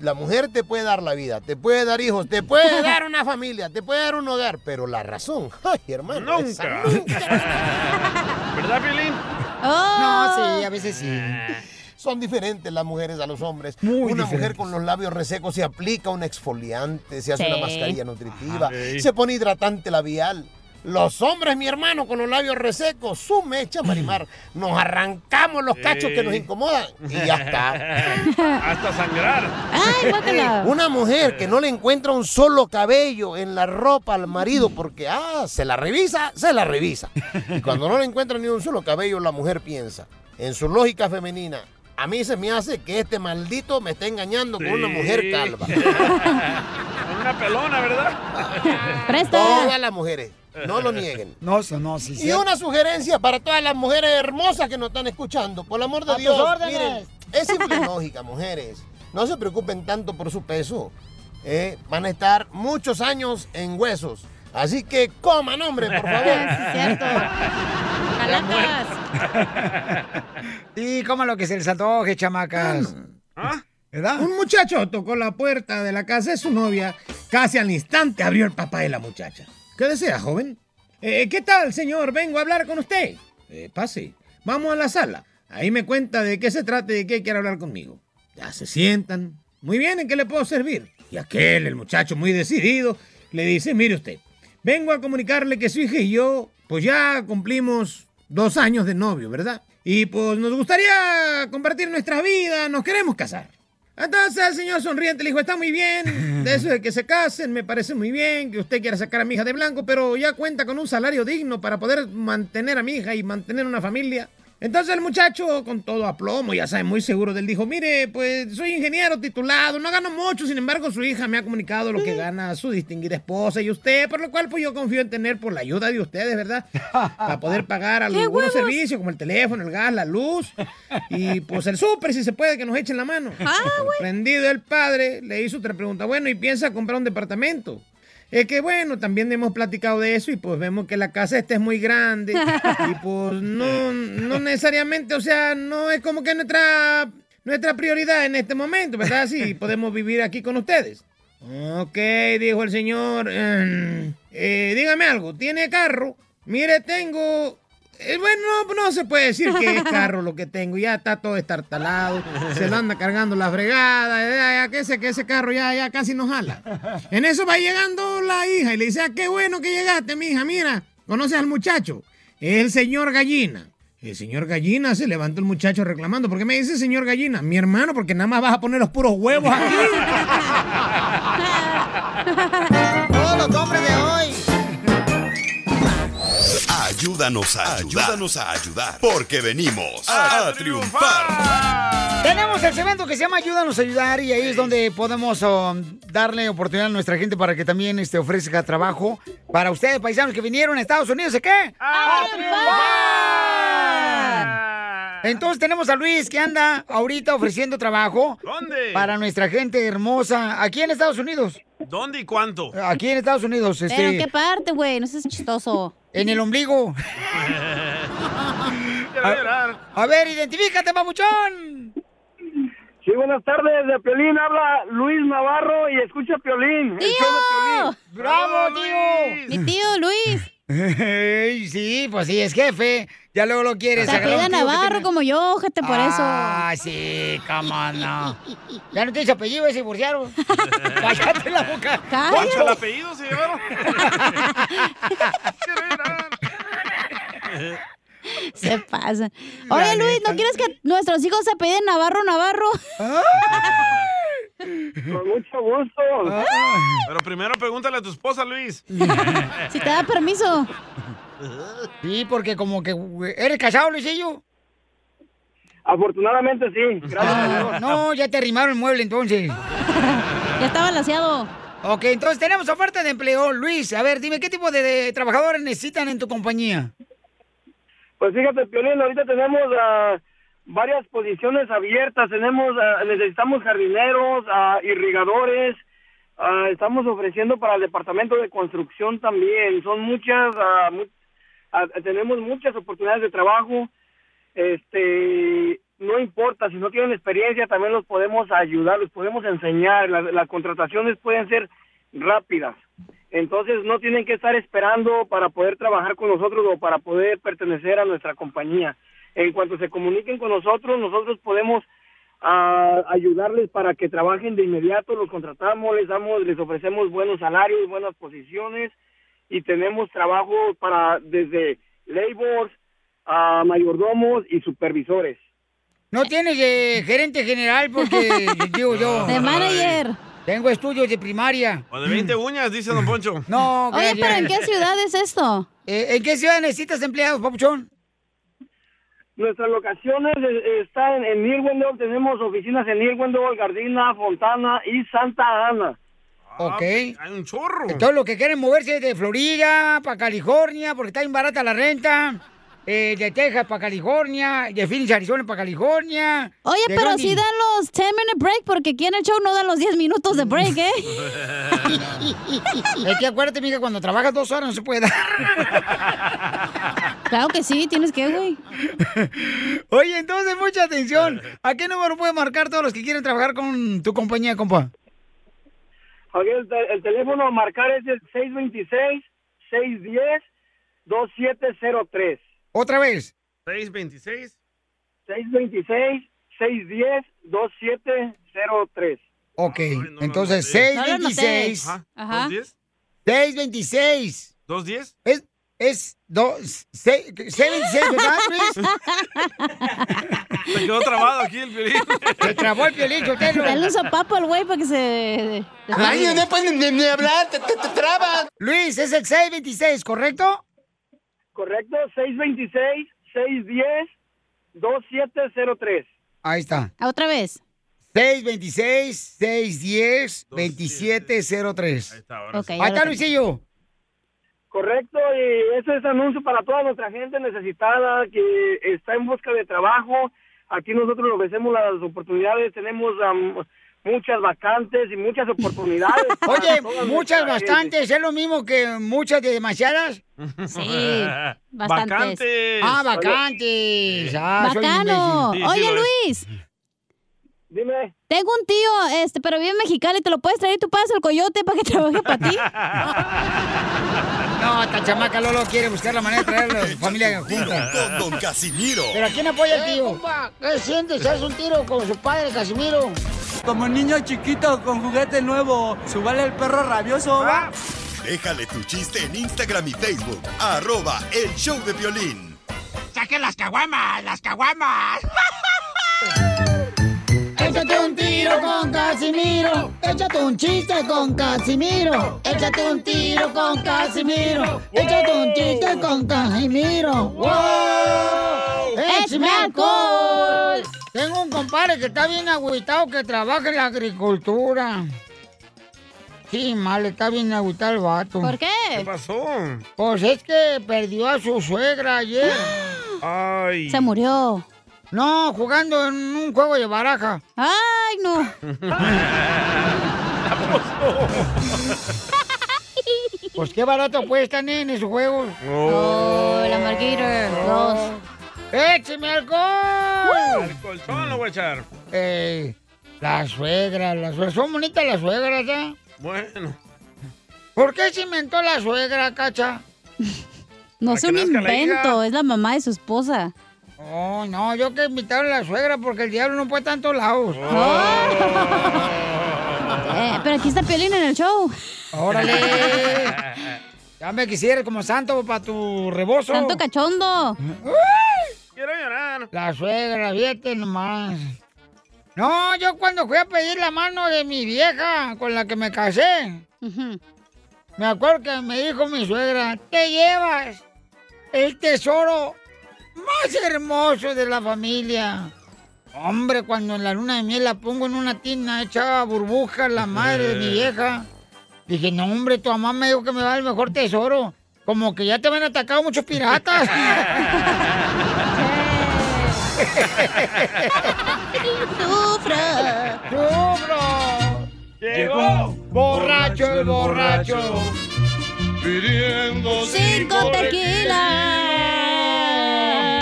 Speaker 5: La mujer te puede dar la vida, te puede dar hijos, te puede dar una familia, te puede dar un hogar, pero la razón, ay, hermano, esa nunca.
Speaker 2: ¿Verdad, Piolín? Eh.
Speaker 1: No, sí, a veces sí.
Speaker 5: Son diferentes las mujeres a los hombres. una mujer
Speaker 1: diferentes.
Speaker 5: con los labios resecos se aplica un exfoliante, se hace
Speaker 1: Sí.
Speaker 5: una mascarilla nutritiva,
Speaker 2: Ah,
Speaker 1: Ajá. Sí.
Speaker 5: se pone hidratante labial. Los hombres, mi hermano, con los labios resecos, su mecha, Marimar, nos arrancamos los cachos que nos
Speaker 2: Sí.
Speaker 5: incomodan y ya está.
Speaker 2: Hasta sangrar.
Speaker 5: [laughs] Una mujer que no le encuentra un solo cabello en la ropa al marido porque, ah, se la revisa, se la revisa. Y cuando no le encuentra ni un solo cabello, la mujer piensa, en su lógica femenina, a mí se me hace que este maldito me está engañando con una
Speaker 2: Sí.
Speaker 5: mujer calva.
Speaker 2: Con [laughs] una pelona, ¿verdad?
Speaker 5: Todas las mujeres, no lo nieguen.
Speaker 1: No, sí, no, sí, sí.
Speaker 5: Y una sugerencia para todas las mujeres hermosas que nos están escuchando, por el amor de
Speaker 1: tus
Speaker 5: Dios.
Speaker 1: órdenes.
Speaker 5: Miren, es simple lógica, mujeres. No se preocupen tanto por su peso. ¿eh? Van a estar muchos años en huesos. Así que coman, hombre, por favor.
Speaker 9: [laughs]
Speaker 1: Sí, coma lo que se les antoje,
Speaker 5: Ah,
Speaker 1: chamacas. ¿Verdad?
Speaker 5: Un
Speaker 1: muchacho
Speaker 5: tocó la puerta de la casa de su novia. Casi al instante abrió el papá de la muchacha. ¿Qué desea, joven?
Speaker 29: Eh, ¿Qué tal, señor? Vengo a hablar con usted. Eh, pase. Vamos a la sala. Ahí me cuenta de qué se trata y de qué quiere hablar conmigo. Ya se sientan. Muy bien, ¿en qué le puedo servir? Y aquel, el muchacho muy decidido, le dice, mire usted, vengo a comunicarle que su hija y yo, pues ya cumplimos dos años de novio, ¿verdad? Y pues nos gustaría compartir nuestra vida, nos queremos casar. Entonces el señor sonriente le dijo, está muy bien, de eso de que se casen, me parece muy bien que usted quiera sacar a mi hija de blanco, pero ya cuenta con un salario digno para poder mantener a mi hija y mantener una familia. Entonces el muchacho, con todo aplomo, ya sabe, muy seguro de él, dijo, mire, pues soy ingeniero titulado, no gano mucho, sin embargo su hija me ha comunicado lo que gana su distinguida esposa y usted, por lo cual pues yo confío en tener por la ayuda de ustedes, ¿verdad? Para poder pagar algunos huevos! servicios como el teléfono, el gas, la luz y pues el súper, si se puede, que nos echen la mano. Prendido el padre, le hizo otra pregunta, bueno, ¿y piensa comprar un departamento? Es que bueno, también hemos platicado de eso y pues vemos que la casa esta es muy grande y pues no, no necesariamente, o sea, no es como que nuestra, nuestra prioridad en este momento, ¿verdad? Sí, podemos vivir aquí con ustedes. Ok, dijo el señor. em, eh, dígame algo, ¿tiene carro? Mire, tengo... eh, bueno, no, no se puede decir que es carro lo que tengo, ya está todo estartalado, se lo anda cargando la fregada, ya, ya, que, ese, que ese carro ya, ya casi nos jala. En eso va llegando la hija y le dice, ah, qué bueno que llegaste, mija, mira, ¿conoces al muchacho? Es el señor Gallina. El señor Gallina se levantó el muchacho reclamando, ¿por qué me dice señor Gallina? Mi hermano, porque nada más vas a poner los puros huevos aquí.
Speaker 1: Todos los hombres de hoy.
Speaker 6: Ayúdanos a ayudar. Ayúdanos a ayudar. Porque venimos a, triunfar.
Speaker 1: Tenemos el segmento que se llama Ayúdanos a ayudar y ahí es donde podemos um, darle oportunidad a nuestra gente para que también este, ofrezca trabajo para ustedes, paisanos que vinieron a Estados Unidos, ¿a qué? ¡A triunfar! Entonces tenemos a Luis que anda ahorita ofreciendo trabajo
Speaker 2: ¿Dónde?
Speaker 1: para nuestra gente hermosa aquí en Estados Unidos.
Speaker 2: ¿Dónde y cuánto?
Speaker 5: Ah.
Speaker 1: Aquí en Estados Unidos, este,
Speaker 4: Pero en qué parte, güey, no seas chistoso.
Speaker 1: en el
Speaker 4: [laughs]
Speaker 1: ombligo.
Speaker 2: llorar.
Speaker 1: A ver, identifícate, papuchón.
Speaker 23: Sí, buenas tardes. De Piolín habla Luis Navarro y escucha Piolín. ¡Tío!
Speaker 1: ¡Bravo, tío!
Speaker 4: Mi tío Luis.
Speaker 1: [laughs] Ey, sí, pues sí, es jefe. Ya luego lo quieres.
Speaker 4: Se
Speaker 1: agarrar
Speaker 4: apellida
Speaker 1: un tío que
Speaker 4: Navarro como yo, ojete, por eso.
Speaker 1: Ah, sí, cómo no. Ya no tienes apellido,
Speaker 2: [laughs]
Speaker 1: se divorciaron. Cállate la boca.
Speaker 2: ¿Cuánto el apellido se llevaron?
Speaker 4: [laughs] Se pasa. Oye, Luis, ¿no quieres que nuestros hijos se apelliden Navarro Navarro?
Speaker 23: Con mucho gusto.
Speaker 2: Pero primero pregúntale a tu esposa, Luis.
Speaker 4: Si te da permiso.
Speaker 1: Sí, porque como que güey, eres casado, Luisillo.
Speaker 23: Afortunadamente sí.
Speaker 1: Gracias. No, ya te arrimaron el
Speaker 4: [laughs]
Speaker 1: mueble entonces. ya
Speaker 4: estaba laseado.
Speaker 1: Ok, entonces tenemos oferta de empleo. Luis, a ver, dime qué tipo de, de trabajadores necesitan en tu compañía.
Speaker 23: Pues fíjate, Piolín, ahorita tenemos ah, varias posiciones abiertas. Tenemos, ah, necesitamos jardineros, ah, irrigadores. Ah, estamos ofreciendo para el departamento de construcción también. Son muchas, ah, mu- ah, tenemos muchas oportunidades de trabajo. Este, no importa, si no tienen experiencia, también los podemos ayudar, los podemos enseñar. Las- las contrataciones pueden ser rápidas. Entonces no tienen que estar esperando para poder trabajar con nosotros o para poder pertenecer a nuestra compañía. En cuanto se comuniquen con nosotros, nosotros podemos ah, ayudarles para que trabajen de inmediato, los contratamos, les damos, les ofrecemos buenos salarios, buenas posiciones y tenemos trabajo para desde labors a mayordomos y supervisores.
Speaker 1: No tienes de gerente
Speaker 4: [laughs]
Speaker 1: general porque digo yo.
Speaker 4: De manager.
Speaker 1: Tengo estudios de primaria.
Speaker 2: O de 20 uñas, dice Don Poncho.
Speaker 1: No,
Speaker 4: Oye,
Speaker 1: gracias. Eh,
Speaker 4: pero ¿en qué ciudad es esto?
Speaker 1: ¿En qué ciudad necesitas empleados, papuchón?
Speaker 23: Nuestras locaciones eh, están en Near Window, tenemos oficinas en Near Window, Gardina, Fontana y Santa Ana.
Speaker 1: Ok.
Speaker 2: Ah, pues, Hay un chorro.
Speaker 1: Entonces, los que quieren moverse de Florida para California, porque está bien barata la renta, eh, de Texas para California, de Phoenix, Arizona para California.
Speaker 4: Oye,
Speaker 1: ¿de
Speaker 4: pero
Speaker 1: dónde?
Speaker 4: sí dan los 10 minute break porque aquí en el show no dan los 10 minutos de break, ¿eh?
Speaker 1: [laughs] Es que acuérdate, mija, cuando trabajas dos horas no se puede dar.
Speaker 4: [laughs] Claro que sí, tienes que, güey.
Speaker 1: [laughs] Oye, entonces, mucha atención. ¿A qué número puede marcar todos los que quieren trabajar con tu compañía, compa?
Speaker 23: Ok, el, te- el teléfono a marcar es el 626-610-2703.
Speaker 1: ¿Otra vez?
Speaker 2: 626.
Speaker 23: 626-610-2703.
Speaker 1: Ok, entonces,
Speaker 23: No lo noté.
Speaker 1: 626.
Speaker 23: Ajá, Ajá. ¿dos diez?
Speaker 1: 626.
Speaker 2: ¿210?
Speaker 1: Es, es dos, se- 626, ¿verdad, Luis?
Speaker 2: Se quedó trabado aquí el violín.
Speaker 1: Se trabó el violín, Chotelo.
Speaker 4: Dale un zapapo al güey para que se...
Speaker 1: Ay, Ah, no
Speaker 4: pueden ni hablar, te, trabas.
Speaker 1: Luis, es el 626, ¿correcto?
Speaker 23: Correcto, 626-610-2703.
Speaker 1: Ahí está.
Speaker 4: Ah, Otra vez.
Speaker 1: 626-610-2703. Ahí está,
Speaker 4: ahora sí. Ok,
Speaker 1: Ahí
Speaker 4: ya
Speaker 1: está,
Speaker 4: lo tengo.
Speaker 1: Luisillo.
Speaker 23: Correcto, y ese es anuncio para toda nuestra gente necesitada que está en busca de trabajo. Aquí nosotros le ofrecemos las oportunidades, tenemos am, muchas vacantes y muchas
Speaker 1: [laughs]
Speaker 23: oportunidades. para [laughs]
Speaker 1: Oye,
Speaker 23: toda nuestra
Speaker 1: muchas,
Speaker 23: gente.
Speaker 1: bastantes, es lo mismo que muchas de demasiadas.
Speaker 9: [laughs]
Speaker 11: [laughs]
Speaker 4: Sí, bastantes. Vacantes.
Speaker 1: Ah, vacantes. Ah, soy
Speaker 4: Bacano.
Speaker 1: imbécil.
Speaker 4: Oye, Luis.
Speaker 23: Dime.
Speaker 4: Tengo un tío, este, pero vive en Mexicali. ¿Te lo puedes traer tu paso el coyote para que trabaje para
Speaker 1: [laughs]
Speaker 4: ti?
Speaker 1: No, esta chamaca Lolo quiere buscar la manera de traer a la familia junta.
Speaker 6: Con Don Casimiro.
Speaker 1: ¿Pero a quién apoya el tío? ¿Qué sientes? ¿Haz un tiro con su padre, Casimiro?
Speaker 11: [laughs] Como niño chiquito con juguete nuevo, subale el perro rabioso, va.
Speaker 6: Ah. Déjale tu chiste en Instagram y Facebook. Arroba el show de violín.
Speaker 11: Saque las caguamas, las caguamas.
Speaker 1: Échate un tiro con Casimiro. Échate un chiste con Casimiro. Échate un tiro con Casimiro. Échate un chiste con Casimiro. ¡Wow!
Speaker 9: ¡Échame
Speaker 1: alcohol!
Speaker 9: alcohol!
Speaker 1: Tengo un compadre que está bien agüitado que trabaja en la agricultura. Sí, mal, está bien agüitado el vato.
Speaker 4: ¿Por qué? ¿Qué
Speaker 2: pasó?
Speaker 1: Pues es que perdió a su suegra ayer.
Speaker 2: Ay.
Speaker 11: [laughs]
Speaker 4: Se murió.
Speaker 1: No, jugando en un juego de baraja.
Speaker 4: Ay, no.
Speaker 11: [laughs]
Speaker 1: Pues qué barato cuestan en esos juegos.
Speaker 2: Oh.
Speaker 4: la Margator. Dos.
Speaker 1: ¡Écheme alcohol!
Speaker 2: Al colchón lo voy a echar.
Speaker 1: Ey, la suegra, la suegra. Son bonitas las suegras, ¿eh?
Speaker 2: Bueno.
Speaker 1: ¿Por qué se inventó la suegra, cacha?
Speaker 4: No es un
Speaker 1: nazca la
Speaker 4: invento,
Speaker 1: hija.
Speaker 4: es la mamá de su esposa.
Speaker 1: Oh, no, yo que invitaron a la suegra porque el diablo no puede tantos lados.
Speaker 4: Oh.
Speaker 1: [laughs]
Speaker 4: Eh, pero aquí está Piolín en el show.
Speaker 1: ¡Órale! Ya me quisiera como santo para tu rebozo.
Speaker 4: Santo cachondo.
Speaker 1: Quiero llorar. La suegra, fíjate nomás. No, yo cuando fui a pedir la mano de mi vieja con la que me casé, me acuerdo que me dijo mi suegra, te llevas el tesoro más hermoso de la familia. Hombre, cuando en la luna de miel la pongo en una tina, echaba burbujas la madre de mi vieja. Dije, no, hombre, tu mamá me dijo que me va el mejor tesoro. Como que ya te habían atacado muchos piratas.
Speaker 9: ¡Sufro!
Speaker 1: ¡Sufro!
Speaker 9: Llegó borracho el borracho
Speaker 12: pidiendo
Speaker 9: cinco tequilas.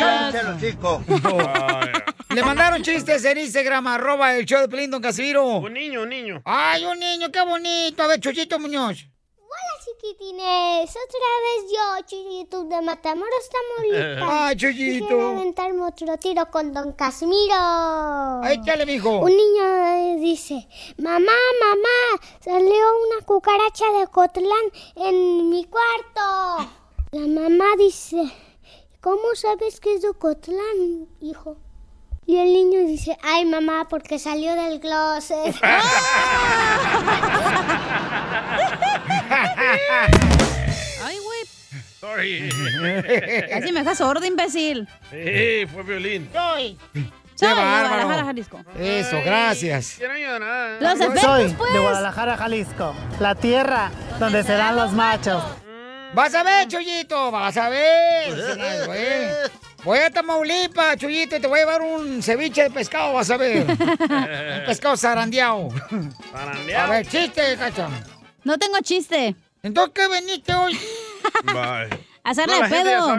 Speaker 12: Cállate, chico.
Speaker 1: [laughs] Le mandaron chistes en Instagram, arroba el show de Plin, don Casimiro. Un
Speaker 2: niño, un niño.
Speaker 1: Ay, un niño, qué bonito. A ver, Chuchito Muñoz.
Speaker 13: Hola chiquitines, otra vez yo, Chuyito de Matamoros Tamaulipas.
Speaker 1: Ay, Chuyito.
Speaker 13: Quiero aventarme otro tiro con Don Casimiro.
Speaker 1: Échale, mijo.
Speaker 13: Un niño eh, dice, mamá, mamá, salió una cucaracha de Cotlán en mi cuarto. La mamá dice, ¿cómo sabes que es de Cotlán, hijo? Y el niño dice, ay mamá, porque salió del closet. [laughs]
Speaker 1: Ah.
Speaker 4: Ay, güey.
Speaker 2: Sorry.
Speaker 4: Casi me dejas sordo, imbécil.
Speaker 2: Sí, fue violín.
Speaker 4: Soy.
Speaker 1: Qué
Speaker 4: Soy de
Speaker 1: bárbaro.
Speaker 4: Guadalajara, Jalisco.
Speaker 1: Eso, gracias.
Speaker 4: Los
Speaker 18: Yo
Speaker 4: efectos,
Speaker 18: soy
Speaker 4: pues.
Speaker 18: de Guadalajara, Jalisco, la tierra donde se dan los machos.
Speaker 1: Vas a ver, Chuyito, vas a ver. Ay, güey. Voy a Tamaulipas, Chuyito, y te voy a llevar un ceviche de pescado, vas a ver. un pescado zarandeado. A ver, chiste, cacha.
Speaker 4: No tengo chiste.
Speaker 1: ¿Entonces qué veniste hoy?
Speaker 4: Hacerle No,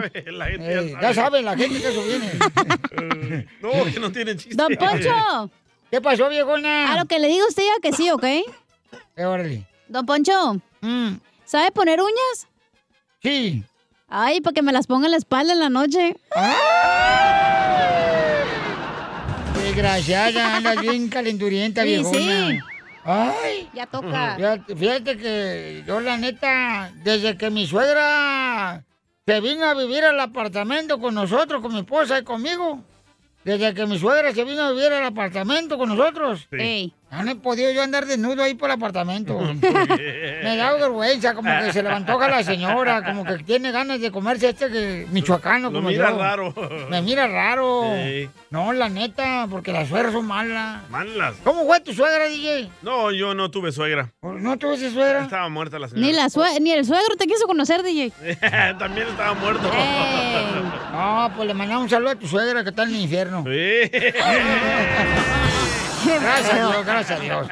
Speaker 4: la gente ya pedo. sabe,
Speaker 2: la gente ya
Speaker 1: Ey,
Speaker 2: sabe.
Speaker 1: Eh, saben, la gente que eso viene.
Speaker 2: [laughs] No, que no tienen chiste.
Speaker 4: [laughs] Don
Speaker 2: [laughs]
Speaker 4: Poncho.
Speaker 1: ¿Qué pasó, viejona?
Speaker 4: A lo que le digo a usted ya que sí, ¿ok?
Speaker 1: Eh, órale.
Speaker 4: Don Poncho. ¿Sabe poner uñas?
Speaker 1: Mm. Sí. Ah.
Speaker 4: Ay, para que me las ponga en la espalda en la noche.
Speaker 1: Desgraciada,
Speaker 4: [laughs]
Speaker 1: andas bien calenturienta,
Speaker 4: Sí,
Speaker 1: viejona.
Speaker 4: sí.
Speaker 1: Ay.
Speaker 4: Ya toca.
Speaker 1: Fíjate, fíjate que yo, la neta, desde que mi suegra se vino a vivir al apartamento con nosotros, con mi esposa y conmigo, desde que mi suegra se vino a vivir al apartamento con nosotros,
Speaker 4: Sí. Ey.
Speaker 1: ya no he podido yo andar desnudo ahí por el
Speaker 4: [laughs]
Speaker 1: apartamento.
Speaker 9: [laughs]
Speaker 1: Me da vergüenza, como que se levantó a la señora, como que tiene ganas de comerse este que, michoacano.
Speaker 2: Lo
Speaker 1: como
Speaker 2: mira
Speaker 1: yo.
Speaker 2: raro.
Speaker 1: Me mira raro.
Speaker 2: Sí.
Speaker 1: No, la neta, porque las suegras son malas.
Speaker 2: Malas.
Speaker 1: ¿Cómo fue tu suegra, DJ?
Speaker 2: No, yo no tuve suegra.
Speaker 1: ¿No tuviste suegra?
Speaker 2: Estaba muerta la señora.
Speaker 4: Ni, la sue- ni el suegro te quiso conocer, DJ.
Speaker 2: [laughs] También estaba muerto. [laughs]
Speaker 1: No, pues le mandamos un saludo a tu suegra que está en el infierno. [laughs] gracias a Dios, gracias a Dios.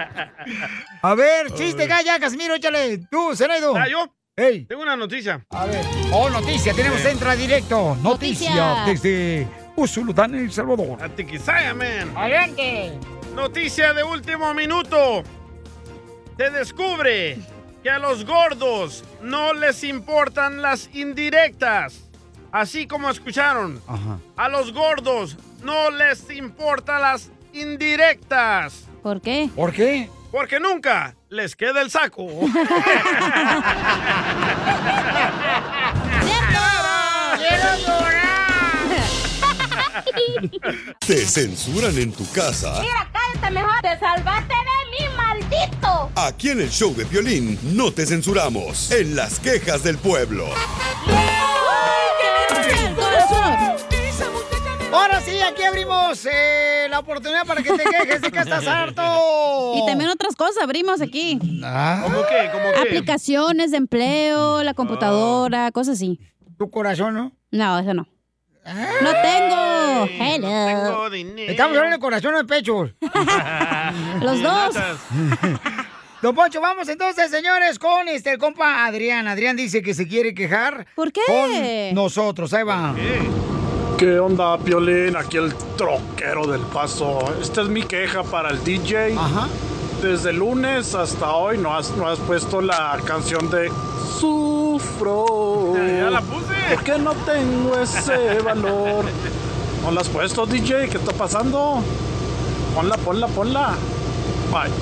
Speaker 1: A ver, chiste, ya, ya, Casimiro, échale. Tú, Zenaido.
Speaker 2: Ah, yo?
Speaker 1: Ey.
Speaker 2: Tengo una noticia.
Speaker 1: A ver. Oh, noticia, tenemos Entra Directo. Noticia,
Speaker 2: Noticia.
Speaker 1: desde Usulután, El Salvador.
Speaker 2: A Tiquisaya, man.
Speaker 1: Adelante.
Speaker 2: Noticia de último minuto. Se descubre que a los gordos no les importan las indirectas. Así como escucharon,
Speaker 1: Ajá.
Speaker 2: a los gordos no les importan las indirectas.
Speaker 4: ¿Por qué?
Speaker 1: ¿Por qué?
Speaker 2: Porque nunca les queda el
Speaker 4: [laughs]
Speaker 2: saco.
Speaker 1: ¡Quiero llorar!
Speaker 6: Te censuran en tu casa.
Speaker 13: cállate mejor, te salvaste de mí, maldito.
Speaker 6: Aquí en el show de violín no te censuramos. En las quejas del pueblo.
Speaker 1: Ahora sí, aquí abrimos eh, la oportunidad para que te quejes de que estás harto.
Speaker 4: Y también otras cosas abrimos aquí.
Speaker 2: ¿Cómo
Speaker 9: [laughs]
Speaker 2: qué? ¿Cómo qué?
Speaker 4: Aplicaciones de empleo, la computadora, cosas así.
Speaker 1: Mm. Ah. ¿Tu corazón, no?
Speaker 4: No, eso no. No tengo. Hello.
Speaker 1: Estamos hablando de corazón o de pecho.
Speaker 4: Los dos.
Speaker 9: [laughs]
Speaker 1: Don Poncho, vamos entonces, señores, con este el compa Adrián. Adrián dice que se quiere quejar.
Speaker 4: ¿Por qué?
Speaker 1: Con nosotros, ahí va.
Speaker 19: ¿Qué onda, Piolín? Aquí el troquero del paso. Esta es mi queja para el DJ. Desde el lunes hasta hoy no has, no has puesto la canción de Sufro.
Speaker 2: Ya la
Speaker 19: puse. ¿Por qué no tengo
Speaker 2: [laughs]
Speaker 19: ese valor? ¿No la has puesto, DJ? ¿Qué está pasando? Ponla, ponla, ponla. Bye.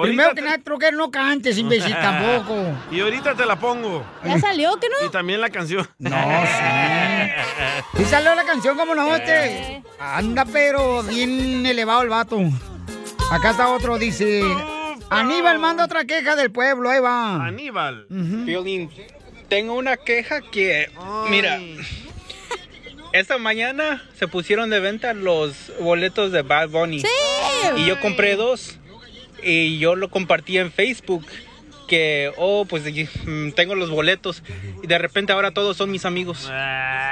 Speaker 1: Primero que nada, troquero, no
Speaker 2: [laughs]
Speaker 1: cantes, imbécil, tampoco.
Speaker 2: Y ahorita te la pongo.
Speaker 1: Ya salió, ¿qué
Speaker 2: Y también la canción. [laughs]
Speaker 1: No, sí. Sí salió la canción como no, este. Anda, pero bien elevado el vato. Acá está otro, dice. Aníbal manda otra queja del pueblo, ahí va.
Speaker 2: Aníbal.
Speaker 26: Piolín, tengo una queja que, mira, esta mañana se pusieron de venta los boletos de Bad Bunny. Y yo compré dos y yo lo compartí en Facebook que, oh, pues y- mm, tengo los boletos y de repente ahora todos son mis amigos.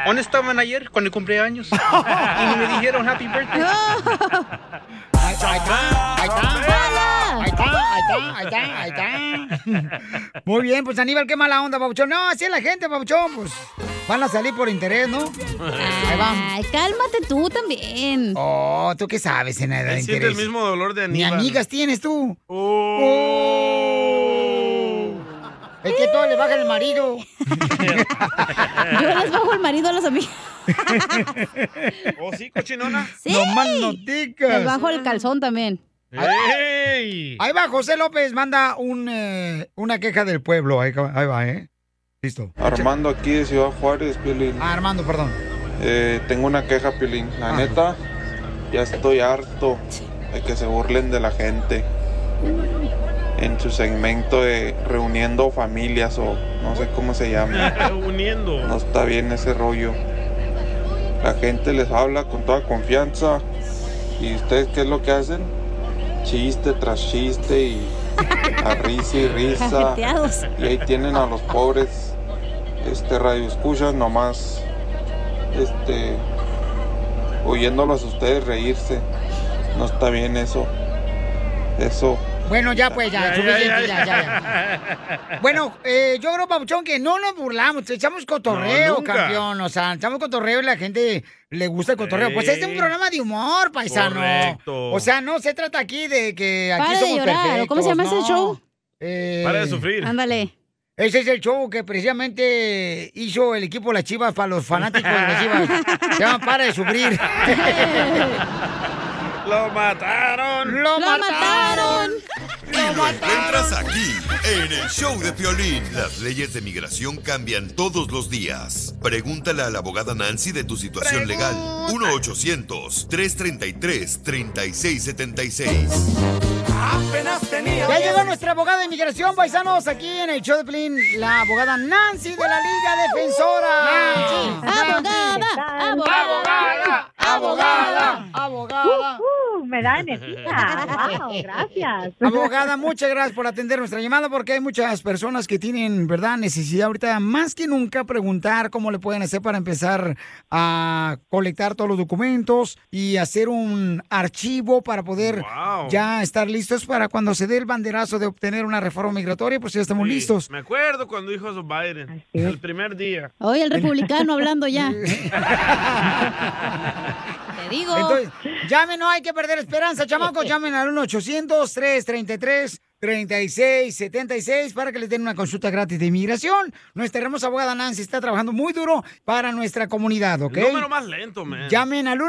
Speaker 26: ¿Dónde estaban ayer con el cumpleaños? y ni me dijeron happy birthday.
Speaker 1: Ahí está, ahí está, ahí está. Ahí está, ahí está, ahí está, ahí está. Muy bien, pues Aníbal, qué mala onda, Pabuchón. No, así es la gente, Pabuchón, pues van a salir por interés, ¿no? Ahí van.
Speaker 9: Ay, cálmate tú también.
Speaker 1: Oh, ¿tú qué sabes, Zenaida, de
Speaker 2: Él siente
Speaker 1: interés?
Speaker 2: el mismo dolor de
Speaker 1: Ni
Speaker 2: Aníbal.
Speaker 1: amigas tienes tú. Oh. Es que todo le baja
Speaker 9: [laughs]
Speaker 1: el marido.
Speaker 9: Yo les bajo el marido a las amigas. [laughs]
Speaker 2: ¿O sí, cochinona?
Speaker 9: Oh, Sí. Les bajo el calzón también.
Speaker 1: ¿Eh? Ahí va- ahí va, José López manda un, eh, una queja del pueblo. Ahí, ahí va, ¿eh? Listo.
Speaker 30: Armando aquí de Ciudad Juárez, Piolín.
Speaker 1: Ah, Armando, perdón.
Speaker 30: Eh, tengo una queja, Piolín. La neta, ya estoy harto de que se burlen de la gente en su segmento de reuniendo familias o no sé cómo se
Speaker 2: [laughs]
Speaker 30: llama.
Speaker 2: [laughs] Uniendo.
Speaker 30: No está bien ese rollo. La gente les habla con toda confianza. ¿Y ustedes qué es lo que hacen? Chiste tras chiste y a risa y risa.
Speaker 9: Cajeteados.
Speaker 30: Y ahí tienen a los pobres este radio escuchas nomás este oyéndolos a ustedes reírse. No está bien eso. Eso
Speaker 1: Bueno, ya pues, ya,
Speaker 30: Ya, ya,
Speaker 1: suficiente,
Speaker 30: ya,
Speaker 1: ya, ya, ya. Bueno, eh, yo creo, Pabuchón, que no nos burlamos, echamos cotorreo,
Speaker 30: No, nunca.
Speaker 1: campeón. O sea, echamos cotorreo y la gente le gusta el cotorreo. Pues
Speaker 9: Sí.
Speaker 1: este es un programa de humor, paisano.
Speaker 2: Correcto.
Speaker 1: O sea, no se trata aquí de que aquí
Speaker 9: Para de
Speaker 1: somos
Speaker 9: llorar, ¿o
Speaker 1: perfectos,
Speaker 9: cómo se llama ese
Speaker 1: no.
Speaker 9: show?
Speaker 1: Eh,
Speaker 2: Para de sufrir.
Speaker 9: Ándale.
Speaker 1: Ese es el show que precisamente hizo el equipo Las Chivas para los fanáticos de las
Speaker 9: [laughs]
Speaker 1: Chivas. Se llama Para de Sufrir.
Speaker 2: Lo mataron.
Speaker 1: Lo
Speaker 9: mataron.
Speaker 6: Y lo encuentras aquí, en el show de Piolín. Las leyes de migración cambian todos los días. Pregúntale a la abogada Nancy de tu situación legal. 1-800-333-3676.
Speaker 26: Apenas tenía.
Speaker 1: Ya llegó nuestra abogada de inmigración, paisanos, aquí en el show de Plin, la abogada Nancy de la Liga Defensora.
Speaker 9: Abogada,
Speaker 1: abogada, abogada,
Speaker 20: abogada. me da energía. Wow, gracias. [laughs]
Speaker 1: Abogada, muchas gracias por atender nuestra llamada porque hay muchas personas que tienen, ¿verdad?, necesidad ahorita más que nunca preguntar cómo le pueden hacer para empezar a colectar todos los documentos y hacer un archivo para poder ya estar listos para cuando se dé el banderazo de obtener una reforma migratoria, pues ya estamos
Speaker 2: Sí,
Speaker 1: listos.
Speaker 2: Me acuerdo cuando dijo eso Biden. El primer día.
Speaker 9: Hoy el republicano hablando
Speaker 1: [laughs]
Speaker 9: ya. Te digo.
Speaker 1: Entonces, llamen, no hay que perder esperanza, chamacos. Llamen al 1-800-333-3676 para que les den una consulta gratis de inmigración. Nuestra hermosa abogada Nancy está trabajando muy duro para nuestra comunidad, ¿ok?
Speaker 2: El número más lento, man.
Speaker 1: Llamen al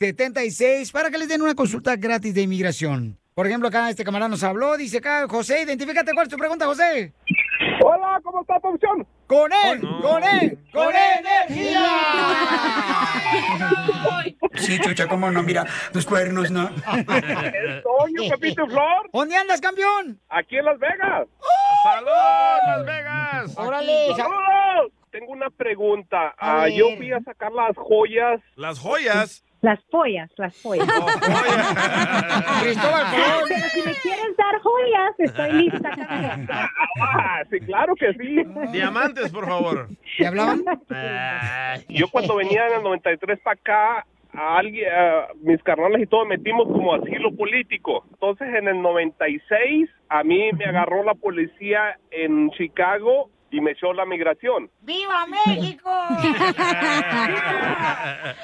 Speaker 1: 1-800-333-3676 para que les den una consulta gratis de inmigración. Por ejemplo, acá este camarada nos habló, dice acá, José, identifícate, ¿cuál es tu pregunta, José? Hola, ¿cómo está, producción? Con él, con él, con energía.
Speaker 31: Sí, chucha, cómo no, mira, tus cuernos,
Speaker 1: [laughs]
Speaker 31: ¿no?
Speaker 1: Toño, Pepito Flor. ¿Dónde andas, campeón?
Speaker 31: Aquí en Las Vegas.
Speaker 2: ¡Saludos, Las Vegas!
Speaker 1: ¡Órale!
Speaker 31: ¡Saludos! Tengo una pregunta.
Speaker 2: A
Speaker 31: Ah,
Speaker 2: ver.
Speaker 31: yo fui a sacar las joyas.
Speaker 2: ¿Las joyas?
Speaker 20: Las pollas, las pollas. [laughs]
Speaker 31: Cristóbal Colón.
Speaker 20: Pero si me quieres dar joyas,
Speaker 2: [laughs]
Speaker 20: estoy lista.
Speaker 31: Ah, [laughs] sí, claro que sí.
Speaker 2: Diamantes, por favor.
Speaker 1: ¿Y hablaban?
Speaker 9: Ah.
Speaker 31: Yo cuando venía en el 93 para acá, a alguien, a mis carnales y todo metimos como asilo político. Entonces en el 96 a mí me agarró la policía en Chicago y me echó la migración.
Speaker 1: ¡Viva
Speaker 9: [laughs]
Speaker 1: México!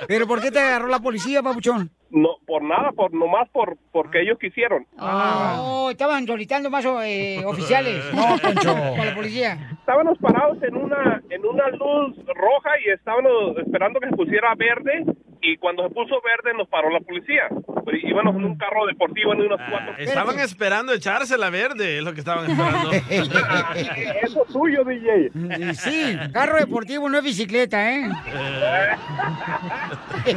Speaker 1: ¿Pero por qué te agarró la policía, papuchón?
Speaker 31: No, por nada, por nomás por porque ellos quisieron.
Speaker 1: Oh, estaban solicitando más eh, oficiales. No, Poncho. Con la policía.
Speaker 31: Estábamos parados en una en una luz roja y estábamos esperando que se pusiera verde y cuando se puso verde nos paró la policía. pero íbamos con un carro deportivo en unos cuatro.
Speaker 2: Estaban esperando echársela verde, es lo que estaban
Speaker 1: [laughs]
Speaker 2: esperando.
Speaker 1: Pues
Speaker 31: Eso tuyo, DJ.
Speaker 1: Y sí, carro deportivo no es bicicleta, ¿eh?
Speaker 31: [laughs]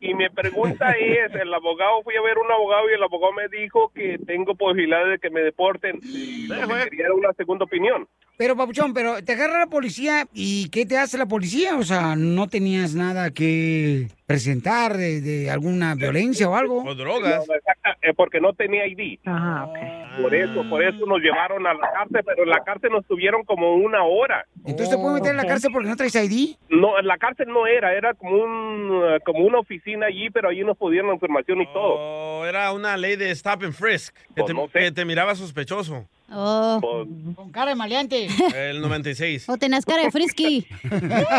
Speaker 31: Y mi pregunta es, el abogado, fui a ver un abogado y el abogado me dijo que tengo posibilidades de que me deporten. Y lo que quería era una segunda opinión.
Speaker 1: Pero, Papuchón, pero te agarra la policía y ¿qué te hace la policía? O sea, no tenías nada que presentar de, de alguna violencia o algo.
Speaker 31: No, exacta- eh, porque no tenía ID. Por eso, por eso nos llevaron a la cárcel, pero en la cárcel nos tuvieron como una hora. Oh.
Speaker 1: Entonces te pueden meter en la cárcel porque no traes ID.
Speaker 31: No, en la cárcel no era, era como un eh, como una oficina allí, pero allí nos pudieron la información y todo.
Speaker 2: O Oh, era una ley de stop and frisk, que, te, que te miraba sospechoso.
Speaker 1: Con cara de maleante.
Speaker 2: El 96.
Speaker 4: Oh. [laughs] O tenías cara de frisky.
Speaker 1: [laughs]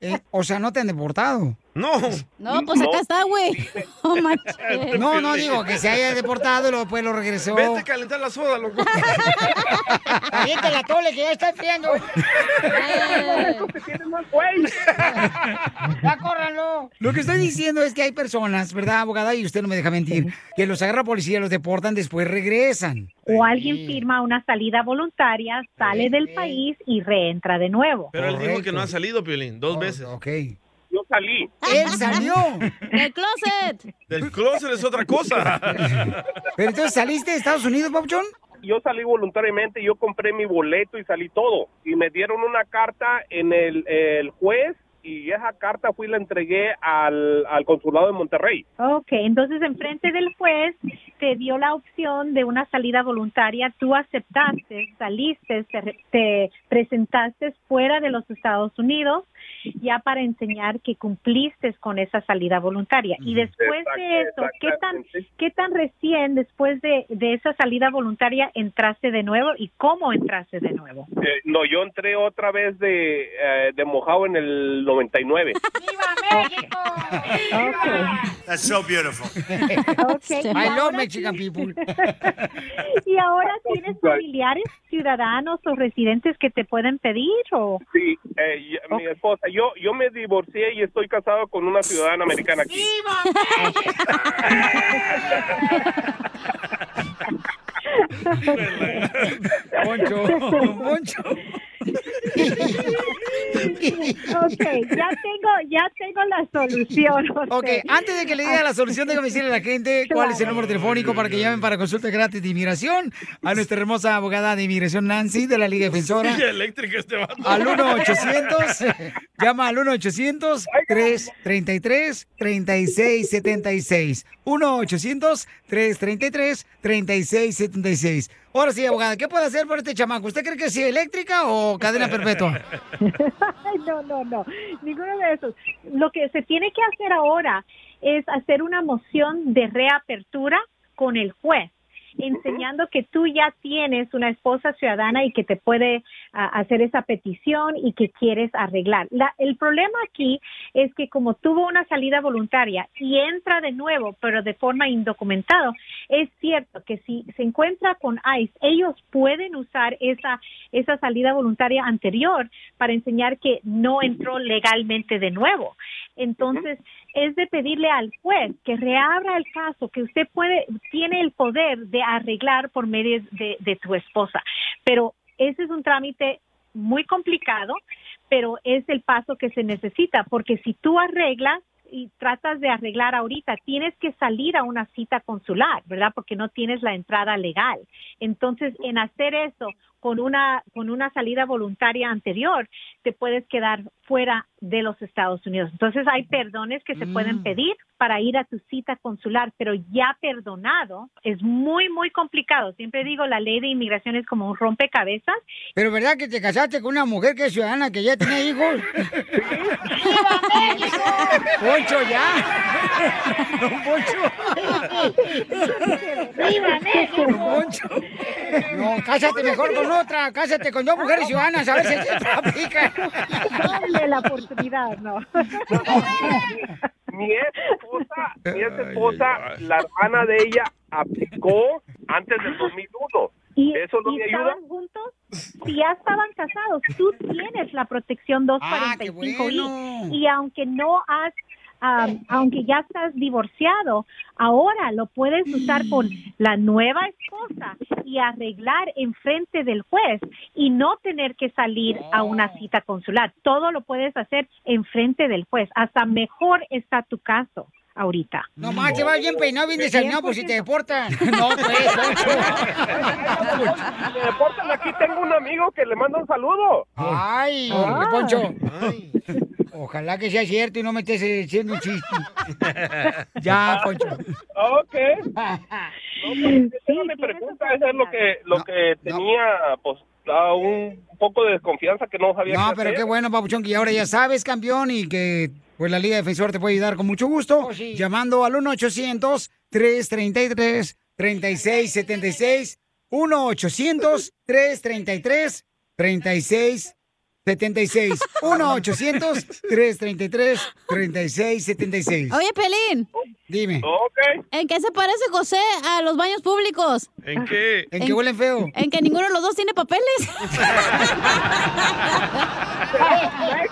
Speaker 1: Eh, o sea, no te han deportado.
Speaker 2: No.
Speaker 1: [laughs]
Speaker 4: No, pues acá está, güey.
Speaker 2: [laughs]
Speaker 4: No manches.
Speaker 1: No, no digo que se haya deportado y luego después lo regresó.
Speaker 2: Vete a calentar la soda, loco.
Speaker 1: Caliente la tole que ya está enfriando. ya córranlo. Lo que estoy diciendo es que hay personas, ¿verdad, abogada? Y usted no me deja mentir, que los agarra policía, los deportan, después regresan.
Speaker 20: O alguien firma una salida voluntaria, sale del país y reentra de nuevo.
Speaker 2: Pero él dijo que no ha salido, Piolín, dos veces.
Speaker 1: Oh, Ok.
Speaker 31: Yo salí.
Speaker 1: Él salió.
Speaker 4: ¡Del closet!
Speaker 2: Del closet es otra cosa.
Speaker 1: [laughs] Pero entonces saliste de Estados Unidos, Papuchón.
Speaker 31: Yo salí voluntariamente, yo compré mi boleto y salí todo. Y me dieron una carta en el, el juez y esa carta fui y la entregué al, al consulado de Monterrey.
Speaker 20: Ok, entonces enfrente del juez te dio la opción de una salida voluntaria, tú aceptaste, saliste, te, re- te presentaste fuera de los Estados Unidos ya para enseñar que cumpliste con esa salida voluntaria. Y después de
Speaker 7: Exacto,
Speaker 20: eso, ¿qué tan, ¿qué tan recién después de, de esa salida voluntaria entraste de nuevo y cómo entraste de nuevo?
Speaker 31: Eh, no, yo entré otra vez de, eh, de mojado en el 99.
Speaker 7: [laughs] That's so beautiful.
Speaker 20: Ok,
Speaker 7: I
Speaker 20: y
Speaker 7: love
Speaker 20: ahora-
Speaker 7: Mexican people.
Speaker 20: [laughs] ¿Y ahora tienes familiares, ciudadanos o residentes que te pueden pedir o...? [laughs]
Speaker 31: Sí, eh, y- mi esposa, yo, yo me divorcié y estoy casado con una ciudadana americana aquí.
Speaker 1: Poncho, Poncho.
Speaker 20: ok, ya tengo, ya tengo la solución.
Speaker 1: Ok, antes de que le diga la solución, déjame decirle a la gente cuál es el número telefónico para que llamen para consulta gratis de inmigración a nuestra hermosa abogada de inmigración Nancy de la Liga Defensora.
Speaker 2: Silla [laughs] eléctrica este vato.
Speaker 1: Al 1-800, llama al 1-800-333-3676. 1-800-333-3676. Ahora sí, abogada, ¿qué puede hacer por este chamaco? ¿Usted cree que es eléctrica o
Speaker 14: [laughs]
Speaker 1: cadena perpetua?
Speaker 20: Ay, no, no, no, ninguno de esos. Lo que se tiene que hacer ahora es hacer una moción de reapertura con el juez, enseñando que tú ya tienes una esposa ciudadana y que te puede ah, hacer esa petición y que quieres arreglar. La- el problema aquí es que como tuvo una salida voluntaria y entra de nuevo, pero de forma indocumentada, es cierto que si se encuentra con ICE, ellos pueden usar esa, esa salida voluntaria anterior para enseñar que no entró legalmente de nuevo. Entonces, es de pedirle al juez que reabra el caso, que usted puede, tiene el poder de arreglar por medio de, de tu esposa. Pero ese es un trámite muy complicado, pero es el paso que se necesita, porque si tú arreglas y tratas de arreglar ahorita, tienes que salir a una cita consular, ¿verdad? Porque no tienes la entrada legal. Entonces, en hacer eso con una con una salida voluntaria anterior, te puedes quedar fuera de los Estados Unidos. Entonces, hay perdones que se pueden pedir para ir a tu cita consular, pero ya perdonado es muy muy complicado. Siempre digo, la ley de inmigración es como un rompecabezas
Speaker 1: Pero ¿verdad que te casaste con una mujer que es ciudadana, que ya tiene hijos? [laughs] ¡Poncho, ya! ¡Don Poncho!
Speaker 7: ¡Viva México!
Speaker 1: ¡Don Poncho! No, cásate mejor con otra, cásate con dos mujeres ciudadanas, a ver si se aplica.
Speaker 20: [laughs] Dale la oportunidad, ¿no?
Speaker 31: [laughs] Mi esposa, mi esposa, la hermana de ella aplicó antes del 2001.
Speaker 20: ¿Y,
Speaker 31: ¿Eso no
Speaker 20: y
Speaker 31: me
Speaker 20: [laughs]
Speaker 31: ayuda?
Speaker 20: estaban juntos? Si ya estaban casados, tú tienes la protección 245i.
Speaker 7: Ah, qué bueno.
Speaker 20: Y aunque no has am, aunque ya estás divorciado, ahora lo puedes usar con
Speaker 1: Mm.
Speaker 20: la nueva esposa y arreglar en frente del juez y no tener que salir a una
Speaker 1: Oh.
Speaker 20: cita consular. Todo lo puedes hacer en frente del juez. Hasta mejor está tu caso ahorita.
Speaker 1: No más, te vas bien peinado, bien desayunado, por pues, si te deportan. [laughs] No,
Speaker 31: [laughs]
Speaker 1: pues, Poncho.
Speaker 31: Me deportan, aquí tengo un amigo que le manda un saludo.
Speaker 1: Ay,
Speaker 20: Ah.
Speaker 1: hombre, Poncho. Ojalá que sea cierto y no me estés diciendo un chiste. Ya, Poncho. [laughs]
Speaker 31: Ok. No, pues, esa era mi pregunta, eso es lo que, lo que tenía, pues, a un poco de desconfianza que no sabía
Speaker 1: No,
Speaker 31: qué
Speaker 1: pero
Speaker 31: hacer.
Speaker 1: qué bueno, Papuchón, que ahora ya sabes, campeón, y que pues la Liga Defensor te puede ayudar con mucho
Speaker 31: Oh,
Speaker 1: gusto. Llamando al 1-800-333-3676. 1-800-333-3676. 1-800-333-3676.
Speaker 4: Oye, Pelín.
Speaker 1: Dime.
Speaker 4: ¿En qué se parece José a los baños públicos?
Speaker 32: ¿En qué?
Speaker 1: ¿En qué huelen feo?
Speaker 4: En que ninguno de los dos tiene
Speaker 1: [laughs]
Speaker 4: papeles. [laughs]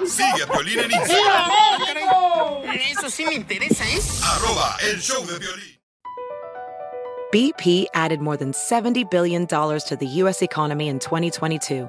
Speaker 6: Sigue a Piolín en Instagram.
Speaker 9: ¡Viva México! Eso sí me interesa, ¿eh? ¿es?
Speaker 6: Arroba el show de violín.
Speaker 11: BP added more than $70 billion to the U.S. economy in 2022